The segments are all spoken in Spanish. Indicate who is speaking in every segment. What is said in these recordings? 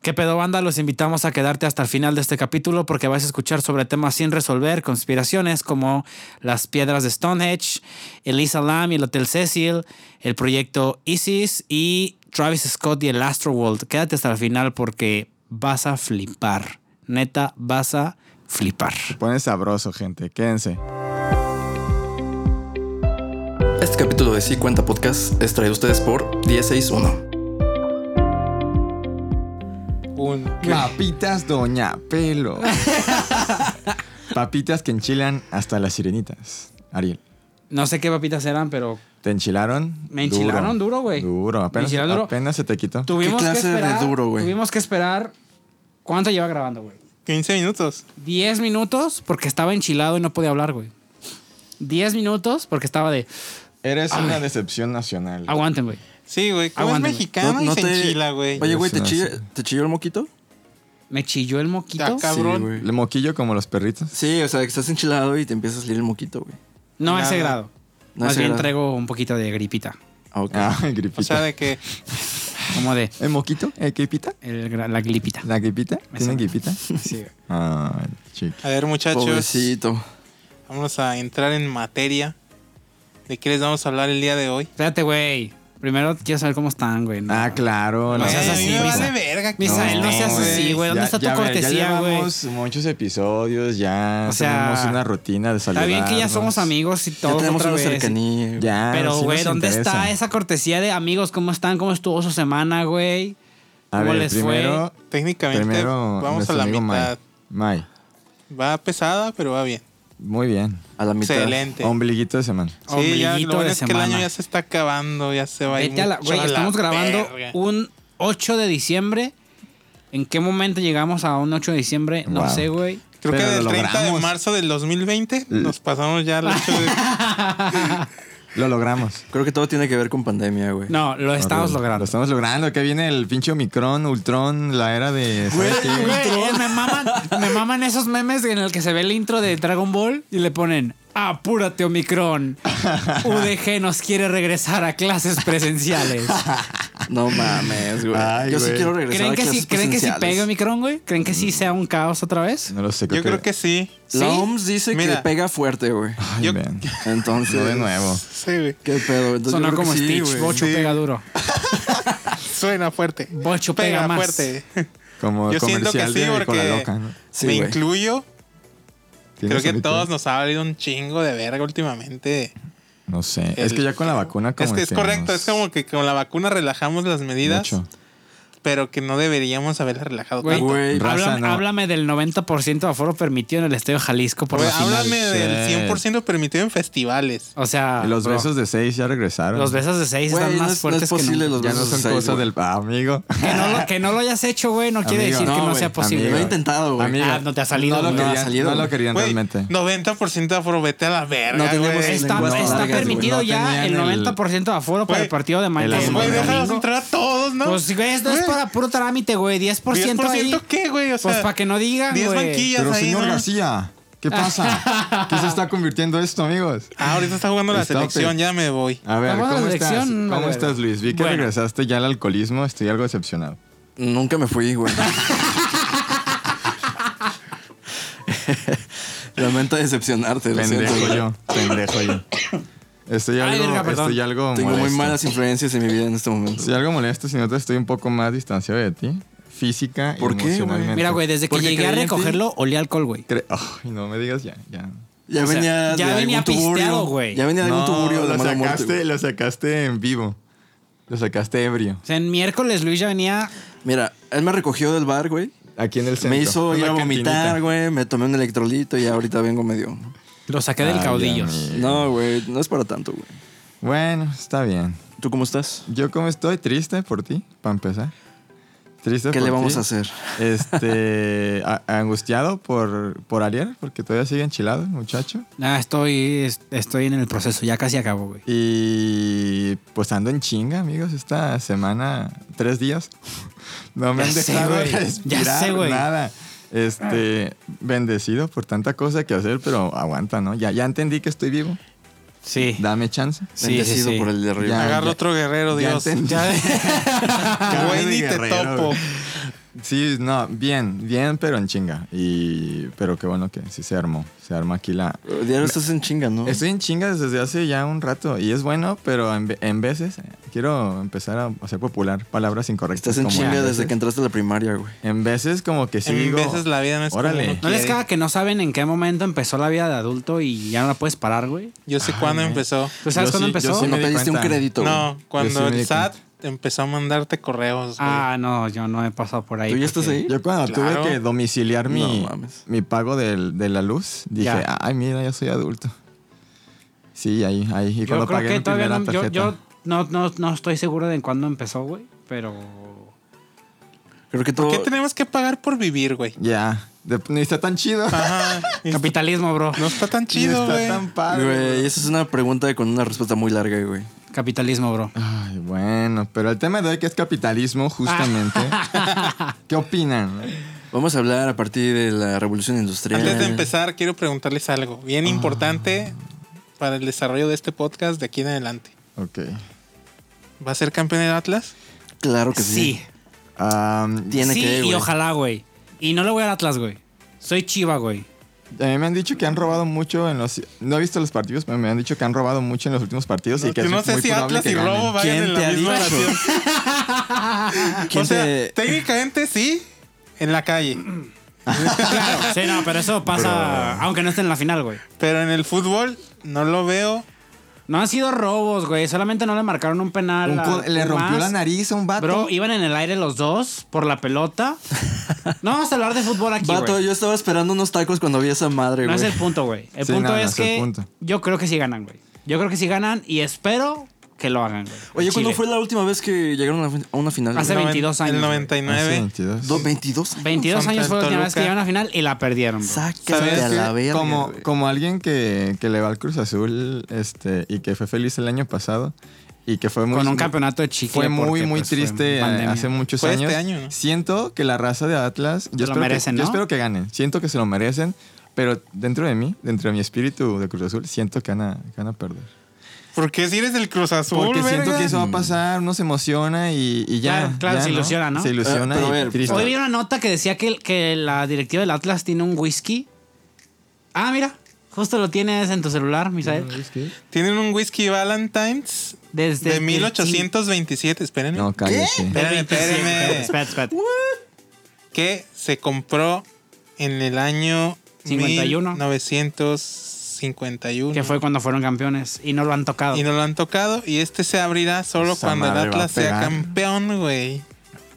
Speaker 1: ¿Qué pedo banda? Los invitamos a quedarte hasta el final de este capítulo porque vas a escuchar sobre temas sin resolver, conspiraciones como las piedras de Stonehenge, Elisa Lam y el Hotel Cecil, el proyecto ISIS y Travis Scott y el Astroworld. Quédate hasta el final porque vas a flipar. Neta, vas a flipar.
Speaker 2: Se pone sabroso, gente. Quédense.
Speaker 3: Este capítulo de Sí Cuenta Podcast es traído a ustedes por 1061.
Speaker 4: Un
Speaker 2: Papitas Doña Pelo. Papitas que enchilan hasta las sirenitas. Ariel,
Speaker 1: No sé qué papitas eran, pero
Speaker 2: ¿te enchilaron?
Speaker 1: Me enchilaron duro, güey.
Speaker 2: Duro,
Speaker 1: Me
Speaker 2: apenas,
Speaker 1: enchilaron duro.
Speaker 2: apenas se te quitó.
Speaker 1: tuvimos
Speaker 3: clase
Speaker 1: que
Speaker 3: de
Speaker 1: esperar.
Speaker 3: duro, güey?
Speaker 1: tuvimos que esperar. ¿Cuánto lleva grabando, güey?
Speaker 4: 15 minutos.
Speaker 1: 10 minutos porque estaba enchilado y no podía hablar, güey. 10 minutos porque estaba de. Ah,
Speaker 2: Eres una decepción nacional.
Speaker 1: Aguanten, güey.
Speaker 4: Sí, güey. Como es
Speaker 1: Aguántame.
Speaker 4: mexicano y se enchila, güey.
Speaker 3: Oye, güey,
Speaker 2: Es
Speaker 3: ¿te,
Speaker 2: una
Speaker 3: chilla-
Speaker 2: serie.
Speaker 3: ¿te chilló el moquito?
Speaker 1: Me chilló el moquito.
Speaker 4: Ya, Cabrón.
Speaker 3: Sí, güey.
Speaker 2: El moquillo como los perritos.
Speaker 3: Sí, o sea, que estás enchilado y te empieza a salir el moquito, güey.
Speaker 1: No a
Speaker 4: Nada.
Speaker 1: ese grado.
Speaker 3: No a
Speaker 1: Más
Speaker 3: ese
Speaker 1: bien
Speaker 3: grado.
Speaker 1: traigo un poquito de gripita.
Speaker 3: Ah, ok.
Speaker 2: Ah, el gripito.
Speaker 4: O sea, de que
Speaker 1: Como de
Speaker 2: ¿El moquito? ¿El gripita?
Speaker 1: el gra- la gripita.
Speaker 2: ¿La gripita? ¿Tiene
Speaker 1: suena.
Speaker 2: gripita?
Speaker 1: Sí,
Speaker 2: Ah, chico.
Speaker 4: A ver, muchachos,
Speaker 3: Pobrecito.
Speaker 4: vamos a entrar en materia. ¿De qué les vamos a hablar el día de hoy?
Speaker 1: Espérate, güey. Primero quiero saber cómo están, güey. No.
Speaker 2: Ah, claro.
Speaker 1: No
Speaker 4: Güey,
Speaker 1: seas
Speaker 4: a
Speaker 1: así,
Speaker 4: mí me
Speaker 1: Misa.
Speaker 4: vale verga,
Speaker 1: Misael, no
Speaker 4: cabrón,
Speaker 1: seas así, güey. ¿Dónde está tu
Speaker 2: a ver,
Speaker 1: cortesía,
Speaker 2: ya
Speaker 1: güey?
Speaker 2: llevamos muchos episodios, ya
Speaker 1: O sea,
Speaker 2: tenemos una rutina de
Speaker 1: Está
Speaker 2: saludarnos.
Speaker 1: bien que ya somos amigos y todo.
Speaker 3: Ya tenemos
Speaker 1: otra
Speaker 3: una
Speaker 1: vez.
Speaker 3: cercanía. güey.
Speaker 2: Ya,
Speaker 1: Pero,
Speaker 2: sí
Speaker 1: güey,
Speaker 2: nos
Speaker 1: ¿dónde
Speaker 2: interesa.
Speaker 1: está esa cortesía de amigos? ¿Cómo están? ¿Cómo estuvo su semana, güey?
Speaker 2: A
Speaker 1: ¿Cómo
Speaker 2: ver,
Speaker 1: les
Speaker 2: primero,
Speaker 4: Técnicamente,
Speaker 2: primero
Speaker 4: vamos a
Speaker 2: nuestro
Speaker 4: la
Speaker 2: amigo
Speaker 4: mitad.
Speaker 2: May. May,
Speaker 4: Va pesada, pero va bien.
Speaker 2: muy bien.
Speaker 3: A la mitad.
Speaker 4: Excelente.
Speaker 2: Ombliguito de semana.
Speaker 4: Sí, ya
Speaker 1: Ombliguito
Speaker 4: lo bueno
Speaker 1: de
Speaker 4: es que el
Speaker 1: semana.
Speaker 4: año ya se está acabando, ya se va a ir.
Speaker 1: Vete a la-
Speaker 4: mucho
Speaker 1: Güey,
Speaker 4: a la
Speaker 1: estamos grabando
Speaker 4: verga.
Speaker 1: un 8 de diciembre. ¿En qué momento llegamos a un 8 de diciembre? No
Speaker 2: Wow.
Speaker 1: sé, güey.
Speaker 4: Creo que
Speaker 2: Pero
Speaker 4: del
Speaker 2: lo
Speaker 4: 30 de
Speaker 2: logramos.
Speaker 4: marzo del 2020 nos pasamos ya al 8 de.
Speaker 2: Lo logramos.
Speaker 3: Creo que todo tiene que ver con pandemia, güey.
Speaker 1: No, lo estamos
Speaker 2: Horrible. Lo
Speaker 1: logrando.
Speaker 2: estamos logrando. Que viene el pinche Omicron, Ultron, la era de... ¿sabes qué?
Speaker 1: Güey, eh, me, maman, me maman esos memes en el que se ve el intro de Dragon Ball y le ponen apúrate Omicron. UDG nos quiere regresar a clases presenciales.
Speaker 3: No mames, güey.
Speaker 2: Ay,
Speaker 3: Yo sí
Speaker 2: güey.
Speaker 3: quiero regresar
Speaker 1: ¿Creen
Speaker 3: a
Speaker 1: que,
Speaker 3: clases
Speaker 1: sí, ¿Creen que sí
Speaker 3: presenciales.
Speaker 1: pegue Omicron, güey? ¿Creen que sí sea un caos otra vez?
Speaker 2: No lo sé.
Speaker 4: Yo creo que sí.
Speaker 3: La
Speaker 1: ¿Sí?
Speaker 3: OMS dice que
Speaker 4: Mira.
Speaker 3: pega fuerte, güey.
Speaker 2: Ay,
Speaker 4: yo-
Speaker 2: man.
Speaker 3: Entonces.
Speaker 2: Lo de nuevo.
Speaker 4: Sí, güey.
Speaker 3: ¿Qué pedo? Entonces, yo
Speaker 1: Sonó
Speaker 3: creo que
Speaker 1: como
Speaker 3: sí,
Speaker 1: Stitch.
Speaker 3: güey.
Speaker 1: Bocho
Speaker 4: Sí.
Speaker 1: pega duro.
Speaker 4: Suena fuerte.
Speaker 1: Bocho pega más.
Speaker 4: fuerte.
Speaker 2: Como
Speaker 4: Yo siento que
Speaker 2: comercial
Speaker 4: sí,
Speaker 2: de
Speaker 4: porque
Speaker 2: Cola Loca. ¿no?
Speaker 3: Sí,
Speaker 4: me
Speaker 3: güey.
Speaker 4: incluyo. Creo
Speaker 2: ¿Tienes
Speaker 4: que
Speaker 2: ahorita?
Speaker 4: todos nos ha valido un chingo de verga últimamente.
Speaker 2: No sé. es
Speaker 4: El-
Speaker 2: que ya con la vacuna como
Speaker 4: es que es correcto,
Speaker 2: nos-
Speaker 4: es como que con la vacuna relajamos las medidas,
Speaker 2: Mucho.
Speaker 4: pero que no deberíamos haberlas relajado
Speaker 1: Güey,
Speaker 4: tanto.
Speaker 3: Güey,
Speaker 2: raza,
Speaker 1: háblame,
Speaker 2: no.
Speaker 1: háblame del 90% de aforo permitido en el Estadio Jalisco por
Speaker 4: Güey,
Speaker 1: la final.
Speaker 4: háblame del
Speaker 2: Shit.
Speaker 4: 100% permitido en festivales.
Speaker 1: O sea,
Speaker 2: Y los
Speaker 1: Ah, bro,
Speaker 2: besos de seis ya regresaron.
Speaker 1: los besos de seis
Speaker 3: Güey,
Speaker 1: están
Speaker 3: no
Speaker 1: más
Speaker 3: es- no
Speaker 1: fuertes
Speaker 3: es posible
Speaker 1: que nunca.
Speaker 3: los
Speaker 2: Ya no
Speaker 3: besos de
Speaker 2: son
Speaker 3: seis,
Speaker 2: cosas
Speaker 3: güey.
Speaker 2: del... Ah, amigo.
Speaker 1: Que no, lo, que no lo hayas hecho, güey, no quiere
Speaker 2: Amigo.
Speaker 1: decir que
Speaker 3: No,
Speaker 1: no
Speaker 3: güey,
Speaker 1: sea posible.
Speaker 3: Lo he
Speaker 2: Amigo.
Speaker 3: intentado, güey.
Speaker 2: Amigo.
Speaker 1: Ah, no te ha salido.
Speaker 2: No lo
Speaker 1: güey.
Speaker 3: quería.
Speaker 2: querían,
Speaker 3: ha salido,
Speaker 2: no lo
Speaker 3: güey.
Speaker 2: querían
Speaker 4: Güey,
Speaker 2: realmente.
Speaker 4: 90% de aforo, vete a la verga.
Speaker 3: No tenemos
Speaker 4: güey.
Speaker 3: ese
Speaker 1: Está,
Speaker 3: Lenguas
Speaker 1: está
Speaker 3: largas, güey.
Speaker 1: permitido
Speaker 2: No
Speaker 1: ya el
Speaker 2: tenían el-
Speaker 1: 90% de aforo para
Speaker 4: Güey,
Speaker 1: el partido de mañana.
Speaker 2: el-
Speaker 4: Pues, güey,
Speaker 2: domingo.
Speaker 4: déjalos entrar a todos, ¿no?
Speaker 1: Pues, güey, esto es
Speaker 4: Güey,
Speaker 1: para puro trámite, güey. 10%,
Speaker 4: 10%
Speaker 1: ahí.
Speaker 4: qué, güey? O sea,
Speaker 1: Pues para que no digan,
Speaker 4: 10
Speaker 1: güey.
Speaker 4: banquillas
Speaker 2: Pero
Speaker 4: ahí,
Speaker 2: señor
Speaker 4: ¿no?
Speaker 2: García, ¿qué pasa? ¿Qué se está convirtiendo esto, amigos?
Speaker 4: Ah, ahorita está jugando la
Speaker 2: Stop
Speaker 4: selección,
Speaker 2: it.
Speaker 4: ya me voy.
Speaker 2: A ver,
Speaker 1: Vamos a la
Speaker 2: ¿cómo estás?
Speaker 1: selección,
Speaker 2: ¿Cómo
Speaker 1: vale.
Speaker 2: estás, Luis? Vi que
Speaker 1: Bueno.
Speaker 2: regresaste ya al alcoholismo, estoy algo decepcionado.
Speaker 3: Nunca me fui, güey. Lamento decepcionarte, lo siento.
Speaker 2: Pendejo
Speaker 3: güey.
Speaker 2: yo, pendejo yo. Estoy
Speaker 1: Ay,
Speaker 2: algo,
Speaker 1: verga, perdón.
Speaker 2: estoy algo
Speaker 3: Tengo muy
Speaker 2: molesto.
Speaker 3: malas influencias en mi vida en este momento.
Speaker 2: Estoy algo molesto, si no te estoy un poco más distanciado de ti, física
Speaker 3: ¿Por
Speaker 2: y
Speaker 3: qué, güey?
Speaker 2: emocionalmente.
Speaker 1: Mira, güey, desde que
Speaker 3: Porque
Speaker 1: llegué a
Speaker 3: creí en ti.
Speaker 1: recogerlo, olía alcohol, güey.
Speaker 2: Cre- Ay, no me digas ya, ya.
Speaker 3: Ya
Speaker 1: O sea,
Speaker 3: venía
Speaker 1: ya
Speaker 3: de
Speaker 1: venía
Speaker 3: algún tuburio.
Speaker 1: pisteado, güey.
Speaker 3: Ya venía de algún
Speaker 2: No,
Speaker 3: tuburio de
Speaker 2: lo
Speaker 3: mala
Speaker 2: sacaste,
Speaker 3: muerte. güey.
Speaker 2: lo sacaste en vivo. Lo sacaste ebrio.
Speaker 1: O sea, en miércoles Luis ya venía.
Speaker 3: Mira, él me recogió del bar, güey.
Speaker 2: Aquí en el centro.
Speaker 3: Me hizo ir
Speaker 2: Una
Speaker 3: a
Speaker 2: cantinita.
Speaker 3: vomitar, güey. Me tomé un electrolito y ahorita vengo medio.
Speaker 1: Lo saqué del
Speaker 2: Ay,
Speaker 1: caudillo.
Speaker 2: amigo.
Speaker 3: No, güey, no es para tanto, güey.
Speaker 2: Bueno, está bien.
Speaker 3: ¿Tú cómo estás?
Speaker 2: Yo como estoy triste por ti, para empezar. Triste
Speaker 3: ¿Qué
Speaker 2: por
Speaker 3: le vamos
Speaker 2: ti.
Speaker 3: a hacer?
Speaker 2: Este, a- angustiado por, por Ariel, porque todavía sigue enchilado el muchacho.
Speaker 1: Ah, estoy, es- estoy en el proceso, ya casi acabo, güey.
Speaker 2: Y pues ando en chinga, amigos, esta semana, tres días. No me
Speaker 1: Ya
Speaker 2: han
Speaker 1: sé,
Speaker 2: dejado
Speaker 1: güey. Ya
Speaker 2: respirar
Speaker 1: sé, güey.
Speaker 2: nada. Este, bendecido por tanta cosa que hacer, pero aguanta, ¿no? Ya, ya entendí que estoy vivo.
Speaker 1: Sí.
Speaker 2: Dame chance.
Speaker 1: Sí,
Speaker 3: Bendecido
Speaker 1: sí, sí.
Speaker 3: por el de arriba.
Speaker 2: Ah, Ya.
Speaker 4: Agarra otro guerrero,
Speaker 2: Ya
Speaker 4: Dios.
Speaker 2: entendí.
Speaker 1: Ya-
Speaker 4: Güey,
Speaker 2: Carne de
Speaker 4: ni te
Speaker 2: guerrero,
Speaker 4: topo.
Speaker 2: güey. Sí, no, bien, bien, pero en chinga. Y, pero qué bueno que sí se armó. Se arma aquí la...
Speaker 3: Diario estás en chinga, ¿no?
Speaker 2: Estoy en chingas desde hace ya un rato y es bueno, pero en, ve- en veces eh, quiero empezar a hacer popular palabras incorrectas.
Speaker 3: Estás en
Speaker 2: como
Speaker 3: chinga desde
Speaker 2: veces.
Speaker 3: que entraste a la primaria, güey.
Speaker 2: En veces como que sí
Speaker 4: en
Speaker 2: digo,
Speaker 4: veces la vida no es como
Speaker 2: órale.
Speaker 4: uno
Speaker 1: ¿No les
Speaker 4: quiere.
Speaker 1: caga que no saben en qué momento empezó la vida de adulto y ya no la puedes parar, güey?
Speaker 4: Yo sé
Speaker 2: Ay,
Speaker 4: cuándo
Speaker 2: no.
Speaker 4: empezó.
Speaker 1: ¿Tú sabes
Speaker 2: Yo
Speaker 1: cuándo
Speaker 2: sí- yo
Speaker 1: empezó?
Speaker 2: sí
Speaker 3: No
Speaker 2: me di
Speaker 3: pediste un
Speaker 2: cuenta.
Speaker 3: crédito, güey.
Speaker 4: No, cuando
Speaker 2: sí me di
Speaker 4: el SAT empezó a mandarte correos. güey.
Speaker 1: Ah, no, yo no he pasado por ahí.
Speaker 3: ¿Tú ya estás
Speaker 1: porque-
Speaker 3: ahí?
Speaker 2: Yo cuando
Speaker 4: Claro.
Speaker 2: tuve que domiciliar mi,
Speaker 3: No mames.
Speaker 2: mi pago del- de, la luz, dije,
Speaker 1: Ya.
Speaker 2: ay, mira, ya soy adulto. Sí, ahí, ahí. Y
Speaker 1: Yo
Speaker 2: cuando
Speaker 1: creo
Speaker 2: pagué
Speaker 1: que
Speaker 2: mi
Speaker 1: todavía
Speaker 2: primera
Speaker 1: no, yo,
Speaker 2: tarjeta.
Speaker 1: yo no, no, no estoy seguro de en cuándo empezó, güey, pero...
Speaker 3: Creo que todo...
Speaker 4: ¿Por qué tenemos que pagar por vivir, güey?
Speaker 2: Ya. De- Ni está tan chido.
Speaker 4: Ajá. y
Speaker 1: Capitalismo, bro.
Speaker 4: No está tan
Speaker 2: Ni
Speaker 4: chido,
Speaker 2: está
Speaker 4: güey.
Speaker 2: tan padre.
Speaker 3: Güey, esa es una pregunta con una respuesta muy larga, güey.
Speaker 1: Capitalismo, bro.
Speaker 2: Ay, bueno, pero el tema de hoy que es capitalismo, justamente. ¿Qué opinan?
Speaker 3: Vamos a hablar a partir de la revolución industrial.
Speaker 4: Antes de empezar, quiero preguntarles algo
Speaker 2: Ah.
Speaker 4: bien importante para el desarrollo de este podcast de aquí en adelante.
Speaker 2: Ok.
Speaker 4: ¿Va a ser campeón el Atlas?
Speaker 3: Claro que sí.
Speaker 1: Sí,
Speaker 2: Am,
Speaker 3: Tiene
Speaker 1: sí,
Speaker 3: que,
Speaker 1: y
Speaker 3: güey.
Speaker 1: ojalá, güey. Y no le voy al Atlas, güey. Soy chiva, güey.
Speaker 2: a mí eh, me han dicho que han robado mucho en los. No he visto los partidos, pero me han dicho que han robado mucho en los últimos partidos. y
Speaker 4: No,
Speaker 2: que
Speaker 4: que no
Speaker 2: es
Speaker 4: sé
Speaker 2: muy
Speaker 4: si
Speaker 2: probable
Speaker 4: Atlas
Speaker 2: que
Speaker 4: y
Speaker 2: ganen.
Speaker 4: robo vayan
Speaker 3: ¿Quién
Speaker 4: en
Speaker 3: te
Speaker 4: la
Speaker 3: ha
Speaker 4: misma
Speaker 3: dicho?
Speaker 4: oración.
Speaker 3: ¿Quién
Speaker 4: Ah, O sea,
Speaker 3: te-
Speaker 4: técnicamente sí, en la calle.
Speaker 1: Claro. Sí, no, pero eso pasa, aunque no esté en la final, güey.
Speaker 4: Pero en el fútbol no lo veo.
Speaker 1: No han sido robos, güey. Solamente no le marcaron un penal.
Speaker 2: Un
Speaker 1: a-
Speaker 2: co- le
Speaker 1: un
Speaker 2: rompió la
Speaker 1: más.
Speaker 2: nariz a un vato.
Speaker 1: Bro, iban en el aire los dos por la pelota. No vamos a hablar de fútbol aquí,
Speaker 3: Vato,
Speaker 1: güey.
Speaker 3: yo estaba esperando unos tacos cuando vi esa madre,
Speaker 1: No
Speaker 3: güey.
Speaker 1: es el punto, güey. El
Speaker 2: Sí,
Speaker 1: punto
Speaker 2: no, no
Speaker 1: es
Speaker 2: es el
Speaker 1: que
Speaker 2: punto.
Speaker 1: yo creo que sí ganan, güey. Yo creo que sí ganan y espero que lo hagan, güey.
Speaker 3: Oye,
Speaker 1: Chile.
Speaker 3: ¿cuándo fue la última vez que llegaron a la fin- a una final?
Speaker 1: Hace
Speaker 3: güey?
Speaker 1: 22
Speaker 4: En
Speaker 1: años,
Speaker 4: El
Speaker 1: güey.
Speaker 4: 99.
Speaker 2: Ah, sí, 22.
Speaker 3: Do- 22 años.
Speaker 1: 22
Speaker 4: Contra
Speaker 1: años
Speaker 4: el
Speaker 1: fue la última
Speaker 4: Toluca.
Speaker 1: vez que llegaron a la final y la perdieron, bro.
Speaker 3: Sácate
Speaker 4: ¿Sabes
Speaker 3: a
Speaker 2: Es que
Speaker 3: la verga.
Speaker 2: como,
Speaker 3: güey.
Speaker 2: como alguien que, que le va al Cruz Azul este, y que fue feliz el año pasado y que fue muy.
Speaker 1: Con un campeonato de chicle.
Speaker 2: Fue muy,
Speaker 1: porque,
Speaker 2: muy
Speaker 1: pues, fue
Speaker 2: triste eh,
Speaker 1: pandemia.
Speaker 2: hace muchos
Speaker 4: Fue
Speaker 2: años.
Speaker 4: este año, ¿no?
Speaker 2: Siento que la raza de Atlas. Yo,
Speaker 1: lo
Speaker 2: espero,
Speaker 1: merecen,
Speaker 2: que, yo
Speaker 1: ¿no?
Speaker 2: espero que ganen. Siento que se lo merecen. Pero dentro de mí, dentro de mi espíritu de Cruz Azul, siento que van a, que van a perder.
Speaker 4: Porque si eres del Cruz Azul,
Speaker 2: Porque siento
Speaker 4: verga?
Speaker 2: que eso va a pasar, uno se emociona y, y ya.
Speaker 1: Claro, claro,
Speaker 2: ya,
Speaker 1: se ilusiona, ¿no?
Speaker 2: Se ilusiona
Speaker 3: Eh, pero a
Speaker 2: y
Speaker 3: ver,
Speaker 2: triste.
Speaker 1: Hoy vi una nota que decía que, que la directiva del Atlas tiene un whisky. Ah, mira. Justo lo tienes en tu celular, Misael.
Speaker 4: Tienen un whisky Valentine's
Speaker 1: Desde
Speaker 4: de 1827, espérenme,
Speaker 2: No, cállate.
Speaker 4: Espérame, espérame.
Speaker 1: Espera, espera.
Speaker 4: que se compró en el año
Speaker 1: 51.
Speaker 4: 1951.
Speaker 1: Que fue cuando fueron campeones y no lo han tocado.
Speaker 4: Y no lo han tocado y este se abrirá solo
Speaker 2: Esa
Speaker 4: cuando el
Speaker 2: madre va a
Speaker 4: Atlas sea
Speaker 2: pegar.
Speaker 4: campeón, güey.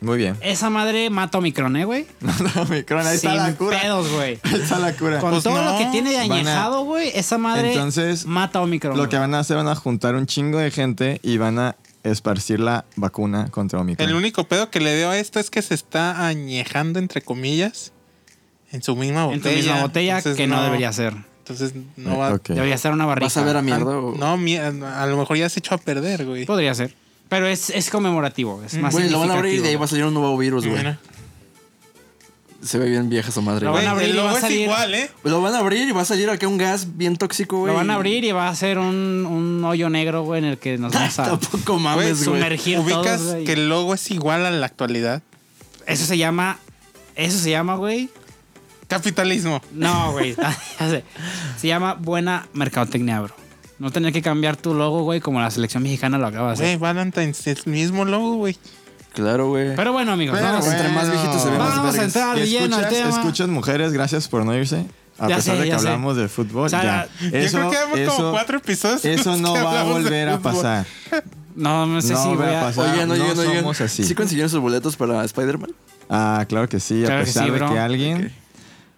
Speaker 2: Muy bien.
Speaker 1: Esa madre mata Omicron, ¿eh, güey?
Speaker 2: No, no, mi crona, ahí está
Speaker 1: Sin
Speaker 2: la cura.
Speaker 1: pedos, güey.
Speaker 2: Ahí está la cura.
Speaker 1: Con
Speaker 4: Pues
Speaker 1: todo
Speaker 4: no,
Speaker 1: lo que tiene de
Speaker 2: van a-
Speaker 1: añejado, güey, esa madre
Speaker 2: Entonces,
Speaker 1: mata Omicron.
Speaker 2: Lo que
Speaker 1: güey.
Speaker 2: van a hacer, van a juntar un chingo de gente y van a esparcir la vacuna contra Omicron.
Speaker 4: El único pedo que le dio a esto es que se está añejando, entre comillas, en su misma
Speaker 1: en tu
Speaker 4: botella.
Speaker 1: misma botella
Speaker 4: Entonces,
Speaker 1: que no, debería ser.
Speaker 4: Entonces no va...
Speaker 2: Ok.
Speaker 1: Debería ser una barriga.
Speaker 3: ¿Vas a ver a mierda o...?
Speaker 4: No, mi- a lo mejor ya se echó a perder, güey.
Speaker 1: Podría ser. Pero es, es conmemorativo. Es más
Speaker 3: Güey, lo van a abrir y de ahí
Speaker 1: significativo,
Speaker 3: va a salir un nuevo virus, güey.
Speaker 4: Mira.
Speaker 3: Se ve bien vieja esa madre,
Speaker 1: Lo
Speaker 3: güey.
Speaker 1: van a
Speaker 4: Güey,
Speaker 1: abrir y va
Speaker 4: el
Speaker 1: a
Speaker 4: logo es
Speaker 1: salir-
Speaker 4: igual, ¿eh?
Speaker 3: Lo van a abrir y va a salir acá un gas bien tóxico,
Speaker 1: güey.
Speaker 3: güey.
Speaker 1: Lo van a abrir y va a ser un, un hoyo negro, güey, en el que nos vamos a
Speaker 3: Tampoco mames,
Speaker 1: Güey,
Speaker 3: güey.
Speaker 1: sumergir. Gir
Speaker 4: Ubicas
Speaker 1: todos, güey.
Speaker 4: que el logo es igual a la actualidad.
Speaker 1: Eso se llama. Eso se llama, güey.
Speaker 4: Capitalismo.
Speaker 1: No, güey. Ah, ya sé. se llama buena mercadotecnia, bro. No tener que cambiar tu logo, güey, como la selección mexicana lo acaba de hacer.
Speaker 4: Güey, Valentine's es el mismo logo, güey.
Speaker 3: Claro, güey.
Speaker 1: Pero bueno, amigos,
Speaker 2: Pero
Speaker 1: vamos a
Speaker 3: entre
Speaker 1: entrar.
Speaker 3: más viejitos se ve más
Speaker 1: Vamos a
Speaker 3: vergas.
Speaker 1: entrar
Speaker 2: Y
Speaker 1: de lleno al
Speaker 2: escuchas,
Speaker 1: tema.
Speaker 2: escuchas, mujeres, gracias por no irse. A
Speaker 1: Ya
Speaker 2: pesar
Speaker 1: sé,
Speaker 2: de que
Speaker 1: ya sé.
Speaker 2: hablamos de fútbol,
Speaker 1: O sea,
Speaker 2: ya.
Speaker 4: Yo
Speaker 2: Eso,
Speaker 4: creo que llevamos
Speaker 2: eso-
Speaker 4: como cuatro episodios. en
Speaker 2: eso
Speaker 4: los
Speaker 2: no
Speaker 4: que
Speaker 2: va a
Speaker 4: hablamos de
Speaker 2: volver a
Speaker 4: fútbol.
Speaker 2: pasar.
Speaker 1: No, no sé
Speaker 2: No,
Speaker 1: si
Speaker 2: güey,
Speaker 1: voy a.
Speaker 2: pasa-
Speaker 3: Oye, no,
Speaker 2: No
Speaker 3: llegan, no llegan.
Speaker 2: somos así.
Speaker 3: ¿Sí consiguieron sus boletos para Spider-Man?
Speaker 2: Ah, claro que sí,
Speaker 1: Claro
Speaker 2: a
Speaker 1: que
Speaker 2: pesar
Speaker 1: sí,
Speaker 2: de
Speaker 1: bro.
Speaker 2: que alguien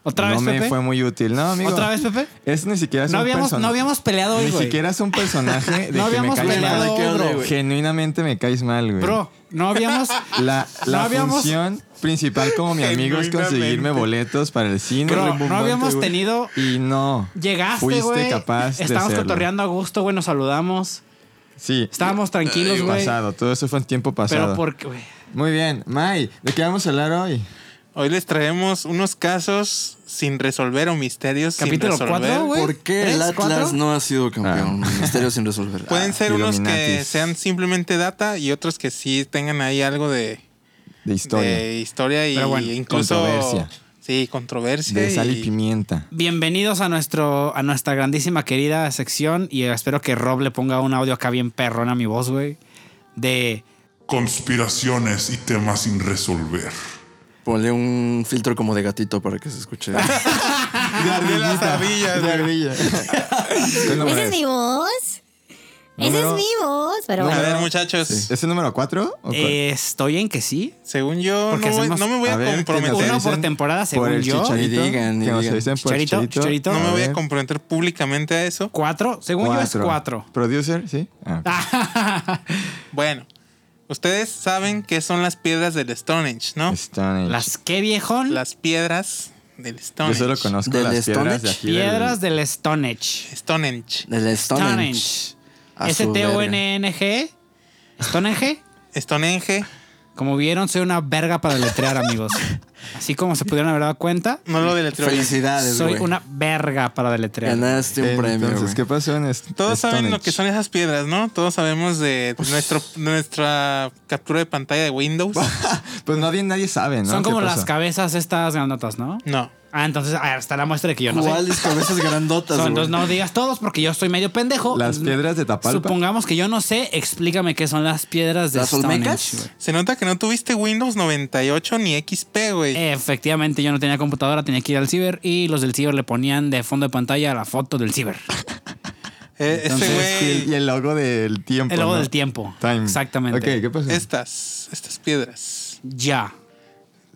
Speaker 1: ¿Otra
Speaker 2: no
Speaker 1: vez,
Speaker 2: me
Speaker 1: Pepe?
Speaker 2: fue muy útil. No, amigo.
Speaker 1: ¿Otra vez, Pepe?
Speaker 2: Es ni siquiera es
Speaker 1: No
Speaker 2: un
Speaker 1: habíamos,
Speaker 2: person-
Speaker 1: no habíamos peleado hoy,
Speaker 2: Ni
Speaker 1: güey.
Speaker 2: siquiera es un personaje
Speaker 1: No
Speaker 2: de que me
Speaker 1: habíamos
Speaker 2: caes
Speaker 1: peleado,
Speaker 2: mal.
Speaker 1: bro.
Speaker 2: Genuinamente me caes mal, güey.
Speaker 1: Bro, no habíamos.
Speaker 2: La, la
Speaker 1: No habíamos-
Speaker 2: función principal como mi amigo es conseguirme
Speaker 4: Genuinamente.
Speaker 2: boletos para el cine.
Speaker 1: Bro, no
Speaker 2: Rimbombante,
Speaker 1: habíamos
Speaker 2: güey.
Speaker 1: tenido-
Speaker 2: Y no.
Speaker 1: Llegaste,
Speaker 2: Fuiste
Speaker 1: güey.
Speaker 2: capaz de
Speaker 1: Estábamos
Speaker 2: hacerlo.
Speaker 1: cotorreando a gusto, güey. Nos saludamos.
Speaker 2: Sí.
Speaker 1: Estábamos tranquilos, güey.
Speaker 2: Eh, pasado. Todo eso fue en tiempo pasado.
Speaker 1: Pero porque, güey.
Speaker 2: Muy bien. May, ¿de qué vamos a hablar hoy?
Speaker 4: Hoy les traemos unos casos sin resolver o misterios
Speaker 1: Capítulo
Speaker 4: sin resolver.
Speaker 1: cuatro, güey.
Speaker 3: ¿Por qué el
Speaker 1: Pues, ¿Tres,
Speaker 3: Atlas
Speaker 1: cuatro? Ah.
Speaker 3: no ha sido campeón? Misterio sin resolver.
Speaker 2: Ah,
Speaker 3: Ah,
Speaker 4: Pueden ser unos que
Speaker 2: Illuminatis.
Speaker 4: sean simplemente data y otros que sí tengan ahí algo de,
Speaker 2: de historia.
Speaker 4: de historia y
Speaker 1: Pero bueno,
Speaker 4: incluso
Speaker 2: controversia.
Speaker 4: sí controversia
Speaker 2: de sal y
Speaker 4: este y-
Speaker 2: pimienta.
Speaker 1: Bienvenidos a, nuestro, a nuestra grandísima querida sección y espero que Rob le ponga un audio acá bien perrón a mi voz, güey. De...
Speaker 5: Conspiraciones y temas sin resolver.
Speaker 3: Ponle un filtro como de gatito para que se escuche.
Speaker 2: De
Speaker 4: ardillita, Ah, las ardillas,
Speaker 2: De
Speaker 4: güey.
Speaker 2: ardilla. Es el número-
Speaker 6: ¿Esa es mi voz? ¿Esa es
Speaker 2: Número-
Speaker 6: mi voz? Pero
Speaker 4: a
Speaker 6: bueno.
Speaker 4: ver muchachos
Speaker 2: ¿Es el número 4?
Speaker 1: eh, estoy en que sí.
Speaker 4: según yo
Speaker 1: Porque
Speaker 4: no, voy-
Speaker 1: hacemos-
Speaker 4: no me voy a,
Speaker 2: a ver,
Speaker 4: comprometer
Speaker 2: que
Speaker 1: Uno
Speaker 2: nos
Speaker 1: por
Speaker 2: dicen
Speaker 1: temporada, según
Speaker 2: por el
Speaker 1: yo.
Speaker 2: chicharito.
Speaker 3: Y digan, y
Speaker 2: que nos
Speaker 3: digan.
Speaker 2: dicen por
Speaker 1: Chicharito,
Speaker 2: el chicharito.
Speaker 1: chicharito.
Speaker 4: no me voy a
Speaker 2: ver,
Speaker 4: comprometer públicamente a eso
Speaker 1: ¿Cuatro? Según yo es cuatro.
Speaker 2: Producer, sí. Ah, ok.
Speaker 4: bueno ustedes saben qué son las piedras del Stonehenge no
Speaker 2: pues Stonehenge.
Speaker 1: Las que viejón.
Speaker 4: las piedras del
Speaker 2: Yo
Speaker 4: Stonehenge
Speaker 2: solo conozco
Speaker 3: ¿Del
Speaker 2: las piedras de
Speaker 3: Stonehenge?
Speaker 2: aquí. del-
Speaker 1: piedras del Stonehenge.
Speaker 4: Stonehenge
Speaker 3: Del Stonehenge.
Speaker 1: Stonehenge.
Speaker 3: A su
Speaker 1: S-T-O-N-N-G. Stonehenge.
Speaker 4: Stonehenge
Speaker 1: Como vieron, soy una verga para letrear, amigos. Así como se pudieron haber dado cuenta,
Speaker 4: no lo deletreo bien.
Speaker 3: Felicidades,
Speaker 1: soy
Speaker 3: güey.
Speaker 1: una verga Eh, para deletrear.
Speaker 3: Ganaste un premio,
Speaker 2: Entonces,
Speaker 3: güey.
Speaker 2: ¿qué pasó en est-
Speaker 4: Todos saben lo
Speaker 2: Stonehenge?
Speaker 4: que son esas piedras, ¿no? Todos sabemos de nuestro, nuestra captura de pantalla de Windows.
Speaker 2: Pues nadie, nadie sabe, ¿no?
Speaker 1: Son como
Speaker 2: ¿Qué
Speaker 1: las
Speaker 2: pasó?
Speaker 1: cabezas estas grandotas, ¿no?
Speaker 4: No.
Speaker 1: Ah, entonces ah, está la muestra de que yo no sé.
Speaker 3: ¿Cuáles cabezas grandotas,
Speaker 1: Son-
Speaker 3: güey?
Speaker 1: entonces no digas todos porque yo estoy medio pendejo.
Speaker 2: Las piedras de Tapalpa.
Speaker 1: Supongamos que yo no sé, explícame qué son las piedras de
Speaker 3: ¿Las olmecas?
Speaker 1: Stonehenge, güey.
Speaker 4: Se nota que no tuviste Windows 98 ni XP, güey.
Speaker 1: Eh. Efectivamente, yo no tenía computadora, tenía que ir al ciber y los del ciber le ponían de fondo de pantalla la foto del ciber.
Speaker 4: Eh,
Speaker 1: entonces,
Speaker 4: ese
Speaker 2: Sí,
Speaker 4: güey.
Speaker 2: Y el logo del tiempo.
Speaker 1: El logo
Speaker 2: ¿no?
Speaker 1: del tiempo.
Speaker 2: Time.
Speaker 1: Exactamente. Este,
Speaker 2: Ok, ¿qué pasó?
Speaker 4: Estas, estas piedras.
Speaker 1: Ya.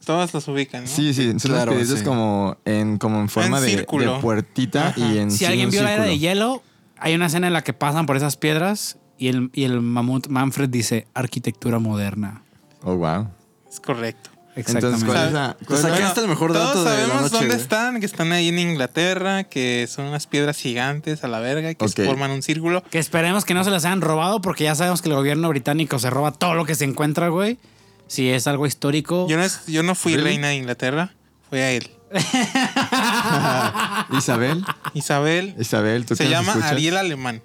Speaker 4: Todas las ubican, ¿no?
Speaker 2: Sí, sí, son
Speaker 3: Claro,
Speaker 2: las piedritas
Speaker 3: sí.
Speaker 2: como en, como en forma de- de,
Speaker 4: círculo.
Speaker 2: puertita y en
Speaker 1: si
Speaker 2: sí,
Speaker 1: alguien
Speaker 2: un
Speaker 1: vio la era de
Speaker 2: círculo.
Speaker 1: hielo, hay una escena en la que pasan por esas piedras y el, y el mamut Manfred dice arquitectura moderna.
Speaker 2: Oh, wow.
Speaker 4: Es correcto.
Speaker 1: Exactamente.
Speaker 2: Entonces, ¿cuál es la...?
Speaker 4: Exactamente.
Speaker 3: Te
Speaker 2: cuál es la-
Speaker 3: saqué hasta el mejor dato
Speaker 4: Todos
Speaker 3: de la
Speaker 4: sabemos
Speaker 3: noche,
Speaker 4: dónde
Speaker 3: güey.
Speaker 4: están, que están ahí en Inglaterra, que son unas piedras gigantes a la verga, que se
Speaker 2: Ok.
Speaker 4: forman un círculo.
Speaker 1: que esperemos que no se las hayan robado porque ya sabemos que el gobierno británico se roba todo lo que se encuentra, güey. Si es algo histórico.
Speaker 4: Yo no, es- yo no fui
Speaker 2: Really?
Speaker 4: reina de Inglaterra, fui a él.
Speaker 2: Isabel,
Speaker 4: Isabel
Speaker 2: Isabel, ¿tú
Speaker 4: se
Speaker 2: qué nos
Speaker 4: llama
Speaker 2: escuchas?
Speaker 4: Ariel Alemán.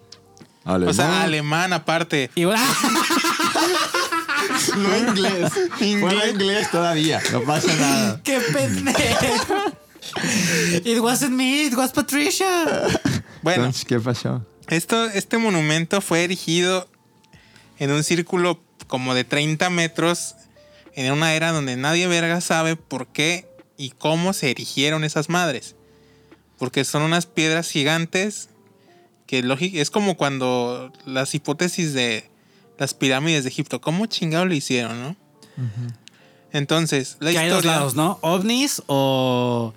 Speaker 2: Alemán.
Speaker 4: O sea, alemán aparte.
Speaker 1: Y bueno,
Speaker 2: No inglés. Bueno,
Speaker 4: Inglés.
Speaker 2: inglés todavía. No pasa nada.
Speaker 1: ¡Qué pendejo! It wasn't me, it was Patricia.
Speaker 4: Bueno,
Speaker 2: Entonces, ¿qué pasó?
Speaker 4: esto, este monumento fue erigido en un círculo como de 30 metros en una era donde nadie verga sabe por qué y cómo se erigieron esas madres. Porque son unas piedras gigantes que lógico, es como cuando las hipótesis de las pirámides de Egipto, ¿cómo chingado lo hicieron, no? Entonces, la
Speaker 1: Que hay dos
Speaker 4: historia-
Speaker 1: lados, ¿no? Ovnis o.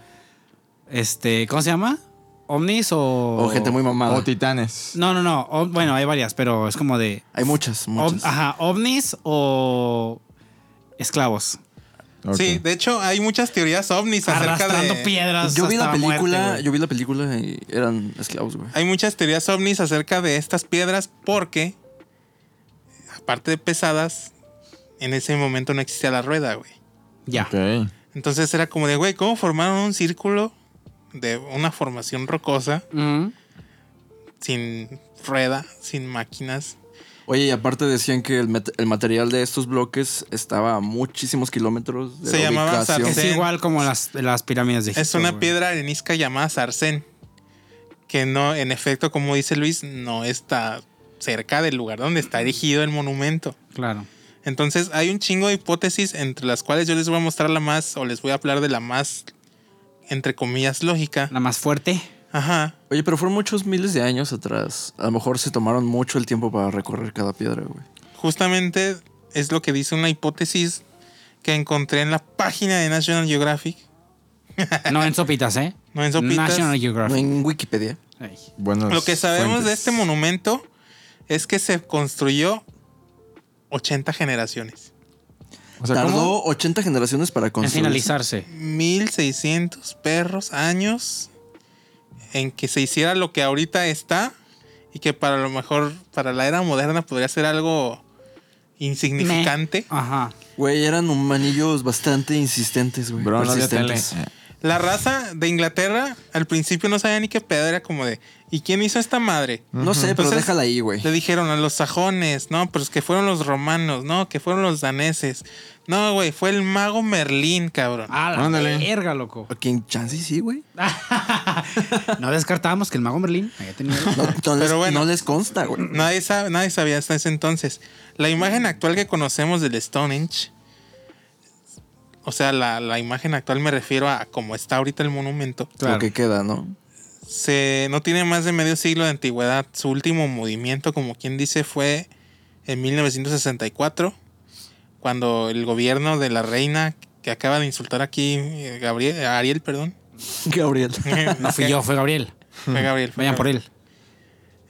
Speaker 1: Este. ¿Cómo se llama? Ovnis o.
Speaker 3: O gente muy mamada.
Speaker 2: O titanes.
Speaker 1: No, no, no. O- bueno, hay varias, pero es como de.
Speaker 3: Hay muchas,
Speaker 1: Ov-
Speaker 3: muchas.
Speaker 1: ajá, ovnis o esclavos.
Speaker 2: Ok.
Speaker 4: Sí, de hecho hay muchas teorías ovnis acerca
Speaker 1: Arrastrando
Speaker 4: de
Speaker 1: piedras.
Speaker 3: yo vi la
Speaker 1: hasta muerte,
Speaker 3: película,
Speaker 1: güey.
Speaker 3: yo vi la película y eran esclavos, güey.
Speaker 4: Hay muchas teorías ovnis acerca de estas piedras porque, aparte de pesadas, en ese momento no existía la rueda, güey.
Speaker 1: ya.
Speaker 2: Ok.
Speaker 4: Entonces era como de, güey, ¿cómo formaron un círculo de una formación rocosa
Speaker 1: Ujú.
Speaker 4: sin rueda, sin máquinas?
Speaker 3: Oye, y aparte decían que el, mat- el material de estos bloques estaba a muchísimos kilómetros de
Speaker 4: Se
Speaker 3: la
Speaker 4: llamaba
Speaker 3: ubicación.
Speaker 1: Es
Speaker 4: Sarsen.
Speaker 1: igual como las, las pirámides de Egipto.
Speaker 4: Es una
Speaker 1: güey.
Speaker 4: piedra arenisca llamada sarcén, que no, en efecto, como dice Luis, no está cerca del lugar donde está erigido el monumento.
Speaker 1: Claro.
Speaker 4: Entonces hay un chingo de hipótesis entre las cuales yo les voy a mostrar la más o les voy a hablar de la más entre comillas lógica.
Speaker 1: La más fuerte.
Speaker 4: Ajá.
Speaker 3: Oye, pero fueron muchos miles de años atrás. A lo mejor se tomaron mucho el tiempo para recorrer cada piedra, güey.
Speaker 4: Justamente es lo que dice una hipótesis que encontré en la página de National Geographic.
Speaker 1: No en sopitas, ¿eh?
Speaker 4: No en sopitas.
Speaker 1: National
Speaker 3: No
Speaker 1: Geographic.
Speaker 3: en Wikipedia.
Speaker 1: Ey.
Speaker 2: Buenos
Speaker 4: Lo que sabemos de
Speaker 2: fuentes.
Speaker 4: este monumento es que se construyó 80 generaciones.
Speaker 2: O sea,
Speaker 3: Tardó
Speaker 2: ¿cómo?
Speaker 3: 80 generaciones para
Speaker 1: En
Speaker 3: construir.
Speaker 1: finalizarse.
Speaker 4: 1600 perros años en que se hiciera lo que ahorita está y que para lo mejor para la era moderna podría ser algo insignificante.
Speaker 1: Ajá.
Speaker 3: Güey, eran humanillos bastante insistentes, güey.
Speaker 2: Bro, no había tele.
Speaker 3: persistentes.
Speaker 4: La raza de Inglaterra al principio no sabía ni qué pedo, era como de ¿y quién hizo esta madre?
Speaker 3: No sé, pero
Speaker 4: Entonces,
Speaker 3: déjala ahí, güey.
Speaker 4: pues Le dijeron a los sajones, no, pero es que fueron los romanos, no, que fueron los daneses, No, güey, fue el mago Merlín, cabrón.
Speaker 1: A la
Speaker 2: Ándale.
Speaker 1: verga, loco.
Speaker 3: Ok, en chance y sí, güey.
Speaker 1: No descartábamos que el mago Merlín haya tenido.
Speaker 3: No, no les,
Speaker 4: Pero bueno.
Speaker 3: no les consta, güey.
Speaker 4: Nadie, sabe, nadie sabía hasta ese entonces. La imagen actual que conocemos del Stonehenge, o sea, la, la imagen actual me refiero a como está ahorita el monumento,
Speaker 1: Claro.
Speaker 3: Lo que queda, ¿no?
Speaker 4: se, no tiene más de medio siglo de antigüedad. Su último movimiento, como quien dice, fue en 1964, cuando el gobierno de la reina que acaba de insultar aquí, eh, Gabriel, Ariel, perdón.
Speaker 3: Gabriel.
Speaker 1: No fui yo, fue Gabriel.
Speaker 4: Fue Gabriel. fue
Speaker 1: Vayan por
Speaker 4: Gabriel.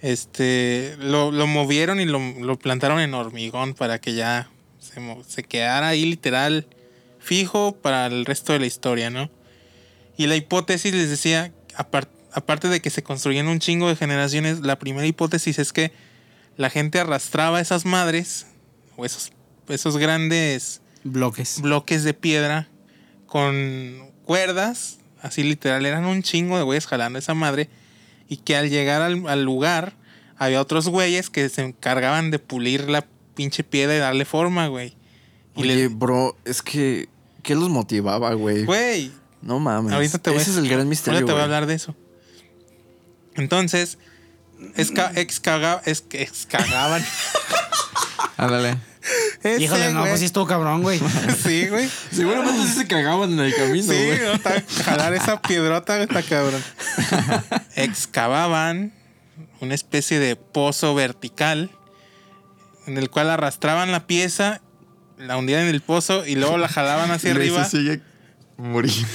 Speaker 1: él.
Speaker 4: Este, lo, lo movieron y lo, lo plantaron en hormigón para que ya se, mo- se quedara ahí literal fijo para el resto de la historia, ¿no? Y la hipótesis les decía, apar- aparte de que se construían un chingo de generaciones, la primera hipótesis es que la gente arrastraba esas madres o esos, esos grandes
Speaker 1: Bloques.
Speaker 4: bloques de piedra con cuerdas, así literal, eran un chingo de güeyes jalando esa madre. Y que al llegar al, al lugar, había otros güeyes que se encargaban de pulir la pinche piedra y darle forma, güey. Y
Speaker 3: Oye,
Speaker 4: le.
Speaker 3: bro, es que. ¿Qué los motivaba, güey?
Speaker 4: Güey,
Speaker 3: No mames.
Speaker 4: ahorita te voy
Speaker 3: Ese es el gran misterio.
Speaker 4: Ahorita te voy a
Speaker 3: güey.
Speaker 4: hablar de eso. Entonces, esca,
Speaker 3: Mm.
Speaker 4: excaga- es- excavaban.
Speaker 2: Ándale.
Speaker 4: Ese,
Speaker 1: Híjole, no,
Speaker 4: güey.
Speaker 1: pues sí estuvo cabrón, güey.
Speaker 4: Sí, güey.
Speaker 3: Seguramente sí se cagaban en el camino,
Speaker 4: Sí,
Speaker 3: güey.
Speaker 4: no, está- jalar esa piedrota está cabrón. Excavaban una especie de pozo vertical en el cual arrastraban la pieza, la hundían en el pozo y luego la jalaban hacia
Speaker 2: Y Luis
Speaker 4: arriba
Speaker 2: se sigue muriendo.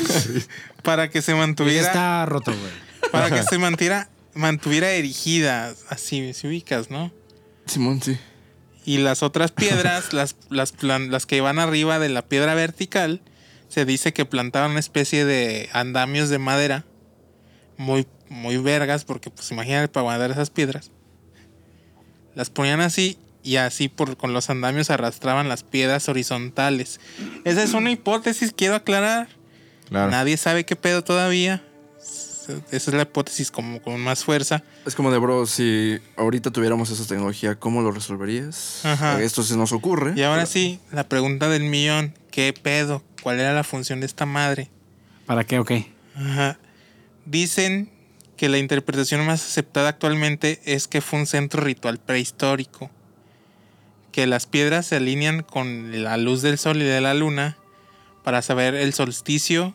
Speaker 4: para que se
Speaker 1: Ese
Speaker 4: mantuviera,
Speaker 1: está roto, güey.
Speaker 4: para que se mantiera, mantuviera erigida, así, si ubicas, ¿no?
Speaker 3: Simón, sí.
Speaker 4: Y las otras piedras, las, las, plan- las que van arriba de la piedra vertical, se dice que plantaban una especie de andamios de madera muy, muy vergas, porque pues imagínate para guardar esas piedras. Las ponían así y así por, con los andamios arrastraban las piedras horizontales. Esa es una hipótesis, quiero aclarar.
Speaker 2: Claro.
Speaker 4: Nadie sabe qué pedo todavía. Esa es la hipótesis como con más fuerza.
Speaker 3: Es como de, bro, si ahorita tuviéramos esa tecnología, ¿cómo lo resolverías?
Speaker 4: Ajá.
Speaker 3: Esto se nos ocurre.
Speaker 4: Y ahora sí, la pregunta del millón, ¿qué pedo? ¿Cuál era la función de esta madre?
Speaker 1: ¿Para qué? Ok.
Speaker 4: Ajá. Dicen que la interpretación más aceptada actualmente es que fue un centro ritual prehistórico. Que las piedras se alinean con la luz del sol y de la luna para saber el solsticio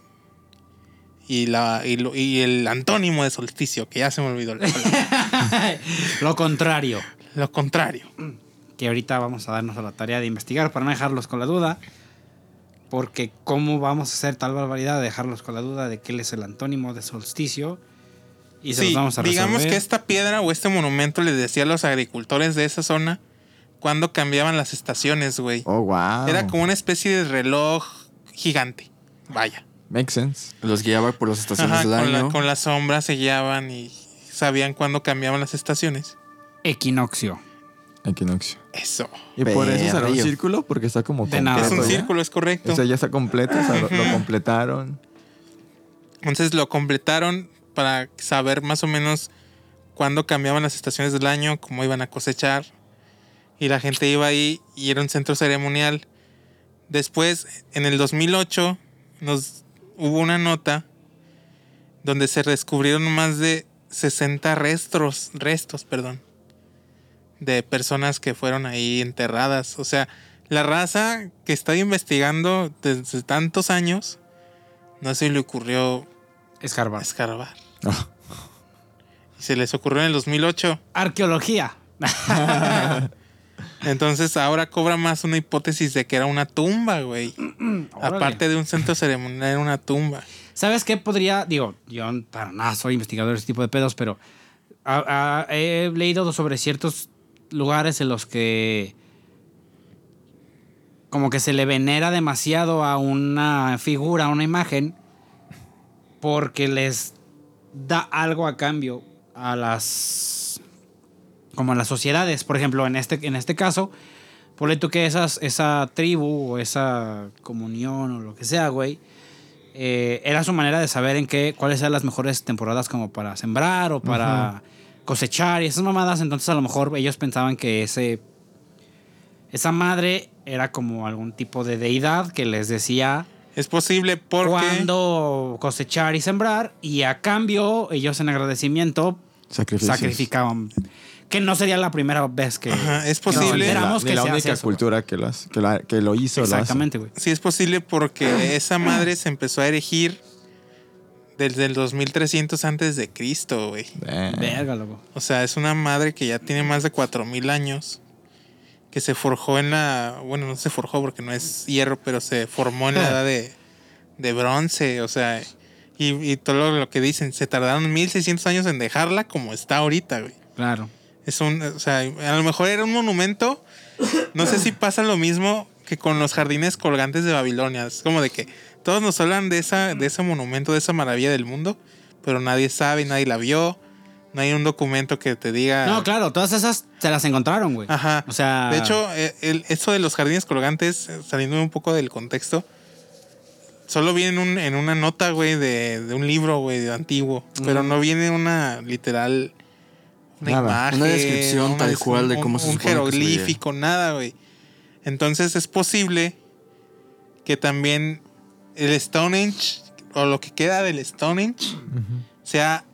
Speaker 4: y, la, y, lo- y el antónimo de solsticio, que ya se me olvidó. la palabra.
Speaker 1: Lo contrario.
Speaker 4: Lo contrario.
Speaker 1: que ahorita vamos a darnos a la tarea de investigar para no dejarlos con la duda. Porque cómo vamos a hacer tal barbaridad de dejarlos con la duda de que él es el antónimo de solsticio. Y se
Speaker 4: Sí,
Speaker 1: los vamos a resolver.
Speaker 4: digamos que esta piedra o este monumento les decía a los agricultores de esa zona cuando cambiaban las estaciones, güey.
Speaker 2: Oh, wow.
Speaker 4: Era como una especie de reloj gigante. Vaya.
Speaker 2: Makes sense.
Speaker 3: Los guiaba por las
Speaker 1: Pues
Speaker 3: estaciones
Speaker 4: Ajá,
Speaker 3: del
Speaker 4: con, la-
Speaker 3: año.
Speaker 4: con las sombras se guiaban y sabían cuándo cambiaban las estaciones.
Speaker 1: Equinoccio.
Speaker 2: Equinoccio.
Speaker 4: Eso.
Speaker 2: Y por eso será un
Speaker 3: Perrillo.
Speaker 2: círculo, porque está como
Speaker 1: De nada.
Speaker 4: Es
Speaker 1: Correcto,
Speaker 4: un
Speaker 2: ya.
Speaker 4: círculo, es correcto.
Speaker 2: O sea, ya está completo, o sea, lo, lo completaron.
Speaker 4: Entonces lo completaron para saber más o menos cuándo cambiaban las estaciones del año, cómo iban a cosechar. Y la gente iba ahí y era un centro ceremonial. Después, en el 2008, nos, hubo una nota donde se descubrieron más de 60 restos, restos perdón, de personas que fueron ahí enterradas. O sea, la raza que está investigando desde tantos años, no se le ocurrió
Speaker 1: Escarbar.
Speaker 4: escarbar.
Speaker 2: Ah.
Speaker 4: Y se les ocurrió en el 2008.
Speaker 1: Arqueología.
Speaker 4: Entonces ahora cobra más una hipótesis de que era una tumba, güey.
Speaker 1: Órale.
Speaker 4: Aparte de un centro ceremonial, era una tumba.
Speaker 1: ¿Sabes qué podría? Digo, yo para nada soy investigador de este tipo de pedos, pero ah, ah, he leído sobre ciertos lugares en los que como que se le venera demasiado a una figura, a una imagen, porque les da algo a cambio a las como a las sociedades. Por ejemplo, en este, en este caso, ponle tú que esas, esa tribu o esa comunión o lo que sea, güey, eh, era su manera de saber en qué, cuáles eran las mejores temporadas como para sembrar o para cosechar y esas mamadas. Entonces a lo mejor ellos pensaban que ese Esa madre era como algún tipo de deidad que les decía
Speaker 4: Es posible porque.
Speaker 1: cuándo cosechar y sembrar, y a cambio, ellos en agradecimiento
Speaker 2: Sacrificios.
Speaker 1: sacrificaban. Que no sería la primera vez que.
Speaker 4: Ajá, es
Speaker 1: que nos
Speaker 4: posible.
Speaker 2: Ni la,
Speaker 1: enteramos
Speaker 2: ni
Speaker 1: que
Speaker 2: la
Speaker 1: se hace
Speaker 2: única
Speaker 1: eso.
Speaker 2: cultura que lo, hace- que, la- que lo hizo
Speaker 1: Exactamente, güey.
Speaker 4: Sí, es posible porque esa madre se empezó a erigir desde el 2300 antes de Cristo, güey.
Speaker 2: lo hace. Eh,
Speaker 1: Verga, loco.
Speaker 4: O sea, es una madre que ya tiene más de 4000 años. Que se forjó en la. Bueno, no se forjó porque no es hierro, pero se formó en la edad de, de bronce. O sea, y, y todo lo que dicen, se tardaron 1600 años en dejarla como está ahorita, güey.
Speaker 1: Claro.
Speaker 4: Es un, o sea, a lo mejor era un monumento. No sé si pasa lo mismo que con los jardines colgantes de Babilonia. Es como de que todos nos hablan de, esa, de ese monumento, de esa maravilla del mundo, pero nadie sabe, nadie la vio. No hay un documento que te diga.
Speaker 1: No, claro, todas esas se las encontraron, güey.
Speaker 4: Ah. Ajá.
Speaker 1: O sea.
Speaker 3: Ah.
Speaker 4: De hecho, eh, el, eso de los jardines colgantes, eh, saliendo un poco del contexto, solo viene en, un- en una nota, güey, de, de un libro, güey, de antiguo. Pero no viene una literal. Una
Speaker 2: Nada.
Speaker 4: imagen.
Speaker 3: Una descripción tal
Speaker 4: des-
Speaker 3: cual de
Speaker 4: un-
Speaker 3: cómo se
Speaker 4: Un
Speaker 3: supone que se veía.
Speaker 4: jeroglífico, nada, güey. Entonces es posible que también el Stonehenge, o lo que queda del Stonehenge, sea.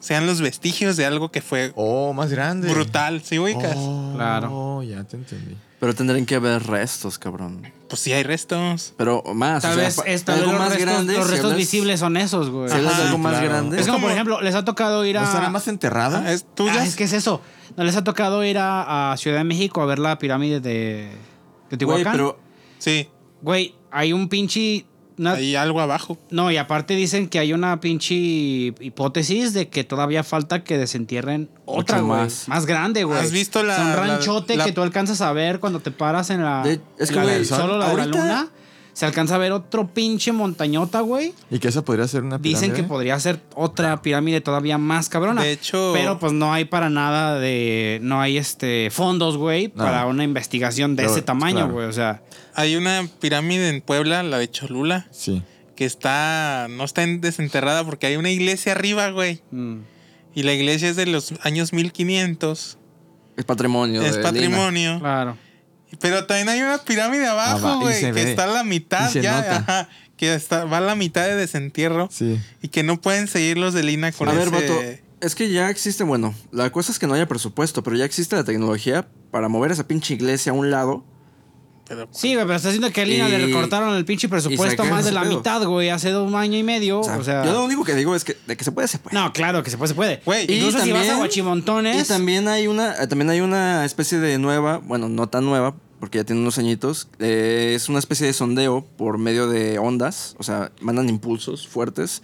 Speaker 4: Sean los vestigios de algo que fue
Speaker 2: Oh, más grande.
Speaker 4: brutal, ¿sí ubicas?
Speaker 2: Oh,
Speaker 1: Claro.
Speaker 2: ya te entendí.
Speaker 3: Pero tendrían que haber restos, cabrón.
Speaker 4: Pues sí hay restos.
Speaker 3: Pero más.
Speaker 1: tal
Speaker 3: o sea,
Speaker 1: vez
Speaker 3: pa-
Speaker 1: esta-
Speaker 3: algo
Speaker 1: los
Speaker 3: más
Speaker 1: restos,
Speaker 3: grande.
Speaker 1: los
Speaker 3: si
Speaker 1: restos
Speaker 3: hablas-
Speaker 1: visibles son esos, güey.
Speaker 3: Si hablas
Speaker 4: Ajá,
Speaker 3: de algo más
Speaker 2: claro.
Speaker 3: grande.
Speaker 1: Es como, por
Speaker 4: como-
Speaker 1: ejemplo, les ha tocado ir
Speaker 2: ¿No
Speaker 1: a.
Speaker 2: estará más enterrado?
Speaker 4: Ah, ¿Es tuya?
Speaker 1: Ah, es que es eso. No les ha tocado ir a, a Ciudad de México a ver la pirámide de de
Speaker 3: Güey,
Speaker 1: Teotihuacán.
Speaker 3: pero
Speaker 4: Sí,
Speaker 1: Güey, hay un pinche. una-
Speaker 4: hay algo abajo.
Speaker 1: No, y aparte dicen que hay una pinche hipótesis de que todavía falta que desentierren otra,
Speaker 3: Otra
Speaker 1: güey. Más.
Speaker 3: más.
Speaker 1: grande, güey.
Speaker 4: ¿Has visto la-
Speaker 1: O sea, un
Speaker 4: la-
Speaker 1: ranchote
Speaker 4: la-
Speaker 1: que tú alcanzas a ver cuando te paras en la.
Speaker 3: De- es que,
Speaker 1: la
Speaker 3: güey,
Speaker 1: del sol o la de la
Speaker 3: ahorita-
Speaker 1: luna. Se alcanza a ver otro pinche montañota, güey.
Speaker 2: Y que eso podría ser una
Speaker 1: Dicen que
Speaker 2: pirámide.
Speaker 1: podría ser otra pirámide todavía más cabrona.
Speaker 4: De hecho-
Speaker 1: Pero pues no hay para nada de. No hay este fondos, güey,
Speaker 2: No.
Speaker 1: para una investigación de
Speaker 2: Pero,
Speaker 3: pues,
Speaker 1: ese tamaño,
Speaker 2: claro.
Speaker 1: güey. O sea.
Speaker 4: Hay una pirámide en Puebla, la de Cholula,
Speaker 2: Sí.
Speaker 4: que está. No está en- desenterrada porque hay una iglesia arriba, güey.
Speaker 1: mm.
Speaker 4: Y la iglesia es de los años 1500.
Speaker 3: es patrimonio.
Speaker 4: es
Speaker 3: de Lina.
Speaker 4: patrimonio.
Speaker 1: Claro.
Speaker 4: Pero también hay una pirámide
Speaker 2: Ah,
Speaker 4: abajo,
Speaker 2: va, y
Speaker 4: güey,
Speaker 2: se
Speaker 4: que
Speaker 2: ve.
Speaker 4: está a la mitad
Speaker 2: Y se
Speaker 4: ya.
Speaker 2: nota.
Speaker 4: Ajá, que está, va a la mitad de desentierro.
Speaker 2: Sí.
Speaker 4: Y que no pueden seguir los de Lina con
Speaker 3: A ver,
Speaker 4: ese-
Speaker 3: Vato, es que ya existe, bueno, la cosa es que no haya presupuesto, pero ya existe la tecnología para mover esa pinche iglesia a un lado.
Speaker 4: Pero,
Speaker 1: Sí, güey, pero está diciendo que a Lina
Speaker 3: Y-
Speaker 1: le recortaron el pinche presupuesto
Speaker 3: sacaron
Speaker 1: más de
Speaker 3: ese
Speaker 1: la
Speaker 3: pedo.
Speaker 1: mitad, güey, hace dos años y medio.
Speaker 3: O sea,
Speaker 1: o sea.
Speaker 3: yo lo único que digo es que de que se puede, se puede.
Speaker 1: No, claro que se puede, se puede.
Speaker 4: Güey, y
Speaker 1: Incluso si vas a
Speaker 3: también-
Speaker 1: Guachimontones.
Speaker 3: Y también hay una, eh, también hay una especie de nueva, bueno, no tan nueva, porque ya tiene unos añitos. eh, es una especie de sondeo por medio de ondas, o sea, mandan impulsos fuertes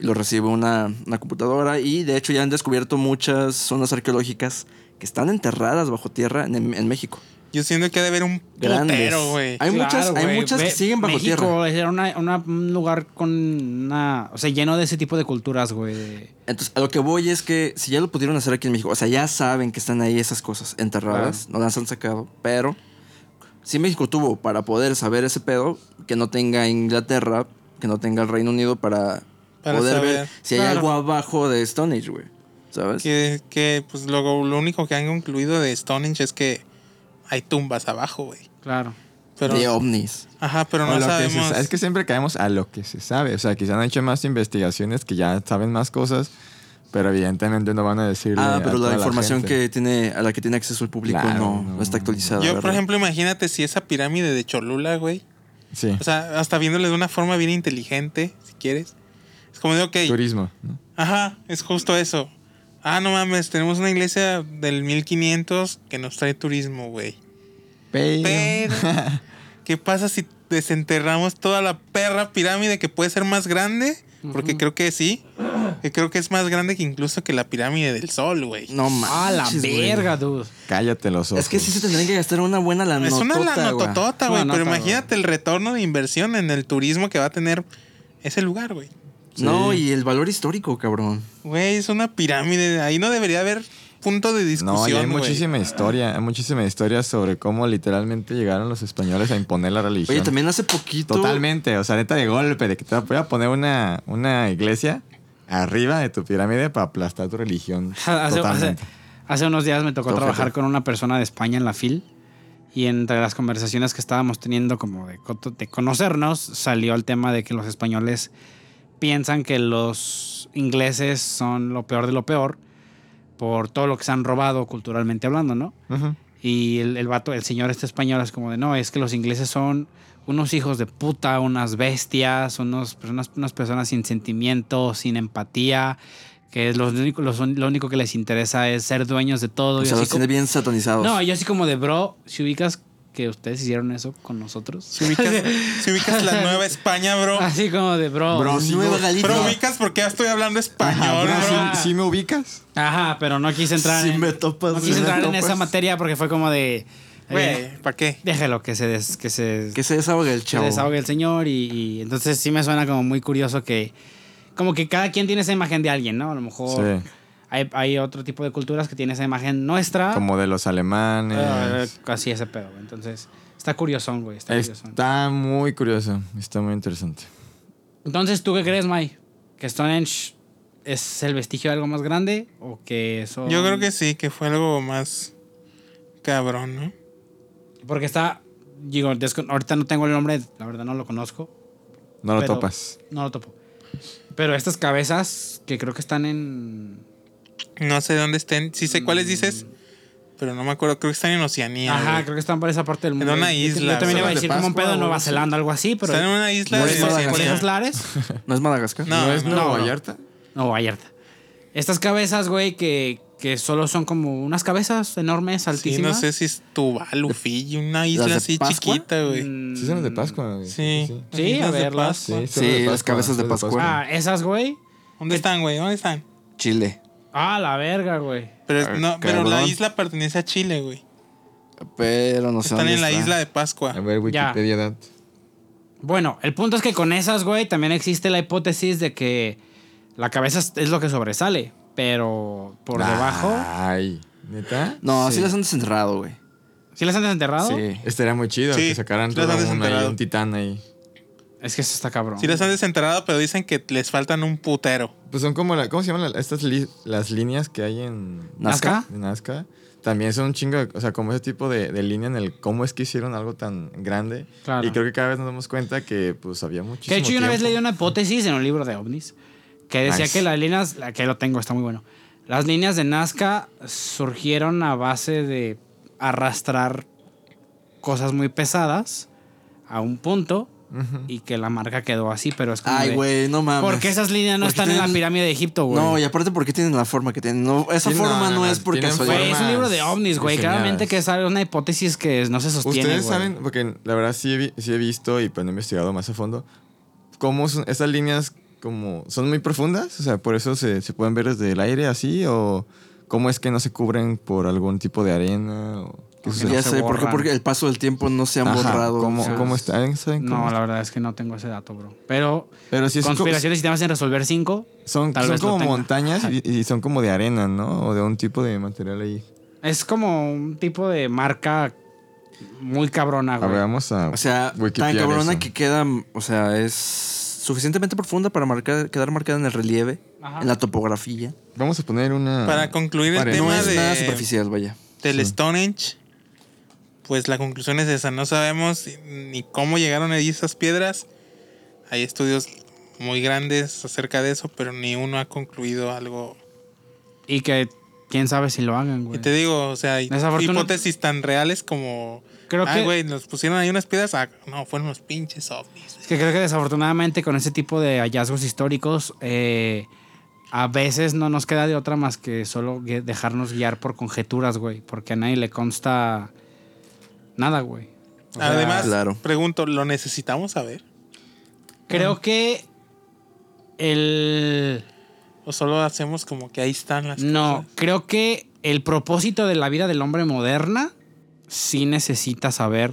Speaker 3: y los recibe una, una computadora. Y de hecho ya han descubierto muchas zonas arqueológicas que están enterradas bajo tierra en, en México.
Speaker 4: yo siento que ha de haber un
Speaker 3: Grandes.
Speaker 4: putero, güey.
Speaker 3: Hay
Speaker 1: Claro,
Speaker 3: muchas, hay
Speaker 1: güey,
Speaker 3: muchas
Speaker 1: ve,
Speaker 3: que siguen bajo
Speaker 1: México
Speaker 3: tierra.
Speaker 1: Era una- una- un lugar con una. O sea, lleno de ese tipo de culturas, güey. de-
Speaker 3: Entonces, a lo que voy es que si ya lo pudieron hacer aquí en México, o sea, ya saben que están ahí esas cosas enterradas, no las han sacado, pero si México tuvo para poder saber ese pedo, que no tenga Inglaterra, que no tenga el Reino Unido para,
Speaker 4: Para
Speaker 3: poder
Speaker 4: saber.
Speaker 3: ver si hay
Speaker 1: Claro.
Speaker 3: algo abajo de Stonehenge, güey. ¿Sabes?
Speaker 4: Que, que, pues lo, lo único que han concluido de Stonehenge es que hay tumbas abajo, güey.
Speaker 1: Claro.
Speaker 4: Pero,
Speaker 3: De ovnis.
Speaker 4: ajá, pero
Speaker 2: O
Speaker 4: no
Speaker 2: lo que se
Speaker 4: sabemos.
Speaker 2: sa- es que siempre caemos a lo que se sabe. O sea, quizá han hecho más investigaciones que ya saben más cosas, pero evidentemente no van a decirle.
Speaker 3: Ah,
Speaker 2: a
Speaker 3: pero
Speaker 2: toda
Speaker 3: la información
Speaker 2: gente.
Speaker 3: que tiene, a la que tiene acceso el público
Speaker 2: Claro,
Speaker 3: no,
Speaker 2: no.
Speaker 3: no está actualizada.
Speaker 4: Yo, por
Speaker 3: ¿verdad?
Speaker 4: ejemplo, imagínate si esa pirámide de Cholula, güey.
Speaker 2: Sí.
Speaker 4: O sea, hasta viéndole de una forma bien inteligente, si quieres. Es como de, ok,
Speaker 2: Turismo. ¿no?
Speaker 4: ajá, es justo eso. Ah, no mames, tenemos una iglesia del 1500 que nos trae turismo, güey.
Speaker 2: Pero-
Speaker 4: Pero, ¿qué pasa si desenterramos toda la perra pirámide que puede ser más grande? Porque creo que sí. Que creo que es más grande que incluso que la pirámide del sol, güey.
Speaker 3: No mames.
Speaker 1: A la verga, dude.
Speaker 2: Cállate los ojos.
Speaker 3: Es que sí se tendrían que gastar una buena lanotota,
Speaker 4: Es una
Speaker 3: güey.
Speaker 4: lanototota, güey.
Speaker 1: Una
Speaker 4: Pero
Speaker 1: nota,
Speaker 4: imagínate el retorno de inversión en el turismo que va a tener ese lugar, güey.
Speaker 3: No, y el valor histórico, cabrón.
Speaker 4: Güey, es una pirámide. Ahí no debería haber punto de
Speaker 2: No,
Speaker 4: discusión,
Speaker 2: y hay
Speaker 4: güey.
Speaker 2: muchísima historia, hay muchísima historia sobre cómo literalmente llegaron los españoles a imponer la religión.
Speaker 3: Oye, también hace poquito.
Speaker 2: Totalmente, o sea, neta de golpe, de que te voy a poner una, una iglesia arriba de tu pirámide para aplastar tu religión.
Speaker 1: Hace, hace-
Speaker 2: Totalmente.
Speaker 1: hace unos días me tocó
Speaker 2: Todo
Speaker 1: trabajar
Speaker 2: feo.
Speaker 1: con una persona de España en la FIL Y entre las conversaciones que estábamos teniendo como de, co- de conocernos, salió el tema de que los españoles piensan que los ingleses son lo peor de lo peor por todo lo que se han robado culturalmente hablando, ¿no?
Speaker 2: Ujú.
Speaker 1: Y el, el vato, el señor este español es como de, no, es que los ingleses son unos hijos de puta, unas bestias, unos, pues, unas, unas personas sin sentimiento, sin empatía, que los, único- los un- lo único que les interesa es ser dueños de todo.
Speaker 3: O
Speaker 1: Y
Speaker 3: sea,
Speaker 1: así
Speaker 3: Pues los tiene
Speaker 1: como-
Speaker 3: bien satanizados.
Speaker 1: no, yo así como de, bro, si ubicas que ustedes hicieron eso con nosotros.
Speaker 4: Si ubicas, si ubicas la Nueva España, bro.
Speaker 1: Así como de, bro.
Speaker 2: Bro, Ah, sí,
Speaker 3: Nueva
Speaker 2: no.
Speaker 3: Galicia.
Speaker 4: Pero ubicas porque ya estoy hablando español,
Speaker 2: Ah, ¿sí,
Speaker 4: bro.
Speaker 2: sí me ubicas?
Speaker 1: Ajá, pero no quise entrar,
Speaker 2: Sí
Speaker 1: en,
Speaker 2: me topas,
Speaker 1: no
Speaker 2: sí
Speaker 1: quise
Speaker 2: me
Speaker 1: entrar en
Speaker 2: topas.
Speaker 3: pues.
Speaker 1: esa materia porque fue como de... eh,
Speaker 4: Güey, ¿para qué?
Speaker 1: déjalo que se... des- que se
Speaker 3: Que se desahogue el
Speaker 1: se
Speaker 3: chavo.
Speaker 1: desahogue el señor y, y entonces sí me suena como muy curioso que como que cada quien tiene esa imagen de alguien, ¿no? A lo mejor
Speaker 2: Sí.
Speaker 1: hay, hay otro tipo de culturas que tiene esa imagen nuestra.
Speaker 2: Como de los alemanes.
Speaker 1: eh, así ese pedo, güey. entonces está curiosón, güey, está curiosón.
Speaker 2: Está muy curioso, está muy interesante.
Speaker 1: Entonces, ¿tú qué crees, May? ¿Que Stonehenge es el vestigio de algo más grande o que eso
Speaker 4: Yo creo que sí, que fue algo más cabrón, ¿no?
Speaker 1: porque está digo, descon- ahorita no tengo el nombre, la verdad no lo conozco.
Speaker 2: No lo
Speaker 1: Pero-
Speaker 2: topas.
Speaker 1: No lo topo. Pero estas cabezas que creo que están en
Speaker 4: No sé dónde estén. Sí sé cuáles dices, pero no me acuerdo. Creo que están en Oceanía.
Speaker 1: Ajá,
Speaker 4: güey.
Speaker 1: creo que están por esa parte del mundo.
Speaker 4: una
Speaker 1: Yo-
Speaker 4: isla,
Speaker 1: Yo también iba a
Speaker 2: Islas de
Speaker 1: decir como un
Speaker 2: Pascua
Speaker 1: pedo de
Speaker 2: o
Speaker 1: Nueva
Speaker 2: algo así.
Speaker 1: Zelanda, algo así, pero.
Speaker 4: Están en una isla
Speaker 3: No
Speaker 1: por,
Speaker 4: de
Speaker 3: es
Speaker 1: esos- por
Speaker 4: Oceanía.
Speaker 1: esos lares.
Speaker 3: ¿No es Madagascar?
Speaker 4: No,
Speaker 2: es
Speaker 4: no,
Speaker 2: Nueva
Speaker 1: no.
Speaker 2: Vallarta?
Speaker 1: No, Vallarta. Estas cabezas, güey, que, que solo son como unas cabezas enormes,
Speaker 4: Sí,
Speaker 1: altísimas.
Speaker 4: no sé si es Tubal, Fiji, una
Speaker 3: de
Speaker 4: isla así
Speaker 3: Pascua?
Speaker 4: chiquita, güey.
Speaker 1: Mm,
Speaker 2: Sí, son las de Pascua. güey.
Speaker 4: Sí.
Speaker 1: Sí,
Speaker 4: Islas
Speaker 1: a
Speaker 4: de
Speaker 1: verlas.
Speaker 4: Pascua.
Speaker 2: Sí, son
Speaker 3: Sí,
Speaker 2: de
Speaker 3: las cabezas de
Speaker 2: son
Speaker 3: Pascua.
Speaker 1: Ah, esas, güey.
Speaker 4: ¿Dónde están, güey? ¿Dónde están?
Speaker 3: Chile.
Speaker 1: Ah, la verga, güey.
Speaker 4: Pero, no, pero
Speaker 3: cabrón.
Speaker 4: la isla pertenece a Chile, güey.
Speaker 3: Pero no sé
Speaker 4: Están
Speaker 3: dónde
Speaker 4: en la
Speaker 3: está.
Speaker 4: isla de Pascua.
Speaker 2: A ver,
Speaker 1: Ya.
Speaker 2: Wikipedia dat.
Speaker 1: Bueno, el punto es que con esas, güey, también existe la hipótesis de que la cabeza es- es lo que sobresale, pero por
Speaker 2: Ah.
Speaker 1: debajo.
Speaker 2: Ay, ¿neta?
Speaker 3: No, así las han desenterrado, güey.
Speaker 1: ¿Sí las han desenterrado?
Speaker 3: Sí.
Speaker 2: Estaría muy chido
Speaker 4: Sí,
Speaker 2: que sacaran
Speaker 4: las han
Speaker 2: todo un, ahí,
Speaker 4: desenterrado.
Speaker 2: un titán ahí.
Speaker 1: Es que eso está cabrón.
Speaker 4: Sí las han desenterrado, pero dicen que les faltan un putero.
Speaker 2: Pues son como, la, ¿cómo se llaman la- estas li- las líneas que hay en
Speaker 3: Nazca.
Speaker 1: ¿Nazca?
Speaker 2: en Nazca? También son un chingo, de- o sea, como ese tipo de, de línea en el cómo es que hicieron algo tan grande.
Speaker 1: Claro.
Speaker 2: Y creo que cada vez nos damos cuenta que pues había muchísimo
Speaker 1: Que de hecho yo una vez
Speaker 2: tiempo.
Speaker 1: leí una hipótesis en un libro de ovnis que decía
Speaker 2: Nice.
Speaker 1: que las líneas, la que lo tengo, está muy bueno. Las líneas de Nazca surgieron a base de arrastrar cosas muy pesadas a un punto y que la marca quedó así, pero es como
Speaker 3: Ay,
Speaker 1: de,
Speaker 3: güey, no mames.
Speaker 1: ¿Por qué esas líneas no
Speaker 3: Porque
Speaker 1: están en la
Speaker 3: tienen-
Speaker 1: pirámide de Egipto, güey?
Speaker 3: No, y aparte, ¿por qué tienen la forma que tienen? No, esa
Speaker 2: Sí, no,
Speaker 3: forma
Speaker 2: no,
Speaker 3: no,
Speaker 2: no,
Speaker 3: es por
Speaker 2: tienen
Speaker 3: casualidad.
Speaker 1: Güey, es un libro de
Speaker 2: formas
Speaker 1: ovnis, güey.
Speaker 2: diseñadas.
Speaker 1: Claramente que es una hipótesis que no se sostiene.
Speaker 2: Ustedes
Speaker 1: güey.
Speaker 2: saben, porque la verdad sí he, vi- sí he visto y pues no he investigado más a fondo, cómo son estas líneas como son muy profundas, o sea, por eso se, se pueden ver desde el aire así, o cómo es que no se cubren por algún tipo de arena, o qué
Speaker 1: Porque
Speaker 2: sucede?
Speaker 1: no
Speaker 3: Ya
Speaker 1: se
Speaker 3: sé, ¿por qué?
Speaker 1: borran.
Speaker 3: Porque el paso del tiempo no se han
Speaker 2: Ajá,
Speaker 3: borrado.
Speaker 2: ¿Cómo,
Speaker 3: o sea,
Speaker 2: cómo están? ¿Saben cómo
Speaker 1: No, la
Speaker 2: están?
Speaker 1: verdad es que no tengo ese dato, bro. Pero
Speaker 2: Pero sí es como-
Speaker 1: conspiraciones y temas en resolver 5
Speaker 2: son,
Speaker 1: tal
Speaker 2: son
Speaker 1: vez lo
Speaker 2: como
Speaker 1: tenga.
Speaker 2: montañas y, y son como de arena, ¿no? O de un tipo de material ahí.
Speaker 1: Es como un tipo de marca muy cabrona,
Speaker 2: A
Speaker 1: Ah, güey.
Speaker 2: ver, vamos a
Speaker 3: O sea, tan
Speaker 2: Wikipedia
Speaker 3: cabrona
Speaker 2: eso.
Speaker 3: que queda, o sea, es suficientemente profunda para marcar, quedar marcada en el relieve,
Speaker 1: Ajá.
Speaker 3: en la topografía.
Speaker 2: Vamos a poner una...
Speaker 4: Para concluir el
Speaker 2: Para-
Speaker 4: tema
Speaker 3: No es
Speaker 4: de,
Speaker 3: nada superficial, vaya.
Speaker 4: del Stonehenge, pues la conclusión es esa. No sabemos ni cómo llegaron ahí esas piedras. Hay estudios muy grandes acerca de eso, pero ni uno ha concluido algo.
Speaker 1: Y que quién sabe si lo hagan, güey.
Speaker 4: Y te digo, o sea, hay
Speaker 1: Pues, Desafortuna-
Speaker 4: hipótesis tan reales como...
Speaker 1: Creo
Speaker 4: "Ay,
Speaker 1: que-
Speaker 4: güey, nos pusieron ahí unas piedras. Ah, no, fueron unos pinches ovnis.
Speaker 1: Es que creo que desafortunadamente con ese tipo de hallazgos históricos, eh, a veces no nos queda de otra más que solo gui- dejarnos guiar por conjeturas, güey. Porque a nadie le consta nada, güey. O sea,
Speaker 4: Además,
Speaker 3: claro.
Speaker 4: pregunto, ¿lo necesitamos saber?
Speaker 1: creo que el...
Speaker 4: ¿O solo hacemos como que ahí están las
Speaker 1: No,
Speaker 4: cosas?
Speaker 1: creo que el propósito de la vida del hombre moderna sí necesita saber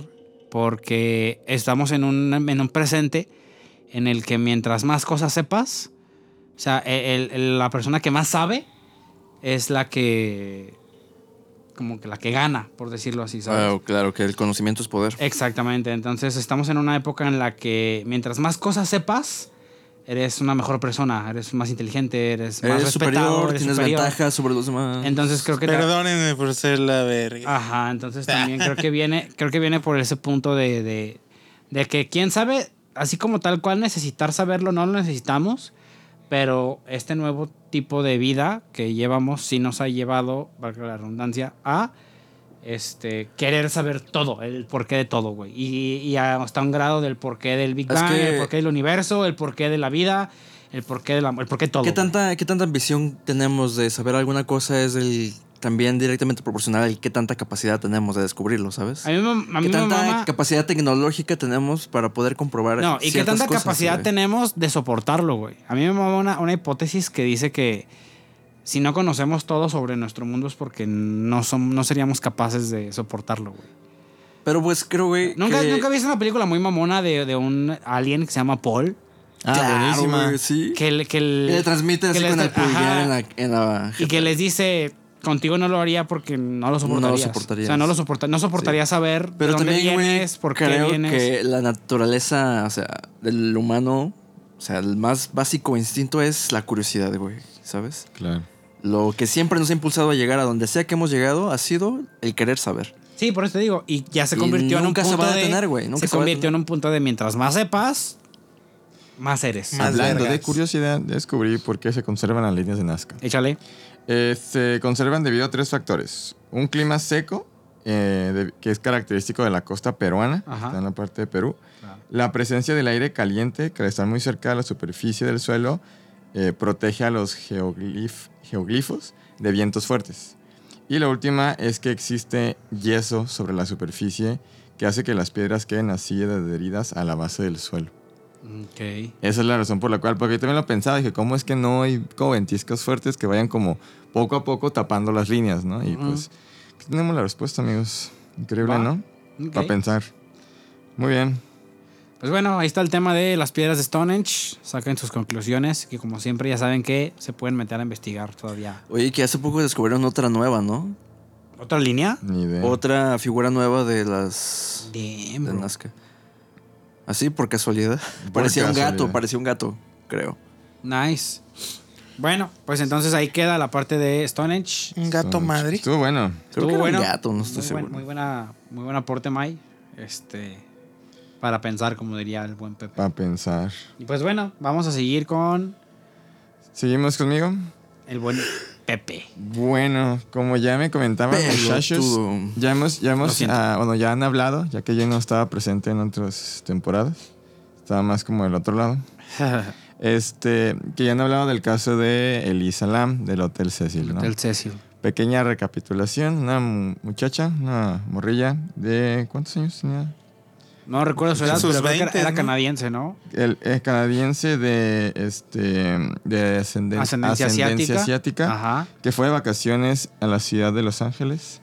Speaker 1: porque estamos en un, en un presente en el que mientras más cosas sepas, o sea, e, el- el- la persona que más sabe es la que como que la que gana, por decirlo así, ¿sabes?
Speaker 3: Ah, claro, que el conocimiento es poder.
Speaker 1: Exactamente, entonces estamos en una época en la que mientras más cosas sepas, eres una mejor persona, eres más inteligente, eres más
Speaker 3: Eres
Speaker 1: respetado,
Speaker 3: superior,
Speaker 1: eres
Speaker 3: tienes
Speaker 1: superior.
Speaker 3: ventajas sobre los demás.
Speaker 1: Entonces creo que ta-
Speaker 4: Perdónenme por ser la verga.
Speaker 1: Ajá, entonces también creo que viene, creo que viene por ese punto de, de, de que quién sabe, así como tal cual necesitar saberlo, no lo necesitamos, pero este nuevo tipo de vida que llevamos sí nos ha llevado, valga la redundancia, a este querer saber todo, el porqué de todo, güey. Y, y hasta un grado del porqué del Big
Speaker 3: Es
Speaker 1: Bang,
Speaker 3: que-
Speaker 1: el porqué del universo, el porqué de la vida, el porqué del amor, el porqué de todo.
Speaker 3: ¿Qué
Speaker 1: güey.
Speaker 3: tanta, ¿Qué tanta ambición tenemos de saber alguna cosa es el también directamente proporcional al qué tanta capacidad tenemos de descubrirlo, ¿sabes?
Speaker 1: A mí, me- a mí
Speaker 3: ¿Qué
Speaker 1: me
Speaker 3: tanta
Speaker 1: mama-
Speaker 3: capacidad tecnológica tenemos para poder comprobar
Speaker 1: No, y qué
Speaker 3: ciertas
Speaker 1: tanta
Speaker 3: cosas, eh?
Speaker 1: capacidad
Speaker 3: güey?
Speaker 1: tenemos de soportarlo, güey. A mí me mama una, una hipótesis que dice que si no conocemos todo sobre nuestro mundo es porque no, son, no seríamos capaces de soportarlo, güey.
Speaker 3: Pero pues creo, güey.
Speaker 1: ¿Nunca,
Speaker 3: que-
Speaker 1: ¿Nunca viste una película muy mamona de, de un alien que se llama Paul?
Speaker 2: Ah,
Speaker 3: Claro,
Speaker 2: buenísima.
Speaker 3: güey, sí.
Speaker 1: Que, le- que el-
Speaker 3: Que le transmite
Speaker 1: que
Speaker 3: así
Speaker 1: les
Speaker 3: con
Speaker 1: da-
Speaker 3: el pulgar
Speaker 1: ajá,
Speaker 3: en la, en la-
Speaker 1: Y que les dice, contigo no lo haría porque no lo soportarías.
Speaker 3: soportarías.
Speaker 1: O sea, no lo soporta, no soportarías saber de
Speaker 3: Pero
Speaker 1: dónde
Speaker 3: también, güey,
Speaker 1: vienes, por qué
Speaker 3: creo
Speaker 1: vienes.
Speaker 3: que la naturaleza, o sea, del humano, o sea, el más básico instinto es la curiosidad, güey, ¿sabes?
Speaker 2: Claro.
Speaker 3: Lo que siempre nos ha impulsado a llegar a donde sea que hemos llegado ha sido el querer saber.
Speaker 1: Sí, por eso te digo. Y ya se
Speaker 3: Y
Speaker 1: convirtió en un
Speaker 3: nunca se
Speaker 1: punto
Speaker 3: va a
Speaker 1: de-
Speaker 3: detener, güey, nunca
Speaker 1: se
Speaker 3: se va a
Speaker 1: convirtió en
Speaker 3: detener.
Speaker 1: un punto de mientras más sepas, más eres.
Speaker 4: Más
Speaker 2: Hablando de
Speaker 4: vergas.
Speaker 2: curiosidad, descubrí por qué se conservan las líneas de Nazca.
Speaker 1: Échale.
Speaker 2: Eh, se conservan debido a tres factores. Un clima seco, eh, de- que es característico de la costa peruana, que
Speaker 1: Ajá.
Speaker 2: está en la parte de Perú. La presencia del aire caliente, que al estar muy cerca de la superficie del suelo, eh, protege a los geoglif- geoglifos de vientos fuertes. Y la última es que existe yeso sobre la superficie que hace que las piedras queden así adheridas a la base del suelo.
Speaker 1: Ok.
Speaker 2: Esa es la razón por la cual, porque yo también lo pensaba, dije, ¿cómo es que no hay como ventiscas fuertes que vayan como poco a poco tapando las líneas, ¿no? Y pues tenemos la respuesta, amigos. Increíble,
Speaker 1: Va.
Speaker 2: ¿no?
Speaker 1: Ok.
Speaker 2: Para pensar. Muy bien.
Speaker 1: Pues bueno, ahí está el tema de las piedras de Stonehenge. Saquen sus conclusiones, que como siempre ya saben que se pueden meter a investigar todavía.
Speaker 3: Oye, que hace poco descubrieron otra nueva, ¿no?
Speaker 1: ¿Otra línea?
Speaker 2: Ni idea.
Speaker 3: Otra figura nueva de las
Speaker 1: Damn,
Speaker 3: de
Speaker 1: bro.
Speaker 3: Nazca. Así por casualidad. parecía un gato,
Speaker 2: casualidad.
Speaker 3: parecía un gato, creo.
Speaker 1: Nice. Bueno, pues entonces ahí queda la parte de Stonehenge.
Speaker 4: Un gato madre.
Speaker 2: Estuvo bueno.
Speaker 3: Creo
Speaker 1: Estuvo
Speaker 3: que era
Speaker 1: bueno.
Speaker 3: un gato, no estoy
Speaker 1: muy
Speaker 3: seguro.
Speaker 1: Buen, muy, buena, muy buen aporte, Mai. Este, para pensar, como diría el buen Pepe.
Speaker 2: Para pensar.
Speaker 1: Y pues bueno, vamos a seguir con
Speaker 2: ¿Seguimos conmigo?
Speaker 1: el buen Pepe.
Speaker 2: Bueno, como ya me comentaban
Speaker 3: Pelotudo.
Speaker 2: muchachos, ya hemos, ya
Speaker 1: Lo
Speaker 2: hemos,
Speaker 1: siento.
Speaker 2: ah, bueno, ya han hablado, ya que yo no estaba presente en otras temporadas. Estaba más como del otro lado. Este, que ya han hablado del caso de Elisa Lam del Hotel Cecil, ¿no?
Speaker 1: El Cecil.
Speaker 2: Pequeña recapitulación, una mu- muchacha, una morrilla de ¿cuántos años tenía?
Speaker 1: No recuerdo su edad,
Speaker 4: Sus
Speaker 1: pero creo que
Speaker 4: 20,
Speaker 1: era
Speaker 4: ¿no?
Speaker 1: canadiense, ¿no?
Speaker 2: El, es canadiense de este de ascenden-
Speaker 1: Ascendencia, asiática.
Speaker 2: asiática,
Speaker 1: Ajá.
Speaker 2: que fue de vacaciones a la ciudad de Los Ángeles.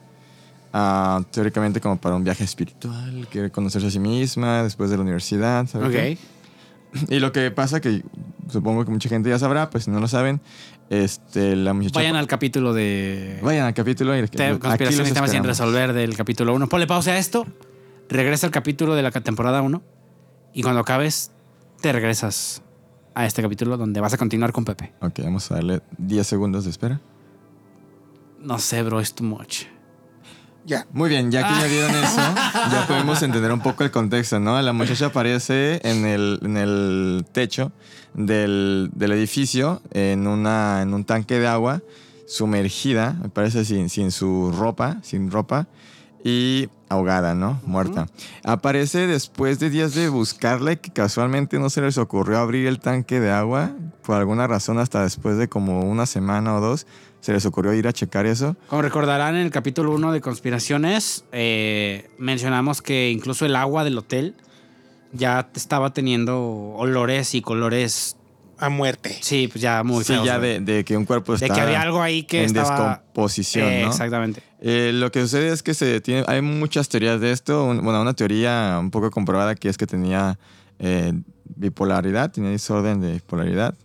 Speaker 2: ah, teóricamente como para un viaje espiritual, quiere conocerse a sí misma después de la universidad. ¿sabe qué?
Speaker 1: Ok.
Speaker 2: Y lo que pasa que supongo que mucha gente ya sabrá, pues si no lo saben, este, la muchacha...
Speaker 1: Vayan al capítulo de
Speaker 2: Vayan al capítulo y
Speaker 1: Te-
Speaker 2: aquí
Speaker 1: Conspiración
Speaker 2: los
Speaker 1: y temas sin
Speaker 2: esperamos.
Speaker 1: resolver del capítulo 1. Ponle pausa a esto. Regresa al capítulo de la ca- temporada 1. Y cuando acabes, te regresas a este capítulo donde vas a continuar con Pepe.
Speaker 2: Ok, vamos a darle 10 segundos de espera.
Speaker 1: No sé, bro, es too much.
Speaker 4: Ya.
Speaker 2: Muy bien, ya que ya vieron eso, ya podemos entender un poco el contexto, ¿no? La muchacha aparece en el, en el techo del, del edificio, en, una, en un tanque de agua, sumergida, me parece, sin, sin su ropa, sin ropa, y ahogada, ¿no? Muerta. Aparece después de días de buscarla y que casualmente no se les ocurrió abrir el tanque de agua, por alguna razón hasta después de como una semana o dos, se les ocurrió ir a checar eso.
Speaker 1: Como recordarán en el capítulo 1 de Conspiraciones, eh, mencionamos que incluso el agua del hotel ya estaba teniendo olores y colores.
Speaker 4: A muerte.
Speaker 1: Sí, pues ya muy
Speaker 2: sí,
Speaker 1: feos,
Speaker 2: ya
Speaker 1: güey.
Speaker 2: de, de que un cuerpo
Speaker 1: De
Speaker 2: está
Speaker 1: que había algo ahí que
Speaker 2: en
Speaker 1: estaba.
Speaker 2: descomposición,
Speaker 1: Eh,
Speaker 2: ¿no?
Speaker 1: Exactamente.
Speaker 2: Eh, lo que sucede es que se tiene, hay muchas teorías de esto. Un- bueno, una teoría un poco comprobada que es que tenía eh, bipolaridad, tenía desorden de bipolaridad.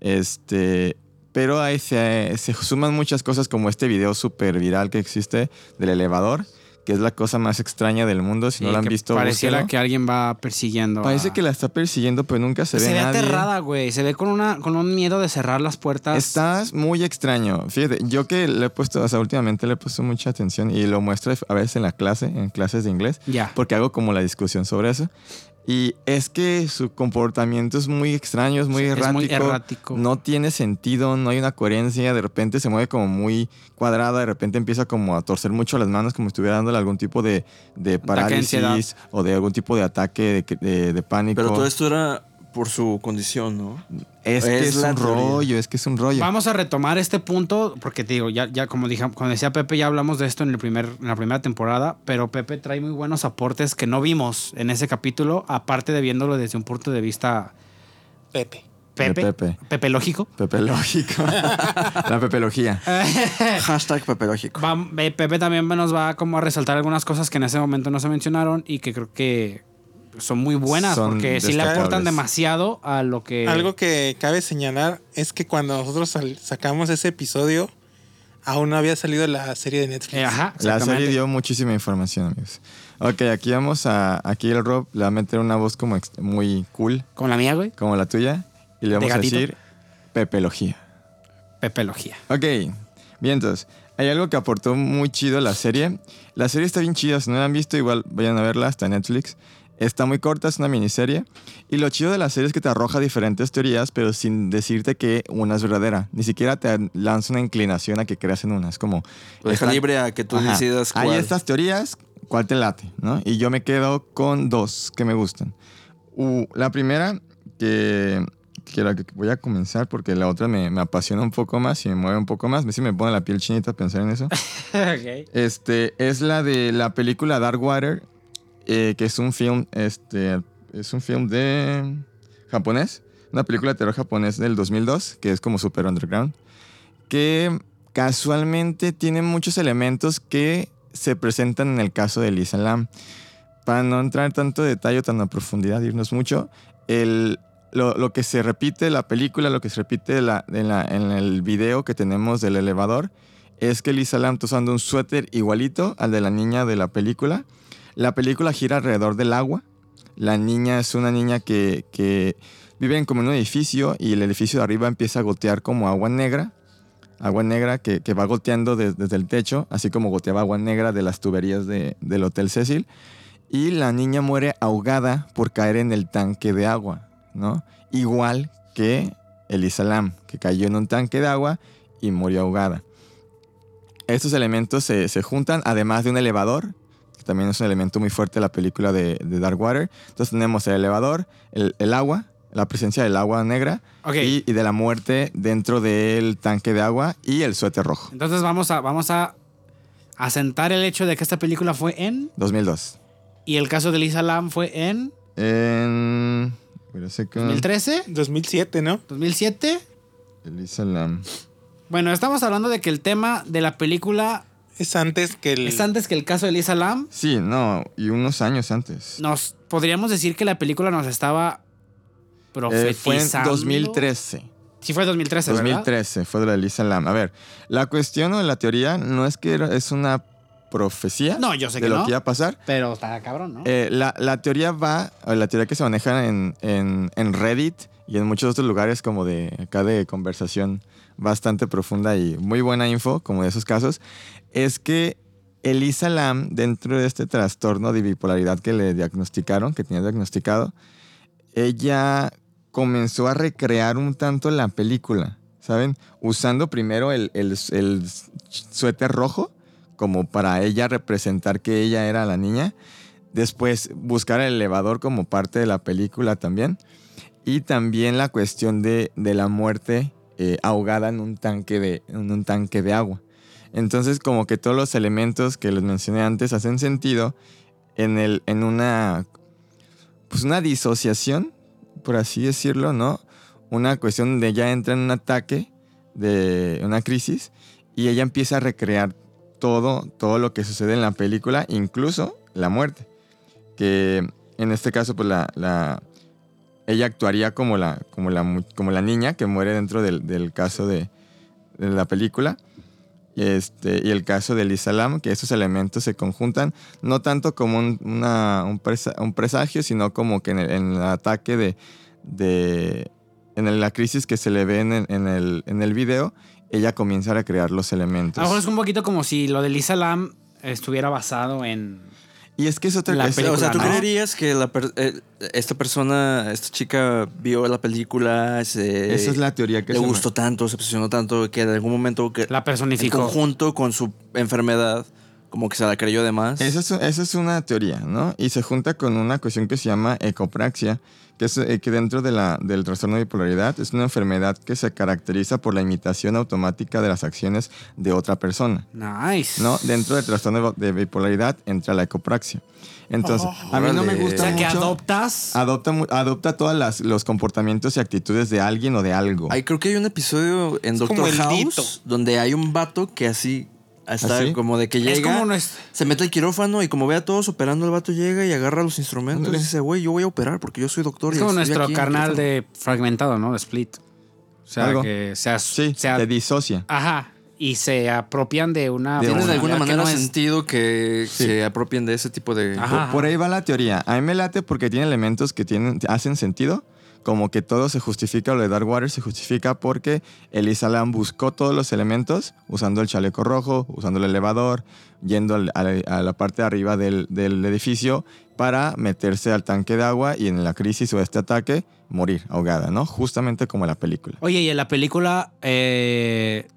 Speaker 2: Este, pero ahí se, se suman muchas cosas como este video súper viral que existe del elevador, que es la cosa más extraña del mundo. Si no
Speaker 1: Sí,
Speaker 2: la han
Speaker 1: que
Speaker 2: visto,
Speaker 1: Pareciera
Speaker 2: búsquenlo.
Speaker 1: que alguien va persiguiendo.
Speaker 2: Parece
Speaker 1: a- Pues
Speaker 2: que la está persiguiendo, pero nunca se,
Speaker 1: se ve
Speaker 2: nadie.
Speaker 1: aterrada, güey. Se ve con, una, con un miedo de cerrar las puertas.
Speaker 2: Estás muy extraño. Fíjate, yo que le he puesto, o sea, últimamente le he puesto mucha atención y lo muestro a veces en la clase, en clases de inglés,
Speaker 1: Ya.
Speaker 2: porque hago como la discusión sobre eso. Y es que su comportamiento es muy extraño, es muy
Speaker 1: Sí, es
Speaker 2: errático.
Speaker 1: muy errático.
Speaker 2: No tiene sentido, no hay una coherencia. De repente se mueve como muy cuadrada, de repente empieza como a torcer mucho las manos, como si estuviera dándole algún tipo de, de
Speaker 1: ansiedad.
Speaker 2: parálisis o de algún tipo de ataque, de, de- de pánico.
Speaker 3: Pero todo esto era por su condición, ¿no?
Speaker 2: es que
Speaker 3: es
Speaker 2: es,
Speaker 3: la
Speaker 2: un
Speaker 3: teoría.
Speaker 2: rollo, es que es un rollo.
Speaker 1: Vamos a retomar este punto, porque te digo, ya, ya como, dije, como decía Pepe, ya hablamos de esto en, el primer, en la primera temporada, pero Pepe trae muy buenos aportes que no vimos en ese capítulo, aparte de viéndolo desde un punto de vista
Speaker 4: Pepe.
Speaker 2: De
Speaker 1: Pepe,
Speaker 2: Pepe.
Speaker 1: Pepe lógico.
Speaker 2: Pepe lógico. la pepelogía.
Speaker 3: Hashtag papelógico.
Speaker 1: Eh. Va- Pe- eh, Pepe también nos va como a resaltar algunas cosas que en ese momento no se mencionaron y que creo que son muy buenas
Speaker 2: Son
Speaker 1: porque sí le
Speaker 2: destacables.
Speaker 1: aportan demasiado a lo que...
Speaker 4: Algo que cabe señalar es que cuando nosotros sal- sacamos ese episodio, aún no había salido la serie de Netflix.
Speaker 1: Eh, ajá,
Speaker 2: La
Speaker 1: exactamente.
Speaker 2: serie dio muchísima información, amigos. Ok, aquí vamos a. Aquí el Rob le va a meter una voz como ex- muy cool,
Speaker 1: Con la mía, güey.
Speaker 2: como la tuya, y le vamos a
Speaker 1: gatito?
Speaker 2: decir pepelogía.
Speaker 1: Pepe Logía.
Speaker 2: Ok, bien, entonces. Hay algo que aportó muy chido la serie. La serie está bien chida, si no la han visto, igual vayan a verla, está en Netflix. Está muy corta, es una miniserie. Y lo chido de la serie es que te arroja diferentes teorías, pero sin decirte que una es verdadera. Ni siquiera te lanza una inclinación a que creas en una. Es como.
Speaker 3: Lo deja
Speaker 2: esta-
Speaker 3: libre a que tú
Speaker 2: Ajá.
Speaker 3: decidas cuál.
Speaker 2: Hay estas teorías, ¿cuál te late? ¿no? Y yo me quedo con dos que me gustan. U- la primera, que, que la que voy a comenzar porque la otra me, me apasiona un poco más y me mueve un poco más. Sí me pone la piel chinita pensar en eso. Este, es la de la película Dark Water, eh, que es un film, este, es un film de japonés, una película de terror japonés del 2002, que es como super underground, que casualmente tiene muchos elementos que se presentan en el caso de Lisa Lam. Para no entrar tanto detalle, tan a profundidad, irnos mucho, el, lo, lo que se repite de la película, lo que se repite de la- de la- en el video que tenemos del elevador, es que Lisa Lam está usando un suéter igualito al de la niña de la película. La película gira alrededor del agua. La niña es una niña que, que vive en como en un edificio y el edificio de arriba empieza a gotear como agua negra. Agua negra que, que va goteando de- desde el techo, así como goteaba agua negra de las tuberías de- del Hotel Cecil. Y la niña muere ahogada por caer en el tanque de agua, ¿no? Igual que Elisa Lam, que cayó en un tanque de agua y murió ahogada. Estos elementos se, se juntan, además de un elevador, que también es un elemento muy fuerte de la película de, de Dark Water. Entonces tenemos el elevador, el, el agua, la presencia del agua negra
Speaker 1: Ok.
Speaker 2: y, y de la muerte dentro del tanque de agua y el suéter rojo.
Speaker 1: Entonces vamos a, vamos a asentar el hecho de que esta película fue en
Speaker 2: 2002.
Speaker 1: y el caso de Lisa Lam fue en
Speaker 2: En... wait a second.
Speaker 1: 2013,
Speaker 4: 2007, ¿no?
Speaker 1: 2007.
Speaker 2: Elisa Lam.
Speaker 1: Bueno, estamos hablando de que el tema de la película
Speaker 4: Es antes que el...
Speaker 1: es antes que el caso de Lisa Lam.
Speaker 2: Sí, no, y unos años antes.
Speaker 1: Nos podríamos decir que la película nos estaba profetizando.
Speaker 2: Eh, fue en 2013.
Speaker 1: Sí fue 2013, ¿verdad?
Speaker 2: 2013 fue de la de Lisa Lam. A ver, la cuestión o la teoría no es que era- es una profecía
Speaker 1: No, yo sé
Speaker 2: de
Speaker 1: que
Speaker 2: lo
Speaker 1: no.
Speaker 2: que iba a pasar.
Speaker 1: Pero está cabrón, ¿no?
Speaker 2: Eh, la, la teoría va, o la teoría que se maneja en, en- en Reddit y en muchos otros lugares como de acá de conversación bastante profunda y muy buena info, como de esos casos, es que Elisa Lam, dentro de este trastorno de bipolaridad que le diagnosticaron, que tenía diagnosticado, ella comenzó a recrear un tanto la película, ¿saben? Usando primero el, el- el suéter rojo como para ella representar que ella era la niña. Después buscar el elevador como parte de la película también. Y también la cuestión de, de la muerte eh, ahogada en un, tanque de, en un tanque de agua. Entonces como que todos los elementos que les mencioné antes hacen sentido en, el, en una, pues una disociación, por así decirlo, ¿no? Una cuestión de ella entra en un ataque, de una crisis, y ella empieza a recrear todo, todo lo que sucede en la película, incluso la muerte. Que en este caso, pues la, la- ella actuaría como la, como, la, mu- como la niña que muere dentro del, del caso de, de la película. Este, y el caso del Islam, que esos elementos se conjuntan, no tanto como un, una- un presa- un presagio, sino como que en el, en el ataque de, de- en el- la crisis que se le ve en el, en el- en el video, ella comienza a crear los
Speaker 1: A lo mejor es
Speaker 2: elementos.
Speaker 1: un poquito como si lo de Lisa Lam estuviera basado en.
Speaker 2: Y es que es otra
Speaker 1: La
Speaker 2: es-
Speaker 1: película,
Speaker 2: o sea, tú
Speaker 1: ¿no?
Speaker 2: creerías-
Speaker 3: creerías que la per- eh, esta persona, esta chica vio la película, se,
Speaker 2: Esa es la teoría que
Speaker 3: le
Speaker 2: se me-
Speaker 3: gustó tanto, se obsesionó tanto, que en algún momento que
Speaker 1: La
Speaker 3: en
Speaker 1: personificó.
Speaker 3: conjunto con su enfermedad, como que se la creyó de más.
Speaker 2: Esa es, esa es una teoría, ¿no? Y se junta con una cuestión que se llama ecopraxia, que es eh, que dentro de la, del trastorno de bipolaridad es una enfermedad que se caracteriza por la imitación automática de las acciones de otra persona.
Speaker 1: Nice.
Speaker 2: ¿No? Dentro del trastorno de bipolaridad entra la ecopraxia. Entonces, a mí no me
Speaker 3: órale.
Speaker 1: O
Speaker 2: gusta
Speaker 1: sea, que
Speaker 2: mucho. Ah,
Speaker 1: adoptas.
Speaker 2: adopta mu- adopta todas las- los comportamientos y actitudes de alguien o de algo.
Speaker 3: Ay, creo que hay un episodio en
Speaker 4: como
Speaker 3: Doctor
Speaker 4: el
Speaker 3: House
Speaker 4: Dito.
Speaker 3: donde hay un vato que así está
Speaker 2: ¿Así?
Speaker 3: como de que
Speaker 1: Es
Speaker 3: llega,
Speaker 1: como nuestro-
Speaker 3: se mete al quirófano y como ve a todos operando, el vato llega y agarra los instrumentos
Speaker 2: Ándale.
Speaker 3: y dice, güey, yo voy a operar porque yo soy doctor.
Speaker 1: es
Speaker 3: y
Speaker 1: como
Speaker 3: estoy
Speaker 1: nuestro
Speaker 3: aquí en el
Speaker 1: carnal
Speaker 3: quirófano".
Speaker 1: de fragmentado, ¿no? De Split. O sea,
Speaker 2: Algo.
Speaker 1: que se, as-
Speaker 2: sí,
Speaker 1: se a-
Speaker 2: te disocia.
Speaker 1: Ajá. Y se apropian de una.
Speaker 2: de
Speaker 3: Tiene
Speaker 2: una
Speaker 3: de alguna
Speaker 1: personalidad que
Speaker 3: manera
Speaker 1: no es-
Speaker 3: sentido que
Speaker 2: Sí.
Speaker 3: se apropien de ese tipo de...
Speaker 1: Ajá.
Speaker 2: Por, por ahí va la teoría. A mí me late porque tiene elementos que tienen, hacen sentido. Como que todo se justifica, lo de Dark Water se justifica porque Elisa Lam buscó todos los elementos usando el chaleco rojo, usando el elevador, yendo al- a, la, a la parte de arriba del, del edificio para meterse al tanque de agua y en la crisis o este ataque morir ahogada, ¿no? Justamente como en la película.
Speaker 1: Oye, y en la película eh,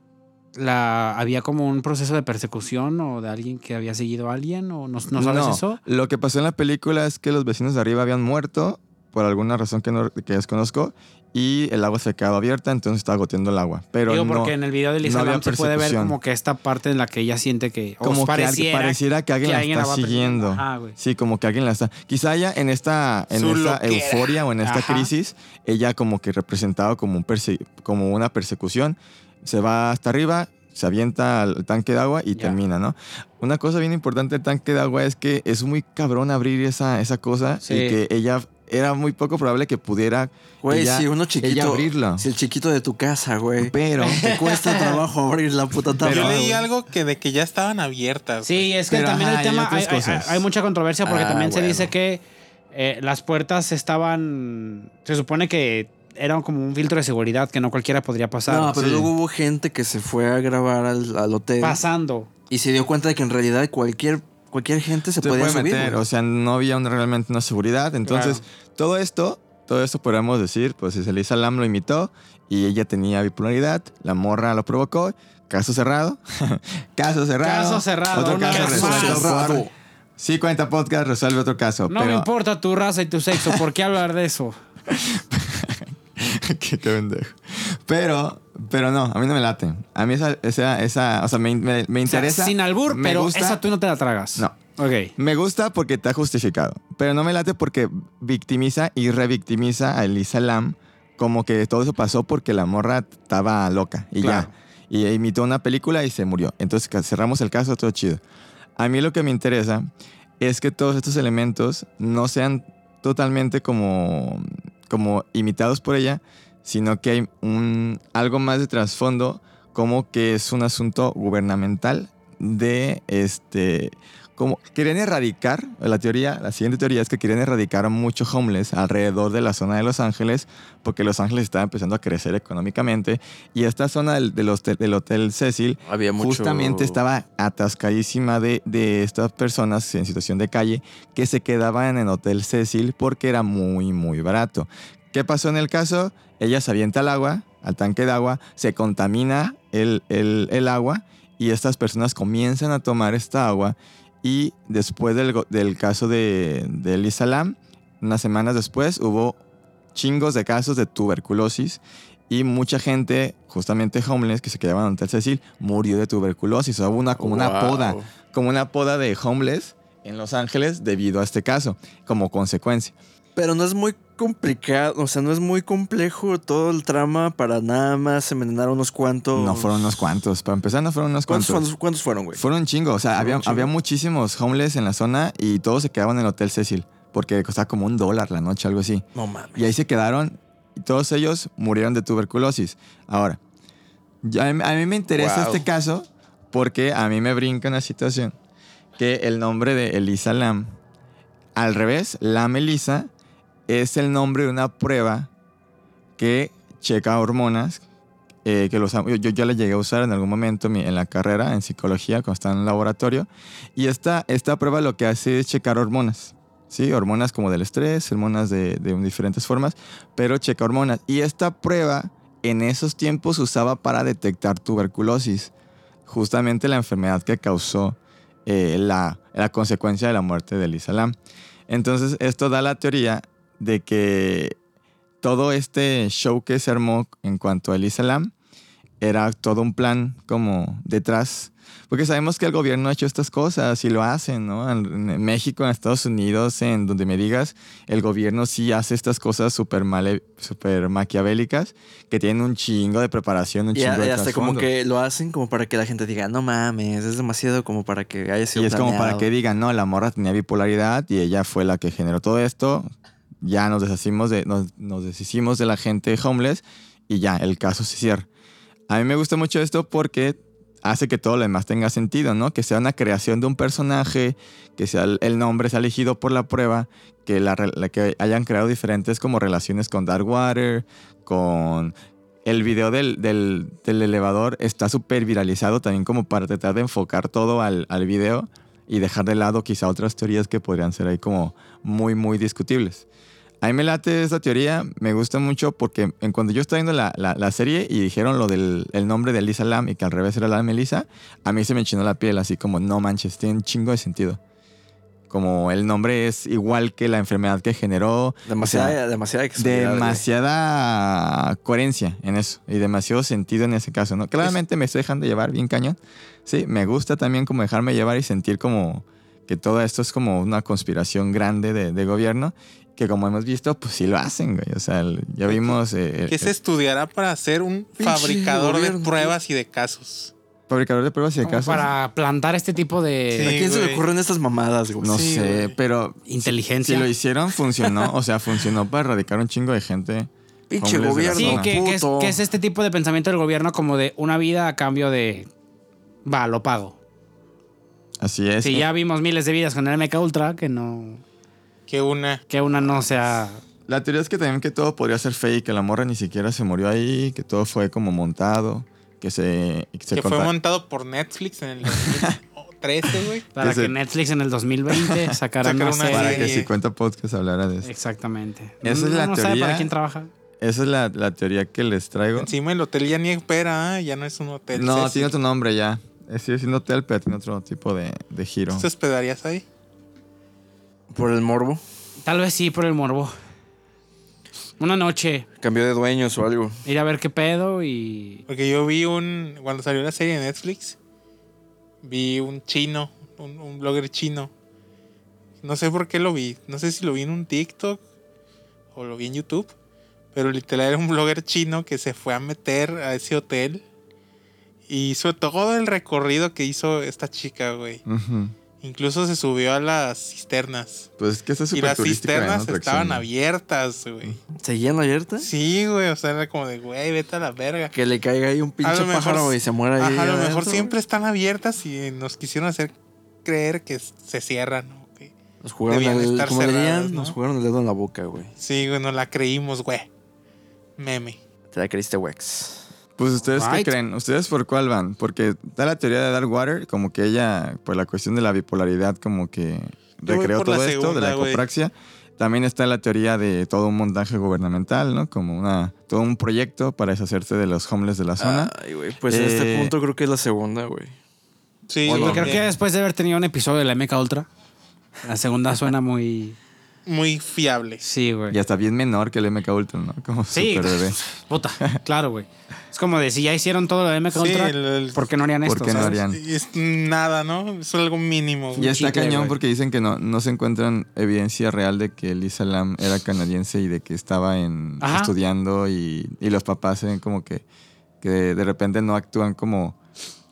Speaker 1: la, había como un proceso de persecución o de alguien que había seguido a alguien o no, no sabes eso.
Speaker 2: Lo que pasó en la película es que los vecinos de arriba habían muerto por alguna razón que, no, que desconozco y el agua se quedó abierta, entonces estaba goteando el agua. Pero
Speaker 1: Digo,
Speaker 2: no,
Speaker 1: porque en el video de Lisa
Speaker 2: no había
Speaker 1: Lam se puede ver
Speaker 2: persecución.
Speaker 1: como que esta parte en la que ella siente que. o
Speaker 2: como que alguien-
Speaker 1: pareciera,
Speaker 2: pareciera que alguien
Speaker 1: que
Speaker 2: la
Speaker 1: alguien la
Speaker 2: está
Speaker 1: va persiguiendo.
Speaker 2: siguiendo.
Speaker 1: Ajá, güey.
Speaker 2: sí, como que alguien la está. Quizá ella en esta, en
Speaker 4: Su
Speaker 2: esta
Speaker 4: loquera.
Speaker 2: euforia o en esta
Speaker 1: Ajá.
Speaker 2: crisis, ella como que representaba como, un perse- como una persecución, se va hasta arriba, se avienta al tanque de agua y
Speaker 1: Ya.
Speaker 2: termina, ¿no? Una cosa bien importante del tanque de agua es que es muy cabrón abrir esa, esa cosa
Speaker 1: Sí.
Speaker 2: y que ella era muy poco probable que pudiera
Speaker 3: Güey,
Speaker 2: ella-
Speaker 3: si uno
Speaker 2: ella
Speaker 3: chiquito...
Speaker 2: abrirla.
Speaker 3: Si el chiquito de tu casa, güey.
Speaker 2: Pero
Speaker 3: Te cuesta trabajo abrir la puta tabla.
Speaker 4: Yo leí
Speaker 3: güey.
Speaker 4: algo que de que ya estaban abiertas.
Speaker 1: Sí, es que
Speaker 2: Pero,
Speaker 1: también
Speaker 2: ajá,
Speaker 1: el
Speaker 2: y
Speaker 1: tema. Hay,
Speaker 2: otras
Speaker 1: hay-
Speaker 2: cosas.
Speaker 1: hay mucha controversia porque
Speaker 3: Ah,
Speaker 1: también se
Speaker 3: bueno.
Speaker 1: dice que eh, las puertas estaban. Se supone que eran como un filtro de seguridad que no cualquiera podría pasar.
Speaker 3: No, pero
Speaker 2: Sí.
Speaker 3: luego hubo gente que se fue a grabar al, al
Speaker 2: eh,
Speaker 3: hotel
Speaker 1: Pasando.
Speaker 3: y se dio cuenta de que en realidad cualquier, cualquier gente se,
Speaker 2: se
Speaker 3: podía
Speaker 2: puede
Speaker 3: subir.
Speaker 2: meter,
Speaker 3: güey.
Speaker 2: o sea, no había una- realmente una seguridad. Entonces, todo esto, todo esto podemos decir, pues es Elisa Lam lo imitó y ella tenía bipolaridad, la morra lo provocó, caso cerrado, caso cerrado.
Speaker 1: Caso cerrado,
Speaker 2: Otro
Speaker 1: una
Speaker 2: caso
Speaker 1: vez
Speaker 2: resuelto.
Speaker 3: más.
Speaker 2: por- Sí, cuenta podcast, resuelve otro caso.
Speaker 1: No me
Speaker 2: pero-
Speaker 1: importa tu raza y tu sexo, ¿por qué hablar de eso?
Speaker 2: qué, qué pendejo. Pero, pero no, a mí no me late. A mí esa, esa, esa o sea, me, me- me
Speaker 1: O sea,
Speaker 2: interesa.
Speaker 1: sin albur,
Speaker 2: me
Speaker 1: pero
Speaker 2: gusta.
Speaker 1: esa tú no te la tragas.
Speaker 2: No. este
Speaker 1: Ok.
Speaker 2: Me gusta porque está justificado, pero no me late porque victimiza y revictimiza a Elisa Lam como que todo eso pasó porque la morra estaba loca y
Speaker 1: Claro.
Speaker 2: ya. Y imitó una película y se murió. Entonces ca- cerramos el caso, todo chido. A mí lo que me interesa es que todos estos elementos no sean totalmente como, como imitados por ella, sino que hay un, algo más de trasfondo, como que es un asunto gubernamental de este. Como querían erradicar, la teoría, la siguiente teoría es que querían erradicar a muchos homeless alrededor de la zona de Los Ángeles, porque Los Ángeles estaba empezando a crecer económicamente y esta zona del, del hotel, del hotel Cecil
Speaker 3: Había mucho.
Speaker 2: justamente estaba atascadísima de, de estas personas en situación de calle que se quedaban en Hotel Cecil porque era muy, muy barato. ¿Qué pasó en el caso? Ella se avienta al agua, al tanque de agua, se contamina el, el- el agua y estas personas comienzan a tomar esta agua y después del, go- del caso de, de Lisa Lam, unas semanas después hubo chingos de casos de tuberculosis y mucha gente, justamente homeless, que se quedaban en Hotel Cecil, murió de tuberculosis. O sea, hubo una, como una
Speaker 3: Wow.
Speaker 2: poda, como una poda de homeless en Los Ángeles debido a este caso, como consecuencia.
Speaker 3: Pero no es muy complicado, o sea, no es muy complejo todo el trama para nada más envenenar unos cuantos.
Speaker 2: No fueron unos cuantos, para empezar no fueron unos
Speaker 3: ¿Cuántos,
Speaker 2: cuantos.
Speaker 3: fueron- cuántos fueron, güey?
Speaker 2: Fueron chingos, o sea,
Speaker 3: Fueron
Speaker 2: había,
Speaker 3: un chingo.
Speaker 2: había muchísimos homeless en la zona y todos se quedaban en el Hotel Cecil, porque costaba como un dólar la noche, algo así.
Speaker 3: No mames.
Speaker 2: Y ahí se quedaron y todos ellos murieron de tuberculosis. Ahora, ya a mí a mí me interesa
Speaker 3: Wow.
Speaker 2: este caso Porque a mí me brinca una situación que el nombre de Elisa Lam, al revés, Lam Elisa, es el nombre de una prueba que checa hormonas. eh, que los, yo, yo ya la llegué a usar en algún momento en mi- en la carrera, en psicología, cuando estaba en el laboratorio. Y esta, esta prueba lo que hace es checar hormonas. ¿sí? Hormonas como del estrés, hormonas de, de diferentes formas, pero checa hormonas. Y esta prueba en esos tiempos se usaba para detectar tuberculosis, justamente la enfermedad que causó eh, la, la consecuencia de la muerte de Elisa Lam. Entonces, esto da la teoría de que todo este show que se armó en cuanto a Elisa Lam era todo un plan como detrás porque sabemos que el gobierno ha hecho estas cosas y lo hacen, ¿no? En, en México, en Estados Unidos, en donde me digas, el gobierno sí hace estas cosas súper male- súper maquiavélicas, que tienen un chingo de preparación, un
Speaker 3: Y,
Speaker 2: chingo
Speaker 3: a-
Speaker 2: de
Speaker 3: y hasta como
Speaker 2: trasfondo.
Speaker 3: que lo hacen como para que la gente diga, no mames, es demasiado como para que haya sido
Speaker 2: Y es como para
Speaker 3: planeado".
Speaker 2: que digan, no, la morra tenía bipolaridad y ella fue la que generó todo esto. Ya nos deshacimos de, nos, nos deshicimos de la gente homeless y ya, el caso se cierra. A mí me gusta mucho esto porque hace que todo lo demás tenga sentido, ¿no? Que sea una creación de un personaje, que sea el, el nombre sea elegido por la prueba, que, la, re- la que hayan creado diferentes como relaciones con Darkwater, con el video del, del- del elevador está súper viralizado también como para tratar de enfocar todo al, al video y dejar de lado quizá otras teorías que podrían ser ahí como muy, muy discutibles. A mí me late esta teoría, me gusta mucho porque en cuando yo estaba viendo la, la- la serie y dijeron lo del el nombre de Elisa Lam y que al revés era Lam Elisa, a mí se me enchinó la piel así como, no manches, tiene un chingo de sentido. Como el nombre es igual que la enfermedad que generó. o sea,
Speaker 3: Demasiada, demasiada expresividad, güey.
Speaker 2: demasiada coherencia en eso y demasiado sentido en ese caso, ¿no? Claramente me estoy dejando llevar bien cañón. Sí, me gusta también como dejarme llevar y sentir como que todo esto es como una conspiración grande de, de gobierno que como hemos visto, pues sí lo hacen, güey. O sea, el- ya vimos... eh, el-
Speaker 4: ¿Qué se estudiará para ser un
Speaker 3: Pinche
Speaker 4: fabricador de
Speaker 3: gobierno.
Speaker 4: pruebas y de casos?
Speaker 2: el fabricador de pruebas y de
Speaker 1: Como
Speaker 2: casos.
Speaker 1: Para plantar este tipo
Speaker 3: ¿A
Speaker 1: de
Speaker 4: Sí,
Speaker 3: quién se le
Speaker 4: güey.
Speaker 3: ocurren estas mamadas, güey?
Speaker 2: No
Speaker 4: Sí,
Speaker 2: sé,
Speaker 4: güey.
Speaker 2: pero... Si
Speaker 1: inteligencia.
Speaker 2: lo hicieron, funcionó. O sea, funcionó para erradicar un chingo de gente.
Speaker 3: Pinche
Speaker 2: Hombres de
Speaker 3: gobierno.
Speaker 1: Sí,
Speaker 2: Perdona.
Speaker 1: que, que es,
Speaker 3: puto.
Speaker 1: que es este tipo de pensamiento del gobierno como de una vida a cambio de... Va, lo pago.
Speaker 2: Así es.
Speaker 1: Si ya vimos miles de vidas con el MK Ultra, que no...
Speaker 4: Que una.
Speaker 1: Que una no sea...
Speaker 2: La teoría es que también que todo podría ser fake, que la morra ni siquiera se murió ahí, que todo fue como montado, que se... se
Speaker 4: que fue
Speaker 2: conta-
Speaker 4: montado por Netflix en el 2013, güey.
Speaker 1: Para
Speaker 2: Ese-
Speaker 1: que Netflix en el 2020 sacara
Speaker 4: Sacar
Speaker 1: una,
Speaker 4: una
Speaker 1: serie.
Speaker 2: para
Speaker 4: Sí.
Speaker 2: que 50 Podcast hablara de eso.
Speaker 1: Exactamente.
Speaker 2: Esa
Speaker 1: no,
Speaker 2: es la
Speaker 1: no sabe para
Speaker 2: teoría.
Speaker 1: quién trabaja.
Speaker 2: Esa es la, la teoría que les traigo.
Speaker 4: Encima el hotel ya ni espera, ah, ya no es un hotel.
Speaker 2: no,
Speaker 4: Cecil.
Speaker 2: tiene otro nombre ya. Eh, Sigue siendo hotel, pero tiene otro tipo de, de giro.
Speaker 4: ¿Tú te hospedarías ahí?
Speaker 3: Por el morbo.
Speaker 1: Tal vez sí por el morbo. Una noche,
Speaker 3: Cambió de dueños o algo.
Speaker 1: ir a ver qué pedo y...
Speaker 4: Porque yo vi un. Cuando salió la serie de Netflix, vi un chino, un, un blogger chino. No sé por qué lo vi. No sé si lo vi en un TikTok o lo vi en YouTube. Pero literal era un blogger chino que se fue a meter a ese hotel. Y hizo todo el recorrido que hizo esta chica, güey.
Speaker 2: Ujú.
Speaker 4: Incluso se subió a las cisternas.
Speaker 2: Pues es que está
Speaker 4: Y
Speaker 2: súper
Speaker 4: las
Speaker 2: turística, ¿no?
Speaker 4: cisternas
Speaker 2: Atracción,
Speaker 4: estaban
Speaker 2: ¿no?
Speaker 4: abiertas, güey.
Speaker 3: ¿Seguían abiertas?
Speaker 4: Sí, güey. O sea, era como de, güey, vete a la verga.
Speaker 3: Que le caiga ahí un
Speaker 4: A
Speaker 3: pinche
Speaker 4: lo mejor
Speaker 3: pájaro y se muera ahí.
Speaker 4: Ajá, a lo mejor
Speaker 3: adentro,
Speaker 4: siempre están abiertas y eh, nos quisieron hacer creer que s- se cierran. ¿no? Que-
Speaker 3: güey. Nos jugaron
Speaker 4: debían
Speaker 3: el,
Speaker 4: estar
Speaker 3: como dirían,
Speaker 4: cerradas, ¿no?
Speaker 3: nos jugaron el dedo en la boca, güey.
Speaker 4: Sí, güey, nos la creímos, güey. Meme.
Speaker 3: Te la creíste, Wex.
Speaker 2: Pues ustedes
Speaker 1: Right.
Speaker 2: qué creen, ustedes por cuál van, porque da la teoría de Darkwater, como que ella, por la cuestión de la bipolaridad, como que
Speaker 4: Yo voy
Speaker 2: recreó
Speaker 4: por
Speaker 2: todo esto
Speaker 4: la
Speaker 2: de
Speaker 4: segunda,
Speaker 2: la
Speaker 4: güey.
Speaker 2: ecopraxia. También está la teoría de todo un montaje gubernamental, ¿no? Como una, todo un proyecto para deshacerse de los homeless de la zona.
Speaker 4: Ah.
Speaker 3: Ay, güey. Pues en
Speaker 2: Eh,
Speaker 3: este punto creo que es la segunda, güey.
Speaker 4: Sí,
Speaker 2: Bueno,
Speaker 4: güey,
Speaker 1: Creo
Speaker 2: Bien.
Speaker 1: que después de haber tenido un episodio de la MK Ultra, la segunda suena muy...
Speaker 4: muy fiable.
Speaker 1: Sí, güey.
Speaker 2: Y hasta bien menor que el MK Ultra, ¿no? Como
Speaker 1: Sí,
Speaker 2: super bebé.
Speaker 1: puta, claro, güey. Es como de si ya hicieron todo lo de MK
Speaker 4: Sí,
Speaker 1: Ultra,
Speaker 4: el- el-
Speaker 1: ¿por qué no harían
Speaker 2: ¿por
Speaker 1: esto?
Speaker 2: qué no
Speaker 1: sabes?
Speaker 2: harían?
Speaker 4: Es nada, ¿no? Es algo mínimo. güey.
Speaker 2: Y está
Speaker 1: chicle,
Speaker 2: cañón
Speaker 1: güey.
Speaker 2: porque dicen que no, no se encuentran evidencia real de que Elisa Lam era canadiense y de que estaba en,
Speaker 1: Ajá.
Speaker 2: estudiando y, y los papás se ven como que, que de repente no actúan como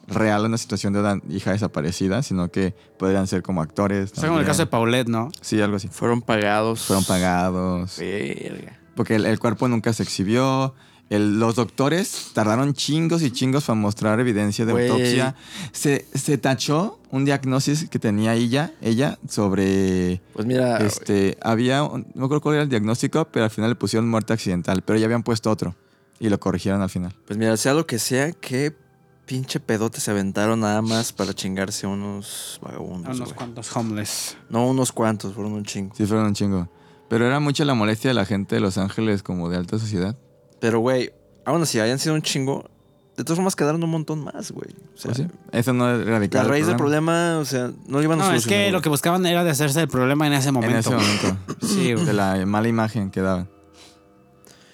Speaker 2: real en una situación de una hija desaparecida, sino que podrían ser como actores.
Speaker 1: Está como el
Speaker 2: también.
Speaker 1: caso de Paulette, ¿no?
Speaker 2: Sí, algo así.
Speaker 3: Fueron pagados.
Speaker 2: Fueron pagados.
Speaker 3: Verga.
Speaker 2: Porque el, el cuerpo nunca se exhibió. el- los doctores tardaron chingos y chingos para mostrar evidencia de
Speaker 3: Güey.
Speaker 2: autopsia. Se, se tachó un diagnóstico que tenía ella, ella sobre
Speaker 3: Pues mira,
Speaker 2: este, había, un- no me acuerdo cuál era el diagnóstico, pero al final le pusieron muerte accidental, pero ya habían puesto otro y lo corrigieron al final.
Speaker 3: pues mira, sea lo que sea, qué pinche pedote se aventaron nada más para chingarse a unos vagabundos.
Speaker 1: Unos
Speaker 3: güey.
Speaker 1: cuantos homeless.
Speaker 3: No unos cuantos, fueron un chingo.
Speaker 2: Sí, fueron un chingo. Pero era mucha la molestia de la gente de Los Ángeles como de alta sociedad.
Speaker 3: Pero, güey, aún así, hayan sido un chingo. De todas formas, quedaron un montón más, güey. O sea,
Speaker 2: ¿O Pues sí? Eso no erradicaba
Speaker 3: la
Speaker 2: el
Speaker 3: raíz del problema, o sea, no lo iban
Speaker 1: No,
Speaker 3: a
Speaker 1: es
Speaker 3: solucionar,
Speaker 1: que
Speaker 3: güey.
Speaker 1: lo que buscaban era de hacerse el problema en ese
Speaker 2: En
Speaker 1: momento.
Speaker 2: ese momento.
Speaker 1: Sí, güey.
Speaker 2: de la mala imagen que daban.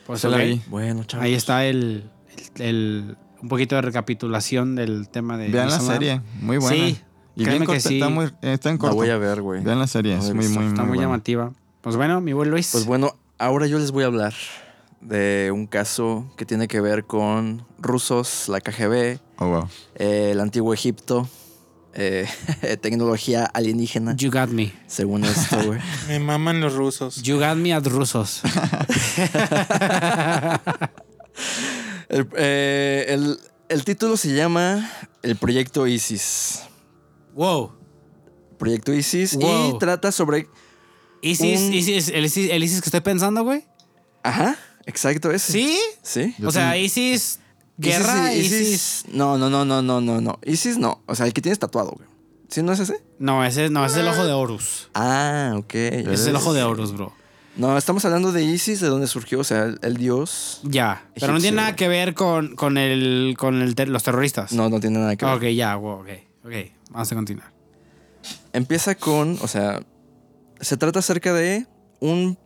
Speaker 1: Pues,
Speaker 2: Se la
Speaker 1: ok.
Speaker 2: vi.
Speaker 3: Bueno, chavos.
Speaker 1: Ahí está el, el- el- un poquito de recapitulación del tema de.
Speaker 2: Vean la
Speaker 1: Midsommar.
Speaker 2: serie, muy buena.
Speaker 1: Sí,
Speaker 2: y
Speaker 1: créeme
Speaker 2: bien
Speaker 1: que
Speaker 2: corta,
Speaker 1: sí.
Speaker 2: está, muy, eh, está en
Speaker 3: La
Speaker 2: corto.
Speaker 3: voy a ver, güey.
Speaker 2: Vean la serie, es
Speaker 3: Joder,
Speaker 2: muy, muy,
Speaker 1: Está
Speaker 2: muy
Speaker 1: muy
Speaker 2: buena.
Speaker 1: llamativa. Pues bueno, mi buen Luis.
Speaker 3: Pues bueno, ahora yo les voy a hablar de un caso que tiene que ver con rusos, la KGB,
Speaker 2: Oh, wow.
Speaker 3: eh, el antiguo Egipto, eh, tecnología alienígena,
Speaker 1: You got me.
Speaker 3: según esto, güey.
Speaker 4: Me maman los rusos.
Speaker 1: You got me at rusos.
Speaker 3: El, eh, el- el título se llama El Proyecto ISIS.
Speaker 1: wow.
Speaker 3: Proyecto ISIS
Speaker 1: Wow.
Speaker 3: y trata sobre...
Speaker 1: Isis,
Speaker 3: Un-
Speaker 1: Isis, el Isis, el Isis que estoy pensando, güey.
Speaker 3: Ajá, exacto ese.
Speaker 1: ¿Sí?
Speaker 3: Sí.
Speaker 1: o sea, Isis, guerra, Isis,
Speaker 3: No, no, no, no, no, no, no. ISIS no. O sea, el que tienes tatuado, güey. ¿Sí no es ese?
Speaker 1: No, ese no, ese es el ojo de Horus.
Speaker 3: Ah, ok.
Speaker 1: Ese es el ojo de Horus, bro.
Speaker 3: No, estamos hablando de Isis, de donde surgió, o sea, el, el dios.
Speaker 1: Ya. Pero no tiene
Speaker 3: Egipcio,
Speaker 1: nada
Speaker 3: güey.
Speaker 1: que ver con, con el, con el ter- los terroristas.
Speaker 3: No, no tiene nada que ver.
Speaker 1: Ah, Ok, ya, wow, ok. Ok, vamos a continuar.
Speaker 3: Empieza con, o sea, se trata acerca de un,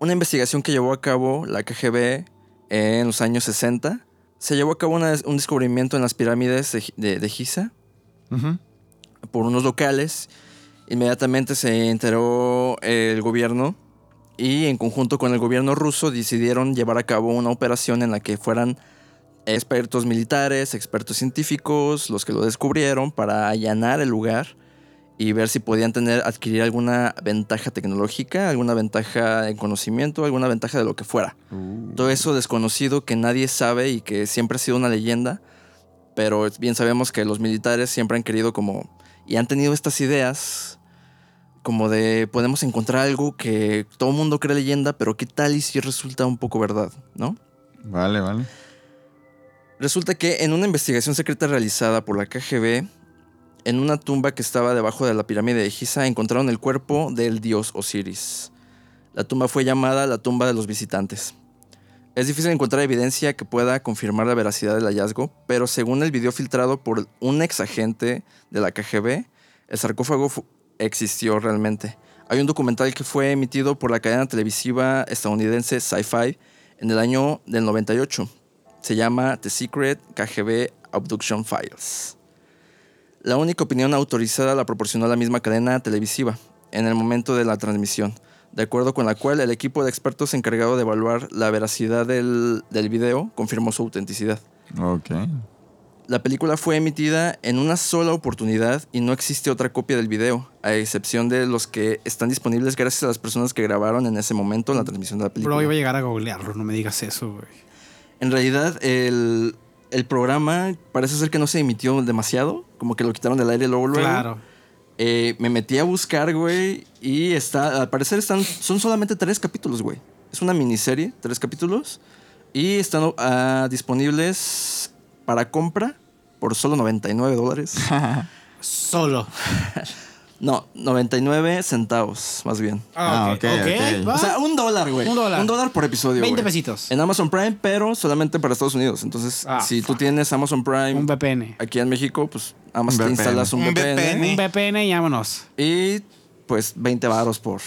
Speaker 3: una investigación que llevó a cabo la KGB en los años 60. Se llevó a cabo una- un descubrimiento en las pirámides de, Gi- de- de Giza
Speaker 2: Ujú.
Speaker 3: por unos locales. Inmediatamente se enteró el gobierno y en conjunto con el gobierno ruso decidieron llevar a cabo una operación en la que fueran expertos militares, expertos científicos, los que lo descubrieron para allanar el lugar y ver si podían tener adquirir alguna ventaja tecnológica, alguna ventaja en conocimiento, alguna ventaja de lo que fuera. Todo eso desconocido que nadie sabe y que siempre ha sido una leyenda, pero bien sabemos que los militares siempre han querido como y han tenido estas ideas como de podemos encontrar algo que todo el mundo cree leyenda, pero qué tal y si resulta un poco verdad, ¿no?
Speaker 2: Vale, vale.
Speaker 3: Resulta que en una investigación secreta realizada por la KGB, en una tumba que estaba debajo de la pirámide de Giza, encontraron el cuerpo del dios Osiris. La tumba fue llamada la tumba de los visitantes. Es difícil encontrar evidencia que pueda confirmar la veracidad del hallazgo, pero según el video filtrado por un ex agente de la KGB, el sarcófago fu- existió realmente. Hay un documental que fue emitido por la cadena televisiva estadounidense Sci-Fi en el año del 98. Se llama The Secret KGB Abduction Files. La única opinión autorizada la proporcionó la misma cadena televisiva en el momento de la transmisión, de acuerdo con la cual el equipo de expertos encargado de evaluar la veracidad del, del video confirmó su autenticidad.
Speaker 2: Ok.
Speaker 3: La película fue emitida en una sola oportunidad y no existe otra copia del video, a excepción de los que están disponibles gracias a las personas que grabaron en ese momento la transmisión de la película.
Speaker 1: Bro, iba a llegar a googlearlo, no me digas eso, güey.
Speaker 3: En realidad, el, el programa parece ser que no se emitió demasiado. Como que lo quitaron del aire luego, luego.
Speaker 1: Claro.
Speaker 3: Eh, me metí a buscar, güey. Y está, al parecer están, son solamente tres capítulos, güey. Es una miniserie, tres capítulos. Y están ah, disponibles para compra por solo 99 dólares.
Speaker 1: Solo.
Speaker 3: no, 99 centavos, más bien.
Speaker 2: Ah, ok, ok.
Speaker 1: va.
Speaker 3: O sea, un dólar, güey.
Speaker 1: Ah. Un dólar.
Speaker 3: Un dólar por episodio.
Speaker 1: 20
Speaker 3: güey.
Speaker 1: pesitos.
Speaker 3: En Amazon Prime, pero solamente para Estados Unidos. Entonces,
Speaker 1: Ah,
Speaker 3: si tú
Speaker 1: fuck.
Speaker 3: tienes Amazon Prime
Speaker 1: un VPN.
Speaker 3: aquí en México, pues nada más
Speaker 2: Un
Speaker 3: te
Speaker 2: VPN.
Speaker 3: instalas un,
Speaker 4: Un
Speaker 3: VPN,
Speaker 4: VPN.
Speaker 1: Un VPN y vámonos.
Speaker 3: y pues 20 varos por,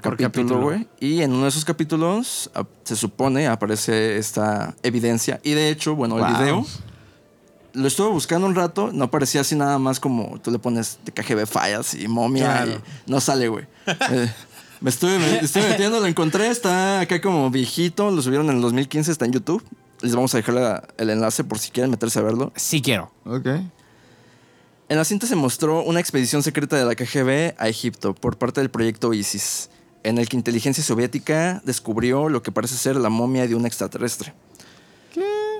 Speaker 1: Por capítulo.
Speaker 3: capítulo, güey. Y en uno de esos capítulos ah, se supone aparece esta evidencia. Y de hecho, bueno, el
Speaker 2: Wow.
Speaker 3: video lo estuve buscando un rato, no aparecía así nada más como tú le pones de KGB Files y momia
Speaker 4: Claro.
Speaker 3: y no sale, güey. Eh, me estuve, me estoy metiendo, lo encontré, está acá como viejito, lo subieron en el 2015, está en YouTube. Les vamos a dejar la- el enlace por si quieren meterse a verlo.
Speaker 1: Sí quiero.
Speaker 2: Ok.
Speaker 3: En la cinta se mostró una expedición secreta de la KGB a Egipto por parte del proyecto ISIS, en el que inteligencia soviética descubrió lo que parece ser la momia de un extraterrestre.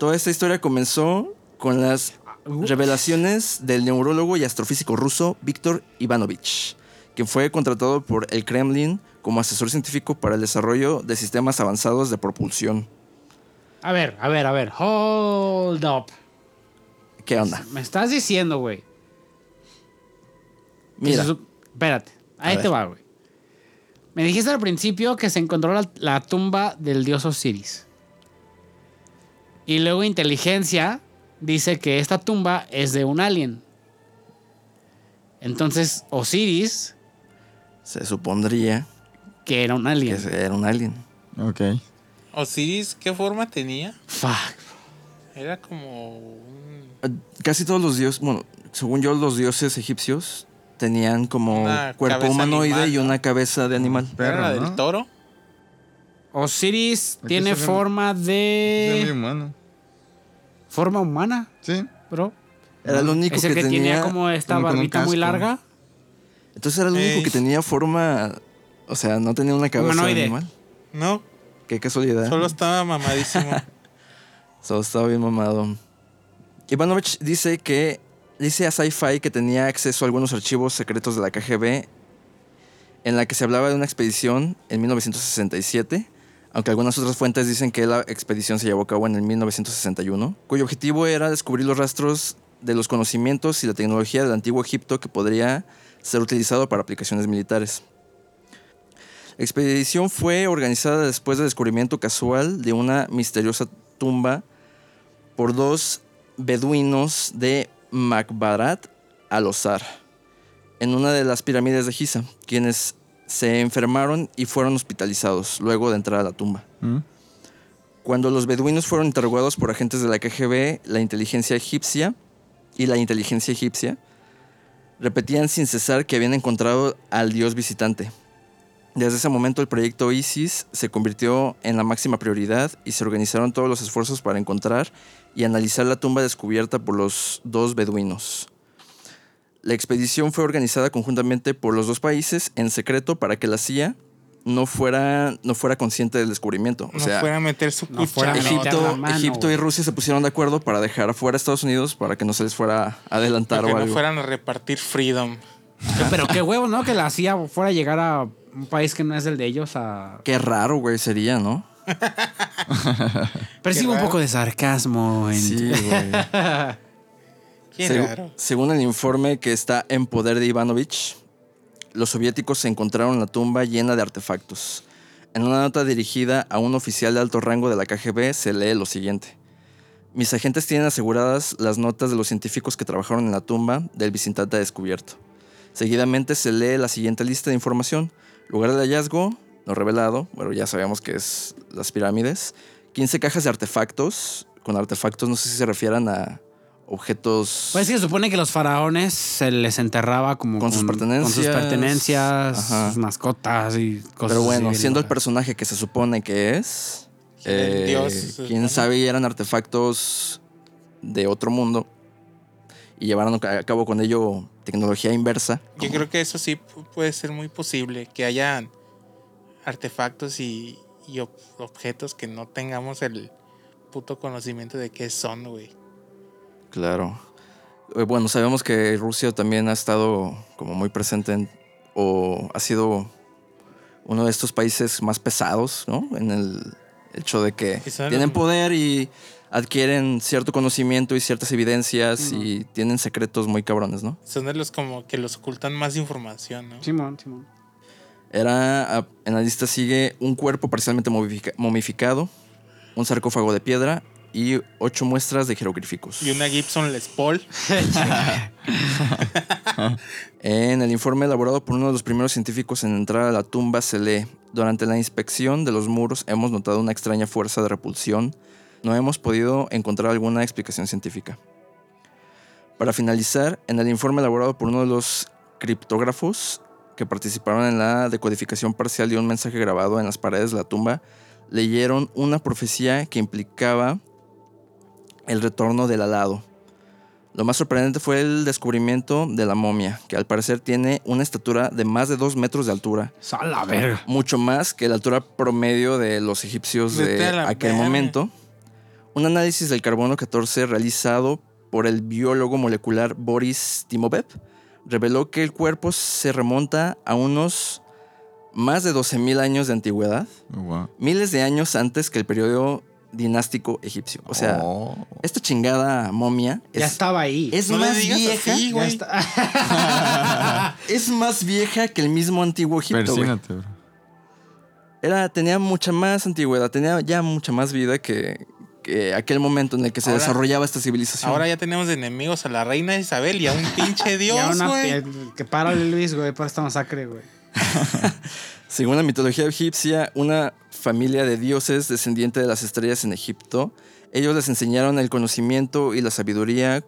Speaker 3: Toda esta historia comenzó con las revelaciones del neurólogo y astrofísico ruso Víctor Ivanovich, quien fue contratado por el Kremlin como asesor científico para el desarrollo de sistemas avanzados de propulsión.
Speaker 1: A ver, a ver, a ver. Hold up.
Speaker 3: ¿Qué onda?
Speaker 1: Me estás diciendo, güey. que
Speaker 3: Mira,
Speaker 1: se sup- Espérate. Ahí
Speaker 3: A
Speaker 1: te
Speaker 3: ver.
Speaker 1: va, güey. Me dijiste al principio que se encontró la, la tumba del dios Osiris. Y luego Inteligencia dice que esta tumba es de un alien. Entonces Osiris,
Speaker 3: se supondría
Speaker 1: que era un alien.
Speaker 3: que era un alien.
Speaker 2: Ok.
Speaker 4: Osiris, ¿qué forma tenía?
Speaker 1: Fuck.
Speaker 4: Era como un-
Speaker 3: Eh, Casi todos los dioses, bueno, según yo, los dioses egipcios tenían como
Speaker 4: Una
Speaker 3: cuerpo
Speaker 4: cabeza
Speaker 3: humanoide
Speaker 4: animal,
Speaker 3: y
Speaker 4: ¿no?
Speaker 3: una cabeza de animal.
Speaker 2: Perro,
Speaker 4: ¿Era la
Speaker 2: ¿no?
Speaker 4: del toro?
Speaker 1: Osiris
Speaker 2: Aquí
Speaker 1: tiene
Speaker 2: se ve-
Speaker 1: forma
Speaker 2: Es muy
Speaker 1: de...
Speaker 2: humano.
Speaker 1: Forma humana,
Speaker 2: Sí.
Speaker 1: bro.
Speaker 3: Era el único
Speaker 1: Es el que, tenía como esta
Speaker 2: como con un
Speaker 1: barbita muy
Speaker 2: casco.
Speaker 1: larga.
Speaker 3: Entonces era el único
Speaker 4: Ey.
Speaker 3: que tenía forma. O sea, no tenía una cabeza
Speaker 1: Humanoide.
Speaker 3: de animal.
Speaker 4: No,
Speaker 3: Qué casualidad.
Speaker 4: solo estaba mamadísimo.
Speaker 3: Solo estaba bien mamado. Ivanovich dice que. Dice a Sci-Fi que tenía acceso a algunos archivos secretos de la KGB en la que se hablaba de una expedición en 1967, aunque algunas otras fuentes dicen que la expedición se llevó a cabo en el 1961, cuyo objetivo era descubrir los rastros de los conocimientos y la tecnología del antiguo Egipto que podría ser utilizado para aplicaciones militares. La expedición fue organizada después del descubrimiento casual de una misteriosa tumba por dos beduinos de Macbarat al-Ozar, en una de las pirámides de Giza, quienes se enfermaron y fueron hospitalizados luego de entrar a la tumba.
Speaker 2: Mm.
Speaker 3: Cuando los beduinos fueron interrogados por agentes de la KGB, la inteligencia egipcia y la inteligencia egipcia repetían sin cesar que habían encontrado al dios visitante. Desde ese momento el proyecto ISIS se convirtió en la máxima prioridad y se organizaron todos los esfuerzos para encontrar y analizar la tumba descubierta por los dos beduinos. La expedición fue organizada conjuntamente por los dos países en secreto para que la CIA no fuera, no fuera consciente del descubrimiento. O
Speaker 4: no
Speaker 3: sea,
Speaker 4: fuera a meter su
Speaker 1: no fuera a
Speaker 4: cuchara.
Speaker 1: meter
Speaker 4: Ah, no,
Speaker 1: la
Speaker 3: Egipto,
Speaker 1: mano,
Speaker 3: Egipto y
Speaker 1: güey.
Speaker 3: Rusia se pusieron de acuerdo para dejar afuera a Estados Unidos para que no se les fuera a
Speaker 4: para
Speaker 3: adelantar
Speaker 4: que
Speaker 3: o
Speaker 4: no
Speaker 3: algo.
Speaker 4: fueran a repartir freedom.
Speaker 1: Pero qué huevo, ¿no? Que la hacía fuera a llegar a un país que no es el de ellos a...
Speaker 3: Qué raro, güey, sería, ¿no?
Speaker 1: Percibo un
Speaker 4: raro.
Speaker 1: poco de sarcasmo en...
Speaker 3: Sí, güey.
Speaker 4: Qué
Speaker 3: Segu-
Speaker 4: raro.
Speaker 3: Según el informe que está en poder de Ivanovich, los soviéticos encontraron la tumba llena de artefactos. En una nota dirigida a un oficial de alto rango de la KGB se lee lo siguiente. Mis agentes tienen aseguradas las notas de los científicos que trabajaron en la tumba del visitante descubierto. Seguidamente se lee la siguiente lista de información. Lugar del hallazgo, no revelado, bueno, ya sabíamos que es las pirámides. 15 cajas de artefactos. Con artefactos no sé si se refieran a objetos...
Speaker 1: Pues es que supone que los faraones se les enterraba como
Speaker 3: Con sus
Speaker 1: Con sus
Speaker 3: pertenencias.
Speaker 1: pertenencias,
Speaker 3: Ajá.
Speaker 1: sus mascotas y cosas
Speaker 3: Pero bueno,
Speaker 1: así,
Speaker 3: siendo el
Speaker 1: ¿no?
Speaker 3: personaje que se supone que es,
Speaker 4: El
Speaker 3: eh,
Speaker 4: dios, se supone.
Speaker 3: quién sabe, y eran artefactos de otro mundo y llevaron a cabo con ello tecnología inversa.
Speaker 4: Yo creo que eso sí pu- puede ser muy posible, que hayan artefactos y, y ob- objetos que no tengamos el puto conocimiento de qué son, güey.
Speaker 3: Claro. Eh, Bueno, sabemos que Rusia también ha estado como muy presente en- o ha sido uno de estos países más pesados, ¿no? En el hecho de que
Speaker 4: Que son-
Speaker 3: tienen poder y adquieren cierto conocimiento y ciertas evidencias y tienen secretos muy cabrones, ¿no?
Speaker 4: Son de los como que los ocultan más información, ¿no?
Speaker 1: Simón, Simón.
Speaker 3: Era, a- en la lista sigue un cuerpo parcialmente momifica- momificado, un sarcófago de piedra y ocho muestras de jeroglíficos.
Speaker 4: Y una Gibson Les Paul.
Speaker 3: En el informe elaborado por uno de los primeros científicos en entrar a la tumba se lee, durante la inspección de los muros hemos notado una extraña fuerza de repulsión, no hemos podido encontrar alguna explicación científica. Para finalizar, en el informe elaborado por uno de los criptógrafos que participaron en la decodificación parcial de un mensaje grabado en las paredes de la tumba, leyeron una profecía que implicaba el retorno del alado. Lo más sorprendente fue el descubrimiento de la momia, que al parecer tiene una estatura de más de 2 metros de altura,
Speaker 1: Sal a verga.
Speaker 3: mucho más que la altura promedio de los egipcios
Speaker 4: Vete a
Speaker 3: de
Speaker 4: la
Speaker 3: aquel
Speaker 4: verga.
Speaker 3: momento. Un análisis del carbono 14 realizado por el biólogo molecular Boris Timovev reveló que el cuerpo se remonta a unos más de 12.000 años de antigüedad,
Speaker 2: Oh, Wow.
Speaker 3: miles de años antes que el periodo dinástico egipcio. O sea,
Speaker 2: Oh.
Speaker 3: esta chingada momia es,
Speaker 1: ya estaba ahí.
Speaker 3: es
Speaker 4: No le
Speaker 3: más
Speaker 4: digas
Speaker 3: vieja,
Speaker 4: así,
Speaker 1: Ya
Speaker 4: güey.
Speaker 1: está.
Speaker 3: es más vieja que el mismo antiguo Egipto. güey.
Speaker 2: Persínate, bro.
Speaker 3: Era, tenía mucha más antigüedad, tenía ya mucha más vida que, que aquel momento en el que se
Speaker 4: Ahora-
Speaker 3: desarrollaba esta civilización.
Speaker 4: Ahora ya tenemos de enemigos a la reina Isabel y a un pinche
Speaker 1: Ya
Speaker 4: dios,
Speaker 1: una-
Speaker 4: güey.
Speaker 1: que párale Luis, güey, para esta masacre, güey.
Speaker 3: Según la mitología egipcia, una familia de dioses descendiente de las estrellas en Egipto, ellos les enseñaron el conocimiento y la sabiduría.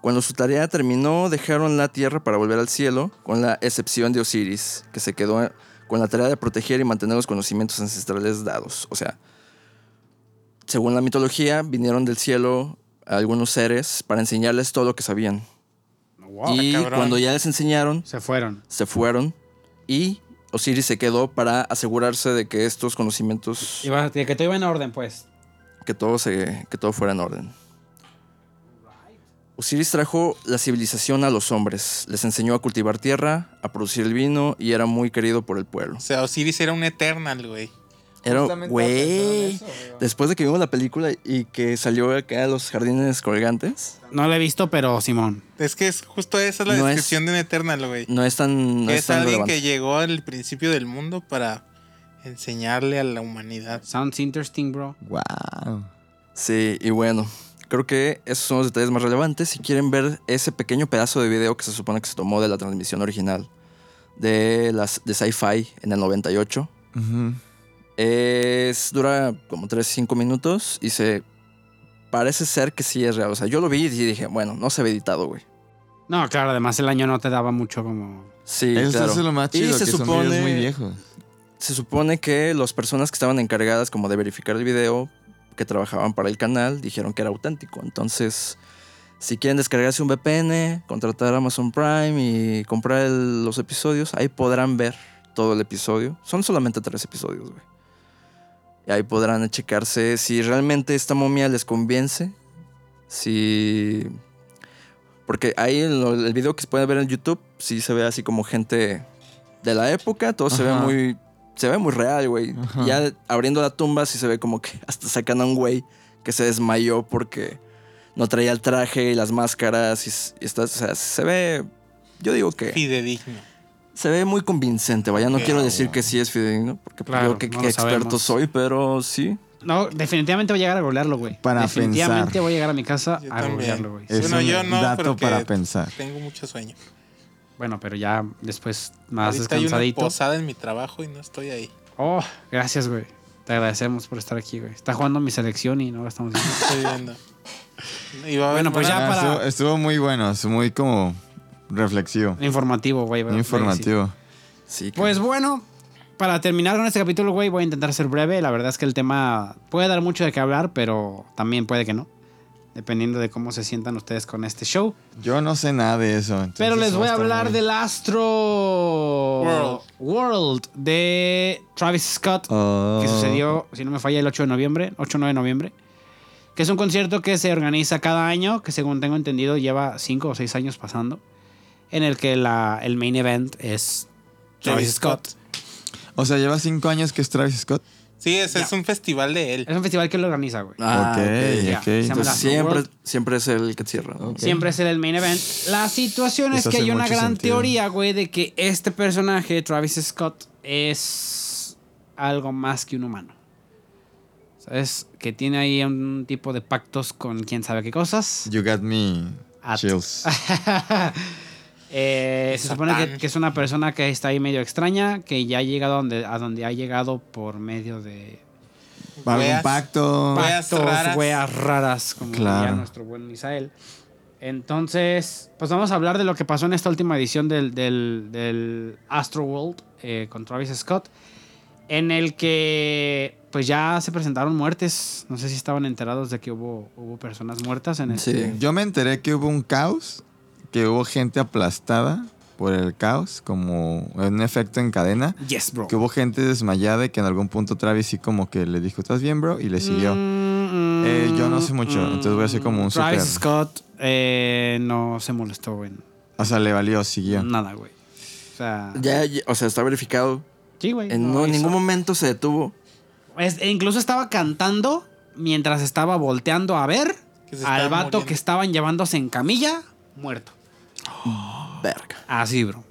Speaker 3: Cuando su tarea terminó, dejaron la tierra para volver al cielo, con la excepción de Osiris, que se quedó con la tarea de proteger y mantener los conocimientos ancestrales dados. O sea, según la mitología, vinieron del cielo algunos seres para enseñarles todo lo que sabían.
Speaker 1: Wow.
Speaker 3: y
Speaker 4: cabrón.
Speaker 3: cuando ya les enseñaron,
Speaker 1: Se fueron.
Speaker 3: se fueron y Osiris se quedó para asegurarse de que estos conocimientos,
Speaker 1: Iba, que todo iba en orden, pues.
Speaker 3: que todo, se, que todo fuera en orden. Osiris trajo la civilización a los hombres, les enseñó a cultivar tierra, a producir el vino y era muy querido por el pueblo.
Speaker 4: O sea, Osiris era un Eternal, güey.
Speaker 3: Era,
Speaker 2: Justamente
Speaker 3: güey,
Speaker 2: estaba pensando en eso, güey.
Speaker 3: después de que vimos la película y que salió acá a los jardines colgantes,
Speaker 1: No lo he visto, pero Simón.
Speaker 4: Es que es justo esa es la
Speaker 3: No es-
Speaker 4: descripción de un Eternal, güey.
Speaker 3: no es tan... No
Speaker 4: Que
Speaker 3: es
Speaker 4: es
Speaker 3: tan
Speaker 4: alguien
Speaker 3: relevante.
Speaker 4: que llegó al principio del mundo para enseñarle a la humanidad.
Speaker 1: Sounds interesting, bro.
Speaker 2: Wow.
Speaker 3: Sí, y bueno, creo que esos son los detalles más relevantes. Si quieren ver ese pequeño pedazo de video que se supone que se tomó de la transmisión original de las de Sci-Fi en el 98,
Speaker 2: Ujú.
Speaker 3: es dura como 3 5 minutos y se parece ser que sí es real. O sea, yo lo vi y dije, bueno, no se ve editado, güey.
Speaker 1: No, claro, además el año no te daba mucho como.
Speaker 3: Sí,
Speaker 2: Eso
Speaker 3: claro.
Speaker 2: es lo más
Speaker 3: Y
Speaker 2: chido,
Speaker 3: se
Speaker 2: que son
Speaker 3: supone-
Speaker 2: videos muy viejos.
Speaker 3: Se supone que las personas que estaban encargadas como de verificar el video, que trabajaban para el canal, dijeron que era auténtico. Entonces, si quieren descargarse un VPN, contratar Amazon Prime y comprar el- los episodios, ahí podrán ver todo el episodio. Son solamente tres episodios, güey. Y ahí podrán checarse si realmente esta momia les convence. Si... Porque ahí en lo- el video que se puede ver en YouTube, sí se ve así como gente de la época, todo se ve
Speaker 2: Ajá.
Speaker 3: muy se ve muy real, güey.
Speaker 2: Ajá.
Speaker 3: Ya abriendo la tumba sí se ve como que hasta sacan a un güey que se desmayó porque no traía el traje y las máscaras y, s- y está, o sea, se ve yo digo que
Speaker 4: Fidedigno.
Speaker 3: se ve muy convincente, vaya, no
Speaker 4: Ok,
Speaker 3: quiero
Speaker 4: ah,
Speaker 3: decir que sí es fidedigno porque pues,
Speaker 1: Claro,
Speaker 3: yo que,
Speaker 1: no
Speaker 3: que
Speaker 1: lo
Speaker 3: experto
Speaker 1: sabemos.
Speaker 3: soy, pero sí.
Speaker 1: No, definitivamente voy a llegar a googlearlo, güey.
Speaker 2: Para
Speaker 1: definitivamente
Speaker 2: pensar. Eh.
Speaker 1: voy a llegar a mi casa
Speaker 4: Yo
Speaker 1: a
Speaker 4: también.
Speaker 1: googlearlo, güey.
Speaker 2: Es
Speaker 4: Bueno,
Speaker 2: un
Speaker 4: yo no,
Speaker 2: dato
Speaker 4: porque-
Speaker 2: para pensar.
Speaker 4: Tengo mucho sueño.
Speaker 1: Bueno, pero ya después más
Speaker 4: Ahorita hay una
Speaker 1: Ah, descansadito.
Speaker 4: posada en mi trabajo y no estoy ahí.
Speaker 1: Oh, gracias, güey. Te agradecemos por estar aquí, güey. Está jugando mi selección y no la estamos viendo.
Speaker 4: Estoy viendo. Y va a haber
Speaker 1: Bueno, pues
Speaker 4: una-
Speaker 1: ya
Speaker 2: Ah,
Speaker 1: para-
Speaker 2: estuvo, estuvo muy bueno, estuvo muy como reflexivo,
Speaker 1: Informativo, güey.
Speaker 2: muy
Speaker 1: güey,
Speaker 2: informativo.
Speaker 3: Sí. que-
Speaker 1: Pues bueno, para terminar con este capítulo, güey, voy a intentar ser breve. La verdad es que el tema puede dar mucho de qué hablar, pero también puede que no. Dependiendo de cómo se sientan ustedes con este show.
Speaker 2: Yo no sé nada de eso. entonces
Speaker 1: Pero les
Speaker 2: va
Speaker 1: voy a
Speaker 2: estar
Speaker 1: hablar
Speaker 2: muy-
Speaker 1: del Astro
Speaker 4: World.
Speaker 1: World de Travis Scott,
Speaker 2: Oh.
Speaker 1: que sucedió, si no me falla, el 8 de noviembre, 8 o 9 de noviembre. Que es un concierto que se organiza cada año, que según tengo entendido lleva 5 o 6 años pasando, en el que la, el main event es Travis Scott.
Speaker 2: O sea, lleva cinco años que es Travis Scott.
Speaker 4: Sí, ese es un festival de él.
Speaker 1: Es un festival que lo organiza, güey.
Speaker 3: Ah,
Speaker 2: ok,
Speaker 3: ok.
Speaker 1: ya,
Speaker 2: ok.
Speaker 1: se llama
Speaker 3: Entonces
Speaker 1: la-
Speaker 2: Entonces,
Speaker 3: siempre,
Speaker 1: World.
Speaker 3: siempre es el que cierra. ¿no?
Speaker 2: Ok.
Speaker 1: Siempre es el main event. La situación es
Speaker 2: Eso
Speaker 1: que
Speaker 2: hace
Speaker 1: hay una
Speaker 2: mucho
Speaker 1: gran
Speaker 2: sentido.
Speaker 1: teoría, güey, de que este personaje, Travis Scott, es algo más que un humano. ¿Sabes? Que tiene ahí un tipo de pactos con quién sabe qué cosas.
Speaker 2: you got me
Speaker 1: At-
Speaker 2: chills.
Speaker 1: Eh, se supone que, que es una persona que está ahí medio extraña, que ya ha llegado a donde, a donde ha llegado por medio de
Speaker 2: ¿Algún
Speaker 4: Weas.
Speaker 2: pacto?
Speaker 4: Weas.
Speaker 1: pactos,
Speaker 4: raras.
Speaker 1: weas raras, como
Speaker 2: Claro.
Speaker 1: diría nuestro buen Misael. Entonces, pues vamos a hablar de lo que pasó en esta última edición del, del, del Astro World eh, con Travis Scott, en el que pues ya se presentaron muertes. No sé si estaban enterados de que hubo, hubo personas muertas en este.
Speaker 3: Sí.
Speaker 2: Yo me enteré que hubo un caos, que hubo gente aplastada por el caos, como un efecto en cadena.
Speaker 1: Yes, bro.
Speaker 2: Que hubo gente desmayada y que en algún punto Travis sí como que le dijo, ¿estás bien, bro? Y le siguió.
Speaker 1: Mm, mm,
Speaker 2: Eh, yo no sé mucho, entonces voy a hacer como un super.
Speaker 1: Travis Scott eh, no se molestó, güey.
Speaker 2: O sea, le valió, siguió.
Speaker 1: Nada, güey. O sea,
Speaker 3: Ya, ya- o sea, está verificado.
Speaker 1: sí, güey.
Speaker 3: En
Speaker 1: no
Speaker 3: no- en
Speaker 1: hizo-
Speaker 3: ningún momento se detuvo.
Speaker 1: Es- e incluso estaba cantando mientras estaba volteando a ver
Speaker 4: Que se
Speaker 1: al
Speaker 4: estaba
Speaker 1: vato
Speaker 4: muriendo.
Speaker 1: que estaban llevándose en camilla, muerto.
Speaker 3: Verga.
Speaker 1: Así, bro.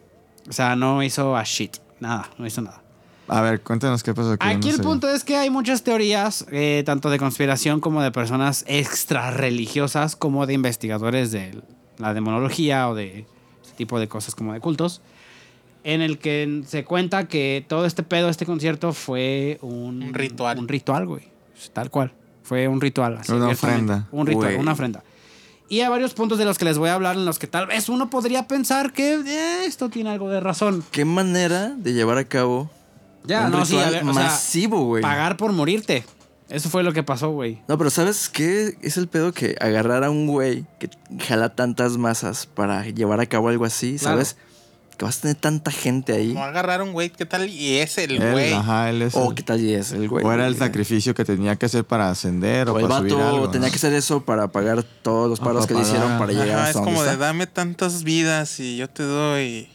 Speaker 1: O sea, no hizo a shit. Nada, no hizo nada.
Speaker 2: A ver, cuéntanos qué pasó. que yo no
Speaker 1: Aquí el
Speaker 2: sabía.
Speaker 1: punto es que hay muchas teorías, eh, tanto de conspiración como de personas extrarreligiosas, como de investigadores de la demonología o de este tipo de cosas como de cultos, en el que se cuenta que todo este pedo, este concierto, fue un,
Speaker 4: Un ritual.
Speaker 1: Un ritual, güey. Tal cual. Fue un ritual. así,
Speaker 2: Una
Speaker 1: abiertamente.
Speaker 2: ofrenda.
Speaker 1: Un ritual,
Speaker 3: Güey.
Speaker 1: una ofrenda. Y hay varios puntos de los que les voy a hablar en los que tal vez uno podría pensar que eh, esto tiene algo de razón.
Speaker 3: ¿Qué manera de llevar a cabo
Speaker 1: Ya,
Speaker 3: un
Speaker 1: no, sí, a
Speaker 3: ritual
Speaker 1: ver, o sea,
Speaker 3: masivo, güey?
Speaker 1: Pagar por morirte. Eso fue lo que pasó, güey.
Speaker 3: No, pero ¿sabes qué es el pedo que agarrar a un güey que jala tantas masas para llevar a cabo algo así,
Speaker 1: Claro.
Speaker 3: ¿sabes? Que vas a tener tanta gente ahí.
Speaker 4: No agarraron, güey, ¿qué tal? Y es el
Speaker 2: Él,
Speaker 4: güey.
Speaker 2: Ajá, él es.
Speaker 3: O
Speaker 2: el-
Speaker 3: qué tal y es el güey.
Speaker 2: o era el sacrificio que tenía que hacer para ascender o,
Speaker 3: O el
Speaker 2: para subir algo.
Speaker 3: vato
Speaker 2: ¿no?
Speaker 3: tenía que hacer eso para pagar todos los
Speaker 2: Ah,
Speaker 3: paros que le
Speaker 2: para pagar.
Speaker 3: hicieron para
Speaker 4: Ajá,
Speaker 3: llegar
Speaker 4: es
Speaker 3: hasta donde
Speaker 4: como de
Speaker 3: está.
Speaker 4: dame tantas vidas y yo te doy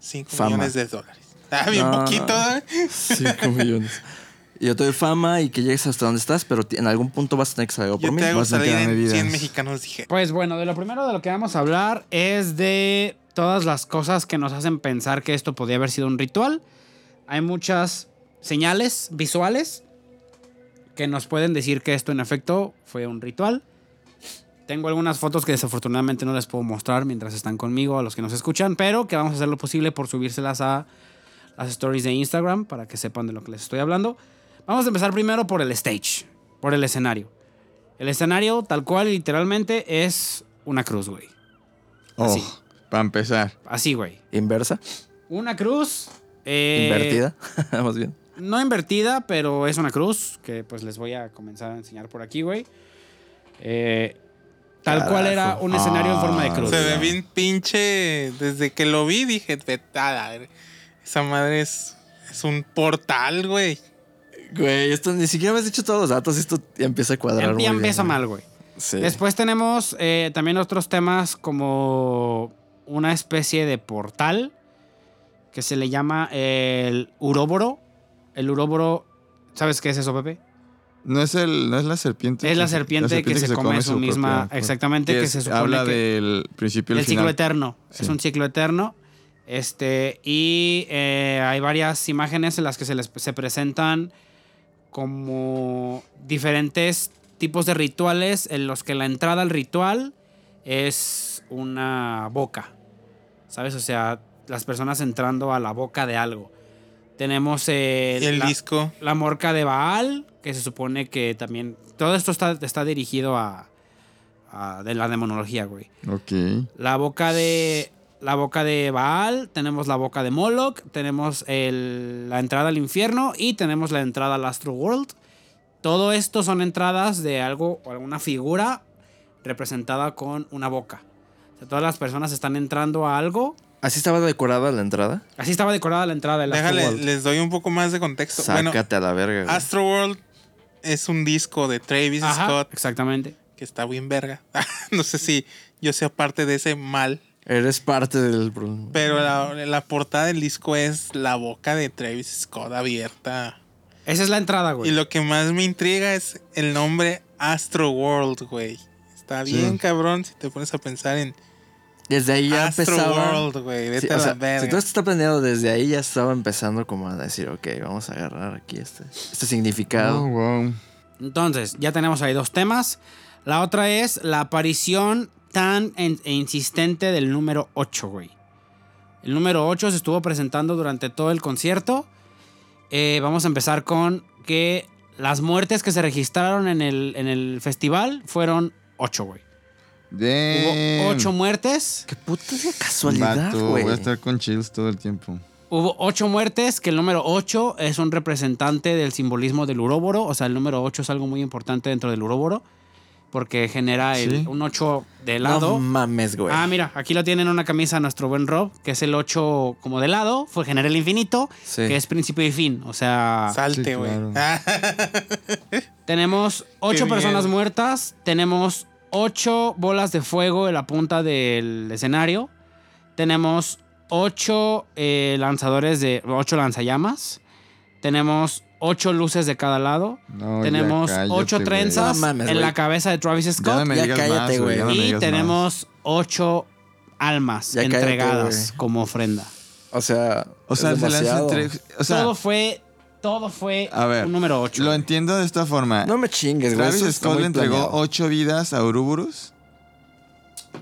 Speaker 4: 5
Speaker 3: Fama.
Speaker 4: millones de dólares. Ah, bien
Speaker 3: No.
Speaker 4: poquito, ¿eh?
Speaker 3: Cinco millones. Y yo te doy fama y que llegues hasta donde estás, pero ti- en algún punto vas a tener que salir algo por
Speaker 4: Yo
Speaker 3: mí.
Speaker 4: te hago
Speaker 2: vas a
Speaker 4: salir
Speaker 2: quedarme
Speaker 4: en
Speaker 2: vidas.
Speaker 4: 100 mexicanos, dije.
Speaker 1: Pues bueno, de lo primero de lo que vamos a hablar es de todas las cosas que nos hacen pensar que esto podía haber sido un ritual. Hay muchas señales visuales que nos pueden decir que esto en efecto fue un ritual. Tengo algunas fotos que desafortunadamente no les puedo mostrar mientras están conmigo a los que nos escuchan, pero que vamos a hacer lo posible por subírselas a las stories de Instagram para que sepan de lo que les estoy hablando. Vamos a empezar primero por el stage, por el escenario. El escenario, tal cual, literalmente, es una cruz, güey.
Speaker 2: Oh,
Speaker 1: así.
Speaker 2: Para empezar.
Speaker 1: Así, güey.
Speaker 3: Inversa,
Speaker 1: Una cruz. eh,
Speaker 3: invertida, más bien.
Speaker 1: No invertida, pero es una cruz que pues les voy a comenzar a enseñar por aquí, güey. Eh, tal cual era un escenario en forma de
Speaker 2: Ah,
Speaker 1: cruz.
Speaker 4: Se ve
Speaker 2: ya.
Speaker 4: bien pinche. Desde que lo vi, dije, vete a la ver- Esa madre es, es un portal, güey.
Speaker 3: Güey, esto ni siquiera me has dicho todos los datos y esto ya empieza a cuadrar.
Speaker 1: Ya
Speaker 3: muy bien,
Speaker 1: empieza
Speaker 3: güey.
Speaker 1: mal, güey.
Speaker 3: Sí.
Speaker 1: Después tenemos eh, también otros temas como una especie de portal que se le llama el uróboro. El uróboro, ¿sabes qué es eso, Pepe?
Speaker 2: No es, el, no es la serpiente.
Speaker 1: Es la serpiente, que, se, come, su misma.
Speaker 2: propia-
Speaker 1: Exactamente,
Speaker 2: Sí,
Speaker 1: que
Speaker 2: es-
Speaker 1: se supone
Speaker 2: Habla
Speaker 1: que
Speaker 2: del principio y
Speaker 1: el
Speaker 2: el
Speaker 1: ciclo
Speaker 2: final.
Speaker 1: eterno.
Speaker 2: Sí.
Speaker 1: Es un ciclo eterno. Este, y eh, hay varias imágenes en las que se les se presentan como diferentes tipos de rituales en los que la entrada al ritual es una boca. ¿Sabes? O sea, las personas entrando a la boca de algo. Tenemos el,
Speaker 4: El,
Speaker 1: la-
Speaker 4: disco.
Speaker 1: la morca de Baal, que se supone que también. Todo esto está, está dirigido a, a- de la demonología, güey.
Speaker 2: Ok.
Speaker 1: La boca de. La boca de Baal, tenemos la boca de Moloch, tenemos el- la entrada al infierno y tenemos la entrada al Astro World. Todo esto son entradas de algo o alguna figura representada con una boca. O sea, todas las personas están entrando a algo.
Speaker 3: ¿Así estaba decorada la entrada?
Speaker 1: Así estaba decorada la entrada del Astro
Speaker 4: Déjale,
Speaker 1: World.
Speaker 4: les doy un poco más de contexto. bueno,
Speaker 3: Sácate a la verga, güey.
Speaker 4: Astroworld es un disco de Travis
Speaker 1: Ajá,
Speaker 4: Scott
Speaker 1: exactamente.
Speaker 4: que está bien verga. no sé si yo sea parte de ese mal.
Speaker 3: Eres parte del problema.
Speaker 4: Pero la, la portada del disco es la boca de Travis Scott abierta.
Speaker 1: Esa es la entrada, güey.
Speaker 4: Y lo que más me intriga es el nombre Astro World, güey. Está
Speaker 2: Sí.
Speaker 4: bien, cabrón, si te pones a pensar en
Speaker 3: Desde ahí ya
Speaker 4: Astro
Speaker 3: empezaba.
Speaker 4: World, güey. Vete
Speaker 3: Sí,
Speaker 4: a
Speaker 3: o
Speaker 4: la
Speaker 3: sea,
Speaker 4: verga.
Speaker 3: si todo esto está planeado desde ahí, ya estaba empezando como a decir, ok, vamos a agarrar aquí este, este significado.
Speaker 2: Oh, wow.
Speaker 1: Entonces, ya tenemos ahí dos temas. La otra es la aparición tan en- e insistente del número 8, güey. El número 8 se estuvo presentando durante todo el concierto. Eh, vamos a empezar con que las muertes que se registraron en el, en el festival fueron 8, güey. Hubo
Speaker 2: Damn.
Speaker 1: 8 muertes.
Speaker 3: Qué puta de casualidad,
Speaker 2: Vato,
Speaker 3: güey.
Speaker 2: Voy a estar con chills todo el tiempo.
Speaker 1: Hubo ocho muertes, que el número 8 es un representante del simbolismo del uróboro. O sea, el número 8 es algo muy importante dentro del uróboro. Porque genera el-
Speaker 2: Sí.
Speaker 1: un 8 de
Speaker 3: No
Speaker 1: lado.
Speaker 3: mames, güey.
Speaker 1: ah, mira, aquí lo tienen en una camisa nuestro buen Rob, que es el 8 como de lado. Fue genera el infinito,
Speaker 3: Sí.
Speaker 2: Ah,
Speaker 1: que es principio y fin. O sea,
Speaker 4: Salte,
Speaker 2: Sí,
Speaker 4: güey.
Speaker 2: claro.
Speaker 1: Tenemos ocho
Speaker 4: bien.
Speaker 1: personas muertas, tenemos ocho bolas de fuego en la punta del escenario, tenemos ocho eh, lanzadores de ocho lanzallamas, tenemos ocho luces de cada lado,
Speaker 2: No, ya
Speaker 1: tenemos
Speaker 2: cállate,
Speaker 1: ocho
Speaker 2: güey.
Speaker 1: trenzas
Speaker 3: No mames,
Speaker 1: en
Speaker 3: güey.
Speaker 1: la cabeza de Travis
Speaker 2: Ya no
Speaker 1: Scott
Speaker 2: me
Speaker 3: Ya
Speaker 2: digas más,
Speaker 3: cállate, güey.
Speaker 2: ya no me
Speaker 1: y
Speaker 2: digas
Speaker 1: tenemos ocho almas
Speaker 3: Ya cállate,
Speaker 1: entregadas
Speaker 3: güey.
Speaker 1: como ofrenda.
Speaker 3: O sea,
Speaker 2: más. O sea,
Speaker 3: es
Speaker 2: se lanzan
Speaker 3: demasiado.
Speaker 2: tres- O sea,
Speaker 1: todo fue, todo fue
Speaker 2: a ver.
Speaker 1: un número ocho.
Speaker 2: Lo entiendo de esta forma.
Speaker 3: No me chingues, güey.
Speaker 2: Travis
Speaker 3: eso está
Speaker 2: Scott
Speaker 3: muy
Speaker 2: le entregó
Speaker 3: planeado.
Speaker 2: ocho vidas a Uruburus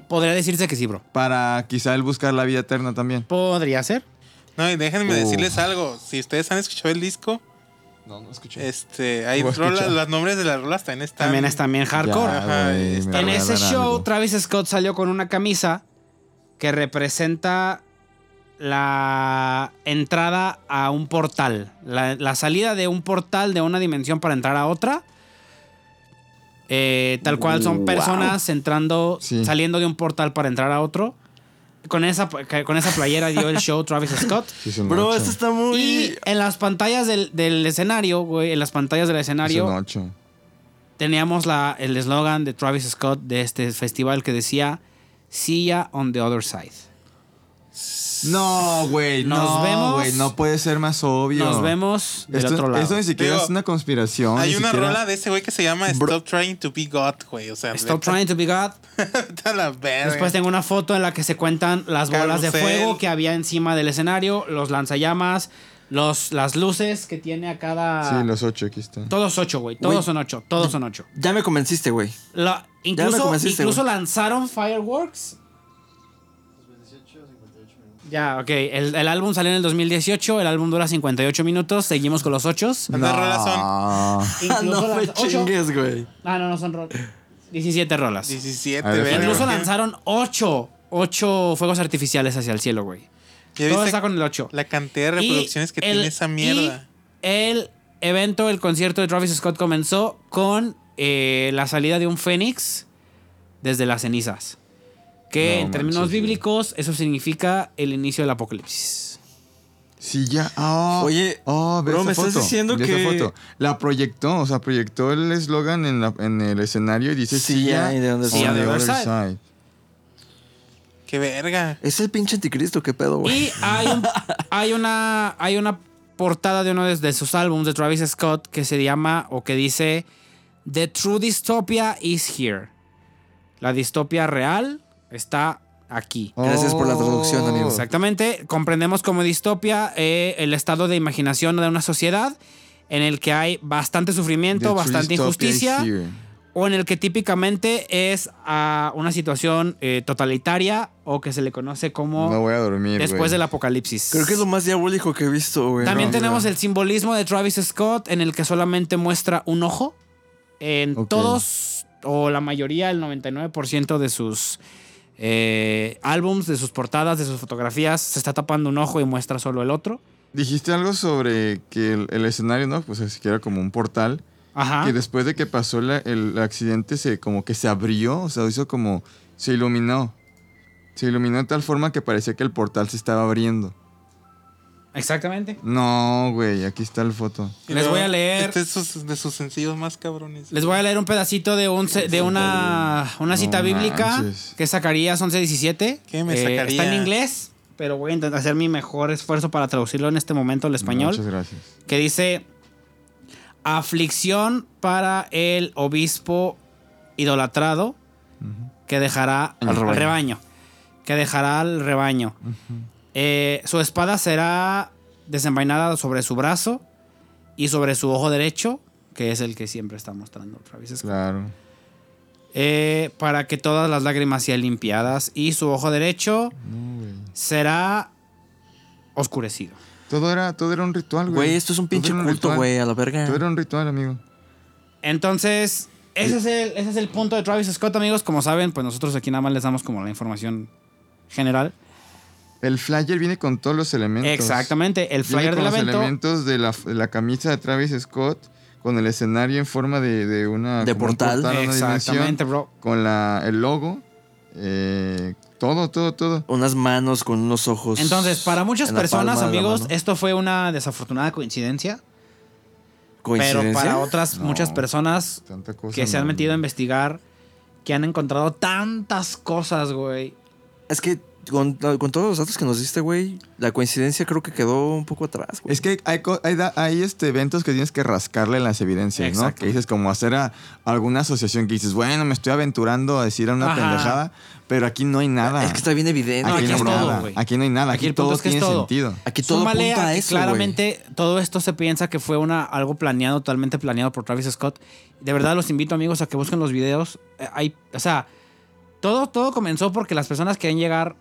Speaker 1: Podría decirse que sí, bro.
Speaker 2: para quizá él buscar la vida eterna también.
Speaker 1: Podría ser.
Speaker 4: No, y déjenme
Speaker 2: Uh.
Speaker 4: decirles algo. Si ustedes han escuchado el disco,
Speaker 2: No, no escuché.
Speaker 4: este, hay
Speaker 2: Voy a
Speaker 4: rolas,
Speaker 2: escuchar.
Speaker 4: los nombres de las rolas también están.
Speaker 1: También es también hardcore.
Speaker 4: Ajá, está-
Speaker 1: En ese show, Travis Scott salió con una camisa que representa la entrada a un portal. La, la salida de un portal de una dimensión para entrar a otra. Eh, tal cual son personas entrando,
Speaker 2: Sí.
Speaker 1: saliendo de un portal para entrar a otro. Con esa, con esa playera dio el show Travis Scott.
Speaker 3: Bro, esto está muy.
Speaker 1: Y en las pantallas del, del escenario, güey, en las pantallas del escenario,
Speaker 2: ocho.
Speaker 1: teníamos la, el eslogan de Travis Scott de este festival que decía See ya on the other side.
Speaker 2: No, güey.
Speaker 1: Nos
Speaker 2: no,
Speaker 1: vemos.
Speaker 2: güey, no puede ser más obvio.
Speaker 1: Nos vemos del
Speaker 2: Esto,
Speaker 1: otro lado.
Speaker 2: esto ni siquiera
Speaker 4: Digo,
Speaker 2: es una conspiración.
Speaker 4: Hay
Speaker 2: ni
Speaker 4: una
Speaker 2: siquiera-
Speaker 4: rola de ese güey que se llama Stop Trying to Be God, güey. O sea,
Speaker 1: Stop
Speaker 4: vete-
Speaker 1: trying to be God.
Speaker 4: vete a la verga.
Speaker 1: Después tengo una foto en la que se cuentan las bolas de
Speaker 4: Carrusel.
Speaker 1: fuego que había encima del escenario, los lanzallamas, los, las luces que tiene a cada.
Speaker 2: Sí, los ocho, aquí está.
Speaker 1: Todos ocho, güey. Todos
Speaker 3: Güey.
Speaker 1: son ocho. Todos son ocho.
Speaker 3: Ya me convenciste, güey.
Speaker 1: La- incluso
Speaker 3: convenciste,
Speaker 1: incluso
Speaker 3: güey.
Speaker 1: lanzaron fireworks. Ya, ok. El, el álbum salió en el 2018. El álbum dura 58 minutos. Seguimos con los ocho.
Speaker 4: ¿Cuántas rolas son?
Speaker 1: Incluso
Speaker 3: Ah, no me
Speaker 1: lanz- ocho.
Speaker 3: chingues, güey.
Speaker 1: Ah, no, no son rolas. 17 rolas.
Speaker 4: 17,
Speaker 2: A ver,
Speaker 4: verga.
Speaker 1: Incluso
Speaker 2: ¿qué?
Speaker 1: lanzaron 8, 8 fuegos artificiales hacia el cielo, güey.
Speaker 4: ¿Ya
Speaker 1: Todo
Speaker 4: viste
Speaker 1: está con el 8.
Speaker 4: La cantidad de reproducciones que tiene esa mierda.
Speaker 1: el evento, el concierto de Travis Scott comenzó con eh, la salida de un fénix desde las cenizas. Que
Speaker 2: No
Speaker 1: en términos
Speaker 2: manches, güey.
Speaker 1: bíblicos, eso significa el inicio del apocalipsis.
Speaker 2: Sí, ya. Ah,
Speaker 3: Oye,
Speaker 2: ah, ve
Speaker 3: bro,
Speaker 2: esa
Speaker 3: me estás
Speaker 2: foto,
Speaker 3: diciendo
Speaker 2: ve esa
Speaker 3: que-
Speaker 2: foto. La proyectó, o sea, proyectó el eslogan en, la- en el escenario y dice:
Speaker 3: Sí,
Speaker 2: "See
Speaker 3: ya,
Speaker 2: ya
Speaker 3: y de dónde
Speaker 2: on
Speaker 1: soy".
Speaker 2: the
Speaker 1: Sí, ya, de
Speaker 2: other
Speaker 1: Versailles.
Speaker 2: side".
Speaker 4: Qué verga.
Speaker 3: Es el pinche anticristo, qué pedo, güey.
Speaker 1: Y hay, un- hay una, hay una portada de uno de, de sus álbumes de Travis Scott que se llama o que dice The True Dystopia is here. La distopia real está aquí.
Speaker 3: Gracias por la
Speaker 2: Oh.
Speaker 3: traducción, amigo.
Speaker 1: Exactamente, comprendemos como distopia eh, el estado de imaginación de una sociedad en el que hay bastante
Speaker 2: The
Speaker 1: sufrimiento,
Speaker 2: true
Speaker 1: bastante
Speaker 2: dystopia
Speaker 1: injusticia
Speaker 2: is here.
Speaker 1: o en el que típicamente es ah, una situación eh, totalitaria o que se le conoce como
Speaker 2: No voy a dormir.
Speaker 1: después
Speaker 2: güey.
Speaker 1: del apocalipsis.
Speaker 3: Creo que es lo más diabólico que he visto, güey.
Speaker 1: También
Speaker 3: No,
Speaker 1: tenemos
Speaker 3: mira.
Speaker 1: el simbolismo de Travis Scott en el que solamente muestra un ojo. En
Speaker 2: Ok.
Speaker 1: todos o la mayoría, el 99% de sus eh, álbums, de sus portadas, de sus fotografías, se está tapando un ojo y muestra solo el otro.
Speaker 2: Dijiste algo sobre que el, el escenario, ¿no? Pues así que era como un portal.
Speaker 1: Ajá.
Speaker 2: Que después de que pasó la- el accidente, se como que se abrió, o sea, hizo como. Se iluminó. Se iluminó de tal forma que parecía que el portal se estaba abriendo.
Speaker 1: Exactamente.
Speaker 2: No, güey, aquí está la foto.
Speaker 4: Y
Speaker 1: Les
Speaker 4: luego,
Speaker 1: voy a leer-
Speaker 4: Este es sus- de sus sencillos más cabrones.
Speaker 1: Les voy a leer un pedacito de, un, ce- de una, una
Speaker 2: No
Speaker 1: cita bíblica
Speaker 2: manches.
Speaker 1: que sacarías 1117.
Speaker 4: ¿Qué me
Speaker 1: Eh, Está en
Speaker 4: sacaría?
Speaker 1: inglés, pero voy a intentar hacer mi mejor esfuerzo para traducirlo en este momento al español.
Speaker 2: Muchas gracias.
Speaker 1: que dice aflicción para el obispo idolatrado que dejará al
Speaker 2: Al
Speaker 1: rebaño.
Speaker 2: rebaño.
Speaker 1: que dejará al rebaño. Eh, su espada será desenvainada sobre su brazo y sobre su ojo derecho, que es el que siempre está mostrando Travis Scott.
Speaker 2: Claro.
Speaker 1: Eh, para que todas las lágrimas sean limpiadas y su ojo derecho
Speaker 2: No, güey.
Speaker 1: será oscurecido.
Speaker 2: Todo era, todo era un ritual, güey.
Speaker 3: Güey, esto es un
Speaker 2: Todo
Speaker 3: pinche
Speaker 2: era
Speaker 3: culto,
Speaker 2: ritual.
Speaker 3: güey, a la verga.
Speaker 2: Todo era un ritual, amigo.
Speaker 1: Entonces, ese es, el, ese es el punto de Travis Scott, amigos. Como saben, pues nosotros aquí nada más les damos como la información general.
Speaker 2: El flyer viene con todos los elementos.
Speaker 1: Exactamente, el
Speaker 2: Viene
Speaker 1: flyer
Speaker 2: con
Speaker 1: del
Speaker 2: los
Speaker 1: evento.
Speaker 2: elementos de la, de la camisa de Travis Scott, con el escenario en forma de, de una.
Speaker 3: De
Speaker 2: como un
Speaker 3: portal.
Speaker 2: una dimensión,
Speaker 1: Exactamente, bro.
Speaker 2: con la, el logo. eh, todo, todo, todo.
Speaker 3: Unas manos con unos
Speaker 2: Pues,
Speaker 3: ojos.
Speaker 1: Entonces, para muchas
Speaker 3: en la
Speaker 1: personas, eh,
Speaker 3: palma de la
Speaker 1: amigos,
Speaker 3: mano.
Speaker 1: esto fue una desafortunada coincidencia. Pero
Speaker 3: ¿Coincidencia?
Speaker 1: para otras
Speaker 2: No.
Speaker 1: muchas personas
Speaker 2: Tanta cosa,
Speaker 1: que se han
Speaker 2: no.
Speaker 1: metido a investigar, que han encontrado tantas cosas, güey.
Speaker 3: Es que con, con todos los datos que nos diste, güey, la coincidencia creo que quedó un poco atrás, güey.
Speaker 2: Es que hay, co- hay, da- hay, este, eventos que tienes que rascarle en las evidencias, ¿no?
Speaker 1: Exacto.
Speaker 2: Que dices, como hacer a- alguna asociación que dices, bueno, me estoy aventurando a decir una
Speaker 1: Ajá.
Speaker 2: pendejada, pero aquí no hay nada.
Speaker 3: Es que está bien evidente.
Speaker 1: aquí
Speaker 2: aquí,
Speaker 1: es
Speaker 2: no hay
Speaker 1: todo,
Speaker 2: nada.
Speaker 1: güey.
Speaker 2: Aquí no hay nada.
Speaker 1: Aquí
Speaker 2: Aquí,
Speaker 1: el punto
Speaker 2: todo
Speaker 1: es que es
Speaker 2: tiene
Speaker 1: todo.
Speaker 2: sentido.
Speaker 3: Aquí todo
Speaker 1: Súmale
Speaker 3: apunta
Speaker 1: a
Speaker 3: a
Speaker 1: que
Speaker 3: eso, güey.
Speaker 1: claramente todo esto se piensa que fue una, algo planeado, totalmente planeado por Travis Scott. De verdad los invito amigos a que busquen los videos. Eh, hay, o sea, todo, todo comenzó porque las personas querían llegar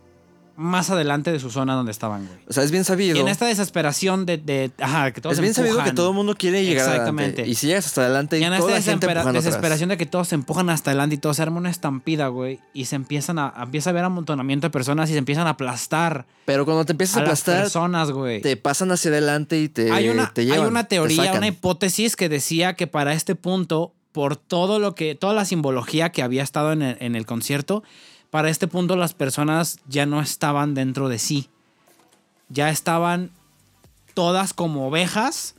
Speaker 1: más adelante de su zona donde estaban, güey.
Speaker 3: O sea, es bien sabido.
Speaker 1: Y en esta desesperación de, de- ajá, que todos
Speaker 3: es bien sabido
Speaker 1: empujan.
Speaker 3: que todo el mundo quiere llegar
Speaker 1: Exactamente.
Speaker 3: adelante. Y si llegas hasta adelante,
Speaker 1: Y
Speaker 3: y
Speaker 1: en
Speaker 3: toda
Speaker 1: esta
Speaker 3: la gente
Speaker 1: desespera-
Speaker 3: empujando atrás.
Speaker 1: desesperación de que todos se empujan hasta adelante y todo se arma una estampida, güey. Y se empiezan a, empieza a ver amontonamiento de personas y se empiezan a aplastar
Speaker 3: Pero cuando te empiezas a
Speaker 1: a las
Speaker 3: aplastar,
Speaker 1: personas, güey.
Speaker 3: te pasan hacia adelante y te,
Speaker 1: hay una,
Speaker 3: eh, te llevan,
Speaker 1: hay una
Speaker 3: te
Speaker 1: teoría,
Speaker 3: sacan.
Speaker 1: una hipótesis que decía que para este punto, por todo lo que, toda la simbología que había estado en el, en el concierto, para este punto las personas ya no estaban dentro de sí. Ya estaban todas como ovejas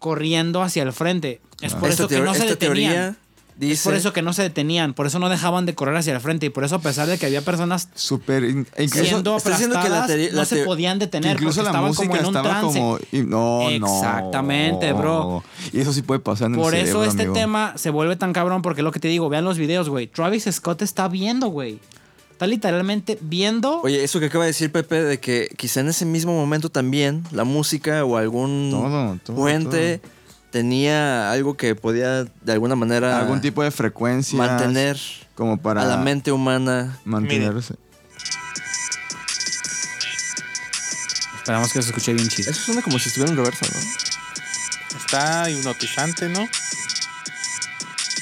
Speaker 1: corriendo hacia el frente. Es por
Speaker 3: Esta
Speaker 1: eso que
Speaker 3: teor-
Speaker 1: no se
Speaker 3: esta
Speaker 1: detenían.
Speaker 3: teoría dice,
Speaker 1: Es por eso que no se detenían, por eso no dejaban de correr hacia el frente y por eso a pesar de que había personas
Speaker 2: Súper. in- e incluso-
Speaker 1: siendo
Speaker 3: estás diciendo que la
Speaker 1: aplastadas,
Speaker 3: teoría-
Speaker 1: no
Speaker 3: la
Speaker 1: se
Speaker 3: teo-
Speaker 1: podían detener porque
Speaker 2: Incluso la
Speaker 1: estaban
Speaker 2: música
Speaker 1: como en un
Speaker 2: estaba
Speaker 1: trance.
Speaker 2: como. y- No, no.
Speaker 1: Exactamente, bro.
Speaker 2: Y eso sí puede pasar en
Speaker 1: Por
Speaker 2: el
Speaker 1: eso
Speaker 2: cerebro,
Speaker 1: este
Speaker 2: amigo.
Speaker 1: tema se vuelve tan cabrón, porque es lo que te digo, vean los videos, güey. Travis Scott está viendo, güey. Está literalmente viendo.
Speaker 3: Oye, eso que acaba de decir Pepe, de que quizá en ese mismo momento también la música o algún
Speaker 2: Todo, todo,
Speaker 3: puente tenía algo que podía de alguna manera
Speaker 2: Algún tipo de frecuencia.
Speaker 3: mantener
Speaker 2: Como para.
Speaker 3: a la mente humana.
Speaker 2: Mantenerse.
Speaker 1: Esperamos que se escuche bien chido.
Speaker 3: Eso suena como si estuviera en reversa, ¿no?
Speaker 4: Está hipnotizante, ¿no?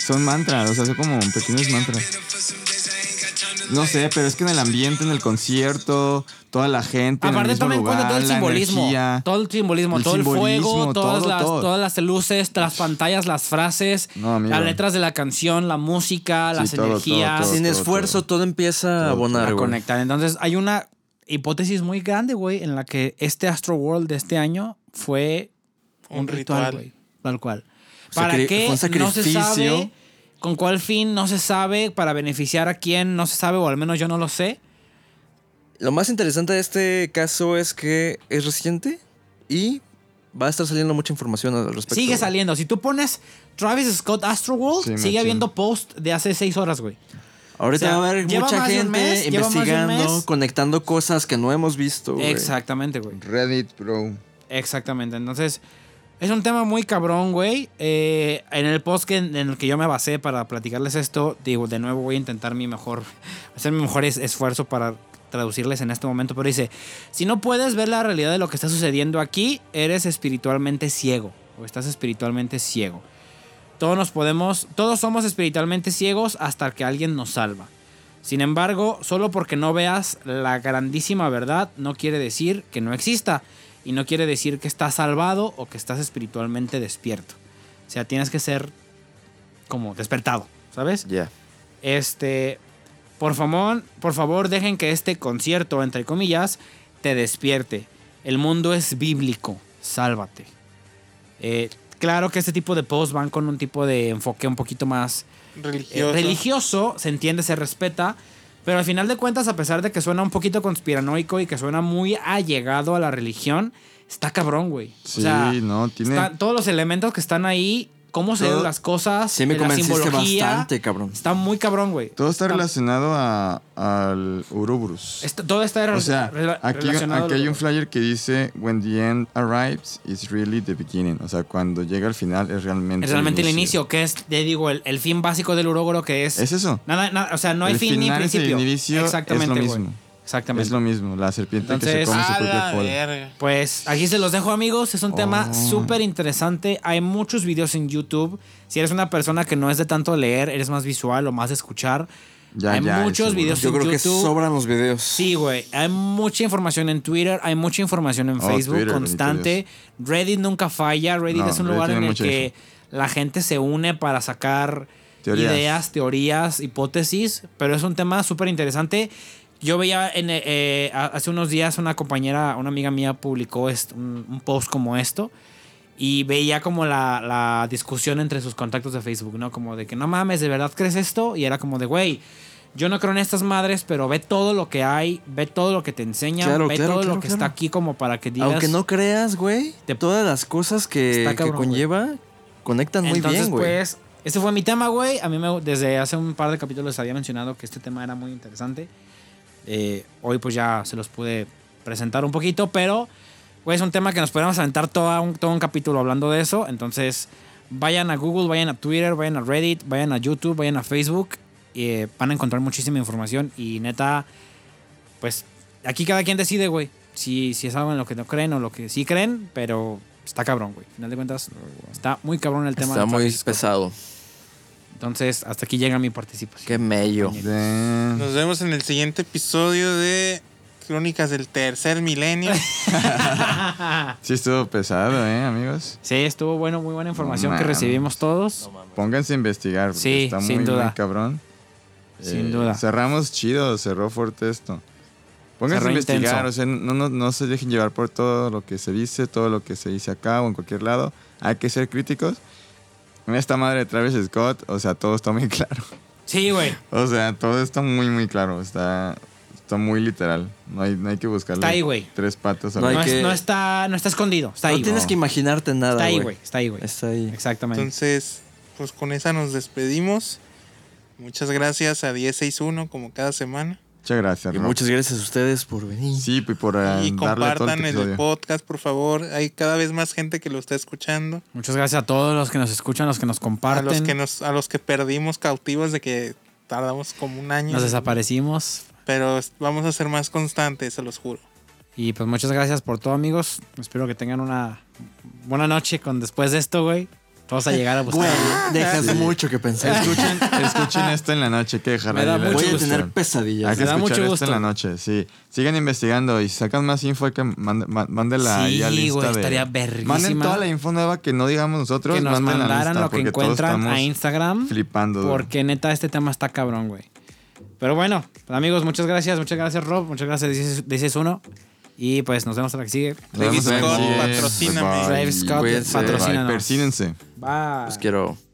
Speaker 2: Son mantras, o sea, son como pequeños mantras. No sé, pero es que en el ambiente, en el concierto, toda la gente. en el
Speaker 1: Aparte,
Speaker 2: mismo
Speaker 1: tomen en
Speaker 2: lugar,
Speaker 1: cuenta todo el
Speaker 2: la
Speaker 1: simbolismo.
Speaker 2: energía.
Speaker 1: Todo el simbolismo,
Speaker 2: El
Speaker 1: todo el fuego,
Speaker 2: simbolismo,
Speaker 1: todas,
Speaker 2: todo,
Speaker 1: las,
Speaker 2: todo.
Speaker 1: todas las luces, las pantallas, las frases,
Speaker 2: No, amigo.
Speaker 1: las letras de la canción, la música,
Speaker 2: Sí,
Speaker 1: las
Speaker 2: todo, todo,
Speaker 1: energías.
Speaker 2: todo,
Speaker 3: Sin
Speaker 2: todo,
Speaker 3: esfuerzo todo, empieza a
Speaker 2: Todo,
Speaker 3: abonar,
Speaker 1: a
Speaker 3: güey.
Speaker 1: conectar. Entonces, hay una hipótesis muy grande, güey, en la que este Astro World de este año fue un,
Speaker 4: Un
Speaker 1: ritual,
Speaker 4: ritual.
Speaker 1: güey, tal cual.
Speaker 3: Sacri-
Speaker 1: ¿Para
Speaker 3: fue
Speaker 1: qué?
Speaker 3: un
Speaker 1: No se sabe.
Speaker 3: sacrificio.
Speaker 1: ¿Con cuál fin? No se sabe. ¿Para beneficiar a quién? No se sabe, o al menos yo no lo sé.
Speaker 3: Lo más interesante de este caso es que es reciente y va a estar saliendo mucha información al respecto.
Speaker 1: sigue
Speaker 3: güey.
Speaker 1: saliendo. Si tú pones Travis Scott Astro World,
Speaker 2: Sí,
Speaker 1: sigue
Speaker 2: machín.
Speaker 1: habiendo post de hace seis horas, güey.
Speaker 3: Ahorita
Speaker 1: O sea,
Speaker 3: va a haber
Speaker 1: lleva
Speaker 3: mucha
Speaker 1: más de un
Speaker 3: gente
Speaker 1: mes, lleva más de un
Speaker 3: investigando,
Speaker 1: mes.
Speaker 3: conectando cosas que no hemos visto. güey.
Speaker 1: Exactamente, güey.
Speaker 2: Reddit, bro.
Speaker 1: Exactamente. Entonces, es un tema muy cabrón, güey. Eh, en el post que, en el que yo me basé para platicarles esto, digo, de nuevo voy a intentar mi mejor, hacer mi mejor es- esfuerzo para traducirles en este momento, pero dice, si no puedes ver la realidad de lo que está sucediendo aquí, eres espiritualmente ciego, o estás espiritualmente ciego. Todos nos podemos, todos somos espiritualmente ciegos hasta que alguien nos salva. Sin embargo, solo porque no veas la grandísima verdad no quiere decir que no exista y no quiere decir que estás salvado o que estás espiritualmente despierto. O sea, tienes que ser como despertado, ¿sabes?
Speaker 2: Ya.
Speaker 1: Este, por favor, por favor, dejen que este concierto, entre comillas, te despierte. El mundo es bíblico, sálvate. Eh, claro que este tipo de posts van con un tipo de enfoque un poquito más eh,
Speaker 4: Religioso.
Speaker 1: religioso, se entiende, se respeta. Pero al final de cuentas, a pesar de que suena un poquito conspiranoico y que suena muy allegado a la religión, está cabrón, güey.
Speaker 2: Sí,
Speaker 1: o sea,
Speaker 2: no, tiene.
Speaker 1: está- todos los elementos que están ahí, cómo se ven
Speaker 2: Todo-
Speaker 1: las cosas,
Speaker 3: Sí, me
Speaker 1: la
Speaker 3: convenciste
Speaker 1: simbología.
Speaker 3: bastante, cabrón.
Speaker 1: Está muy cabrón, güey.
Speaker 2: Todo está relacionado a, al Urubrus.
Speaker 1: Esto- todo está rela-
Speaker 2: O sea,
Speaker 1: Ah, rela-
Speaker 2: aquí,
Speaker 1: relacionado
Speaker 2: aquí
Speaker 1: al-
Speaker 2: hay un flyer que dice When the end arrives, it's really the beginning. O sea, cuando llega al final es realmente.
Speaker 1: Es realmente el inicio, que es, te digo, el, el fin básico del urógoro, que es...
Speaker 2: Es eso.
Speaker 1: nada, nada- o sea, no hay
Speaker 2: El
Speaker 1: fin ni
Speaker 2: final es el
Speaker 1: principio.
Speaker 2: inicio, es lo
Speaker 1: Exactamente, güey.
Speaker 2: mismo.
Speaker 1: Exactamente.
Speaker 2: Es lo mismo, la serpiente que se
Speaker 1: Entonces-
Speaker 2: come su
Speaker 4: A
Speaker 2: propia
Speaker 4: la
Speaker 2: cola.
Speaker 4: verga.
Speaker 1: Pues aquí se los dejo amigos, es un
Speaker 2: Oh.
Speaker 1: tema súper interesante, hay muchos videos en YouTube, si eres una persona que no es de tanto leer, eres más visual o más de escuchar,
Speaker 2: Ya,
Speaker 1: hay
Speaker 2: ya,
Speaker 1: muchos
Speaker 2: seguro.
Speaker 1: videos
Speaker 3: Yo
Speaker 1: en
Speaker 3: creo que
Speaker 1: YouTube.
Speaker 3: sobran los videos.
Speaker 1: Sí, güey, hay mucha información en Twitter, hay mucha información en
Speaker 2: Oh,
Speaker 1: Facebook
Speaker 2: Twitter,
Speaker 1: constante, Reddit nunca falla, Reddit
Speaker 2: No,
Speaker 1: es un
Speaker 2: Reddit
Speaker 1: lugar en
Speaker 2: tiene
Speaker 1: el
Speaker 2: mucha
Speaker 1: que
Speaker 2: info.
Speaker 1: la gente se une para sacar
Speaker 2: Teorías.
Speaker 1: ideas, teorías, hipótesis, pero es un tema súper interesante. Yo veía en, eh, eh, a- hace unos días una compañera, una amiga mía publicó est- un, un post como esto Y veía como la, la discusión entre sus contactos de Facebook, ¿no? Como de que no mames, ¿de verdad crees esto? Y era como de, güey, yo no creo en estas madres, pero ve todo lo que hay, ve todo lo que te enseñan,
Speaker 3: Claro,
Speaker 1: ve
Speaker 3: claro,
Speaker 1: todo lo
Speaker 3: claro,
Speaker 1: que
Speaker 3: claro.
Speaker 1: está aquí como para que digas.
Speaker 3: Aunque no creas, güey,
Speaker 1: Te-
Speaker 3: todas las cosas que,
Speaker 1: Está
Speaker 3: que
Speaker 1: cabrón,
Speaker 3: conlleva conectan muy
Speaker 1: Entonces,
Speaker 3: bien, güey.
Speaker 1: pues, este fue mi tema, güey. A mí me, desde hace un par de capítulos había mencionado que este tema era muy interesante. Eh, hoy, pues, ya se los pude presentar un poquito, pero, güey, es un tema que nos podríamos aventar toda un, todo un capítulo hablando de eso. Entonces, vayan a Google, vayan a Twitter, vayan a Reddit, vayan a YouTube, vayan a Facebook. y, eh, van a encontrar muchísima información y, neta, pues, aquí cada quien decide, güey. Si, si es algo en lo que no creen o lo que sí creen, pero está cabrón, güey. Al final de cuentas, está muy cabrón el tema.
Speaker 3: Está
Speaker 1: de
Speaker 3: muy
Speaker 1: Francisco.
Speaker 3: pesado.
Speaker 1: Entonces, hasta aquí llega mi participación.
Speaker 3: Qué mello.
Speaker 2: Damn.
Speaker 4: Nos vemos en el siguiente episodio de Crónicas del Tercer Milenio.
Speaker 2: Sí, estuvo pesado, ¿eh, amigos?
Speaker 1: Sí, estuvo bueno, muy buena información que
Speaker 2: mames.
Speaker 1: recibimos todos.
Speaker 2: Pónganse a investigar. porque
Speaker 1: Sí,
Speaker 2: está
Speaker 1: sin
Speaker 2: muy,
Speaker 1: duda.
Speaker 2: muy cabrón.
Speaker 1: Sin
Speaker 2: Eh,
Speaker 1: duda.
Speaker 2: Cerramos chido, cerró fuerte esto. Pónganse
Speaker 1: Cerró
Speaker 2: a investigar,
Speaker 1: intenso.
Speaker 2: o sea, no, no, no se dejen llevar por todo lo que se dice, todo lo que se dice acá o en cualquier lado. Hay que ser críticos. En esta madre de Travis Scott, o sea, todo está muy claro.
Speaker 1: Sí, güey.
Speaker 2: O sea, todo está muy, muy claro. Está, está muy literal. No hay, no hay que buscarle
Speaker 1: Está ahí, güey.
Speaker 2: tres patas a
Speaker 3: No
Speaker 1: No,
Speaker 3: hay
Speaker 1: es-
Speaker 3: que-
Speaker 1: no está, no está escondido. Está
Speaker 3: No
Speaker 1: ahí.
Speaker 3: tienes
Speaker 1: güey.
Speaker 3: que imaginarte
Speaker 1: Está
Speaker 3: nada,
Speaker 1: ahí,
Speaker 3: güey.
Speaker 1: güey. Está ahí, güey.
Speaker 3: Está ahí.
Speaker 1: Exactamente.
Speaker 4: Entonces, pues con esa nos despedimos. Muchas gracias a 1061 como cada semana.
Speaker 2: Muchas gracias,
Speaker 3: Y
Speaker 2: Rob.
Speaker 3: muchas gracias a ustedes por venir.
Speaker 2: Sí, pues, por eh,
Speaker 4: y
Speaker 2: darle todo el
Speaker 4: compartan el,
Speaker 2: episodio.
Speaker 4: podcast, por favor. Hay cada vez más gente que lo está escuchando.
Speaker 1: Muchas gracias a todos los que nos escuchan, los que nos
Speaker 4: A
Speaker 1: comparten.
Speaker 4: los que nos, a los que perdimos cautivos de que tardamos como un año.
Speaker 1: Nos desaparecimos.
Speaker 4: Pero vamos a ser más constantes, se los juro.
Speaker 1: Y pues muchas gracias por todo, amigos. Espero que tengan una buena noche con después de esto, güey. Vamos a llegar a
Speaker 3: Güey,
Speaker 1: buscar.
Speaker 3: dejas mucho que pensar.
Speaker 2: Escuchen, escuchen esto en la noche, que dejará
Speaker 1: Me da
Speaker 2: ahí la
Speaker 1: mucho
Speaker 3: Voy a
Speaker 1: gusto.
Speaker 2: descripción.
Speaker 3: tener pesadillas.
Speaker 2: Hay que
Speaker 1: Me da
Speaker 2: escuchar
Speaker 1: mucho
Speaker 2: esto
Speaker 1: gusto.
Speaker 2: en la noche, sí. Sigan investigando y si sacan más info, hay que mand- ma- mándenla ahí a
Speaker 1: Sí,
Speaker 2: lista
Speaker 1: güey,
Speaker 2: de-
Speaker 1: estaría verguísima.
Speaker 2: Manden toda la info nueva que no digamos nosotros,
Speaker 1: que nos
Speaker 2: mándenla a la
Speaker 1: mandaran
Speaker 2: lista,
Speaker 1: lo que
Speaker 2: porque todos
Speaker 1: encuentran
Speaker 2: estamos
Speaker 1: a Instagram.
Speaker 2: Flipando. güey.
Speaker 1: Porque neta, este tema está cabrón, güey. Pero bueno, amigos, muchas gracias. Muchas gracias, Rob. Muchas gracias, dices uno. Y pues nos vemos a la que sigue.
Speaker 2: Nos vemos
Speaker 4: Travis
Speaker 2: en el
Speaker 4: Scott,
Speaker 2: siguiente.
Speaker 4: patrocíname.
Speaker 2: Bye.
Speaker 1: Travis Scott,
Speaker 3: cuídense.
Speaker 2: Bye.
Speaker 1: patrocínanos.
Speaker 2: Persínense.
Speaker 1: Bye.
Speaker 3: Los quiero.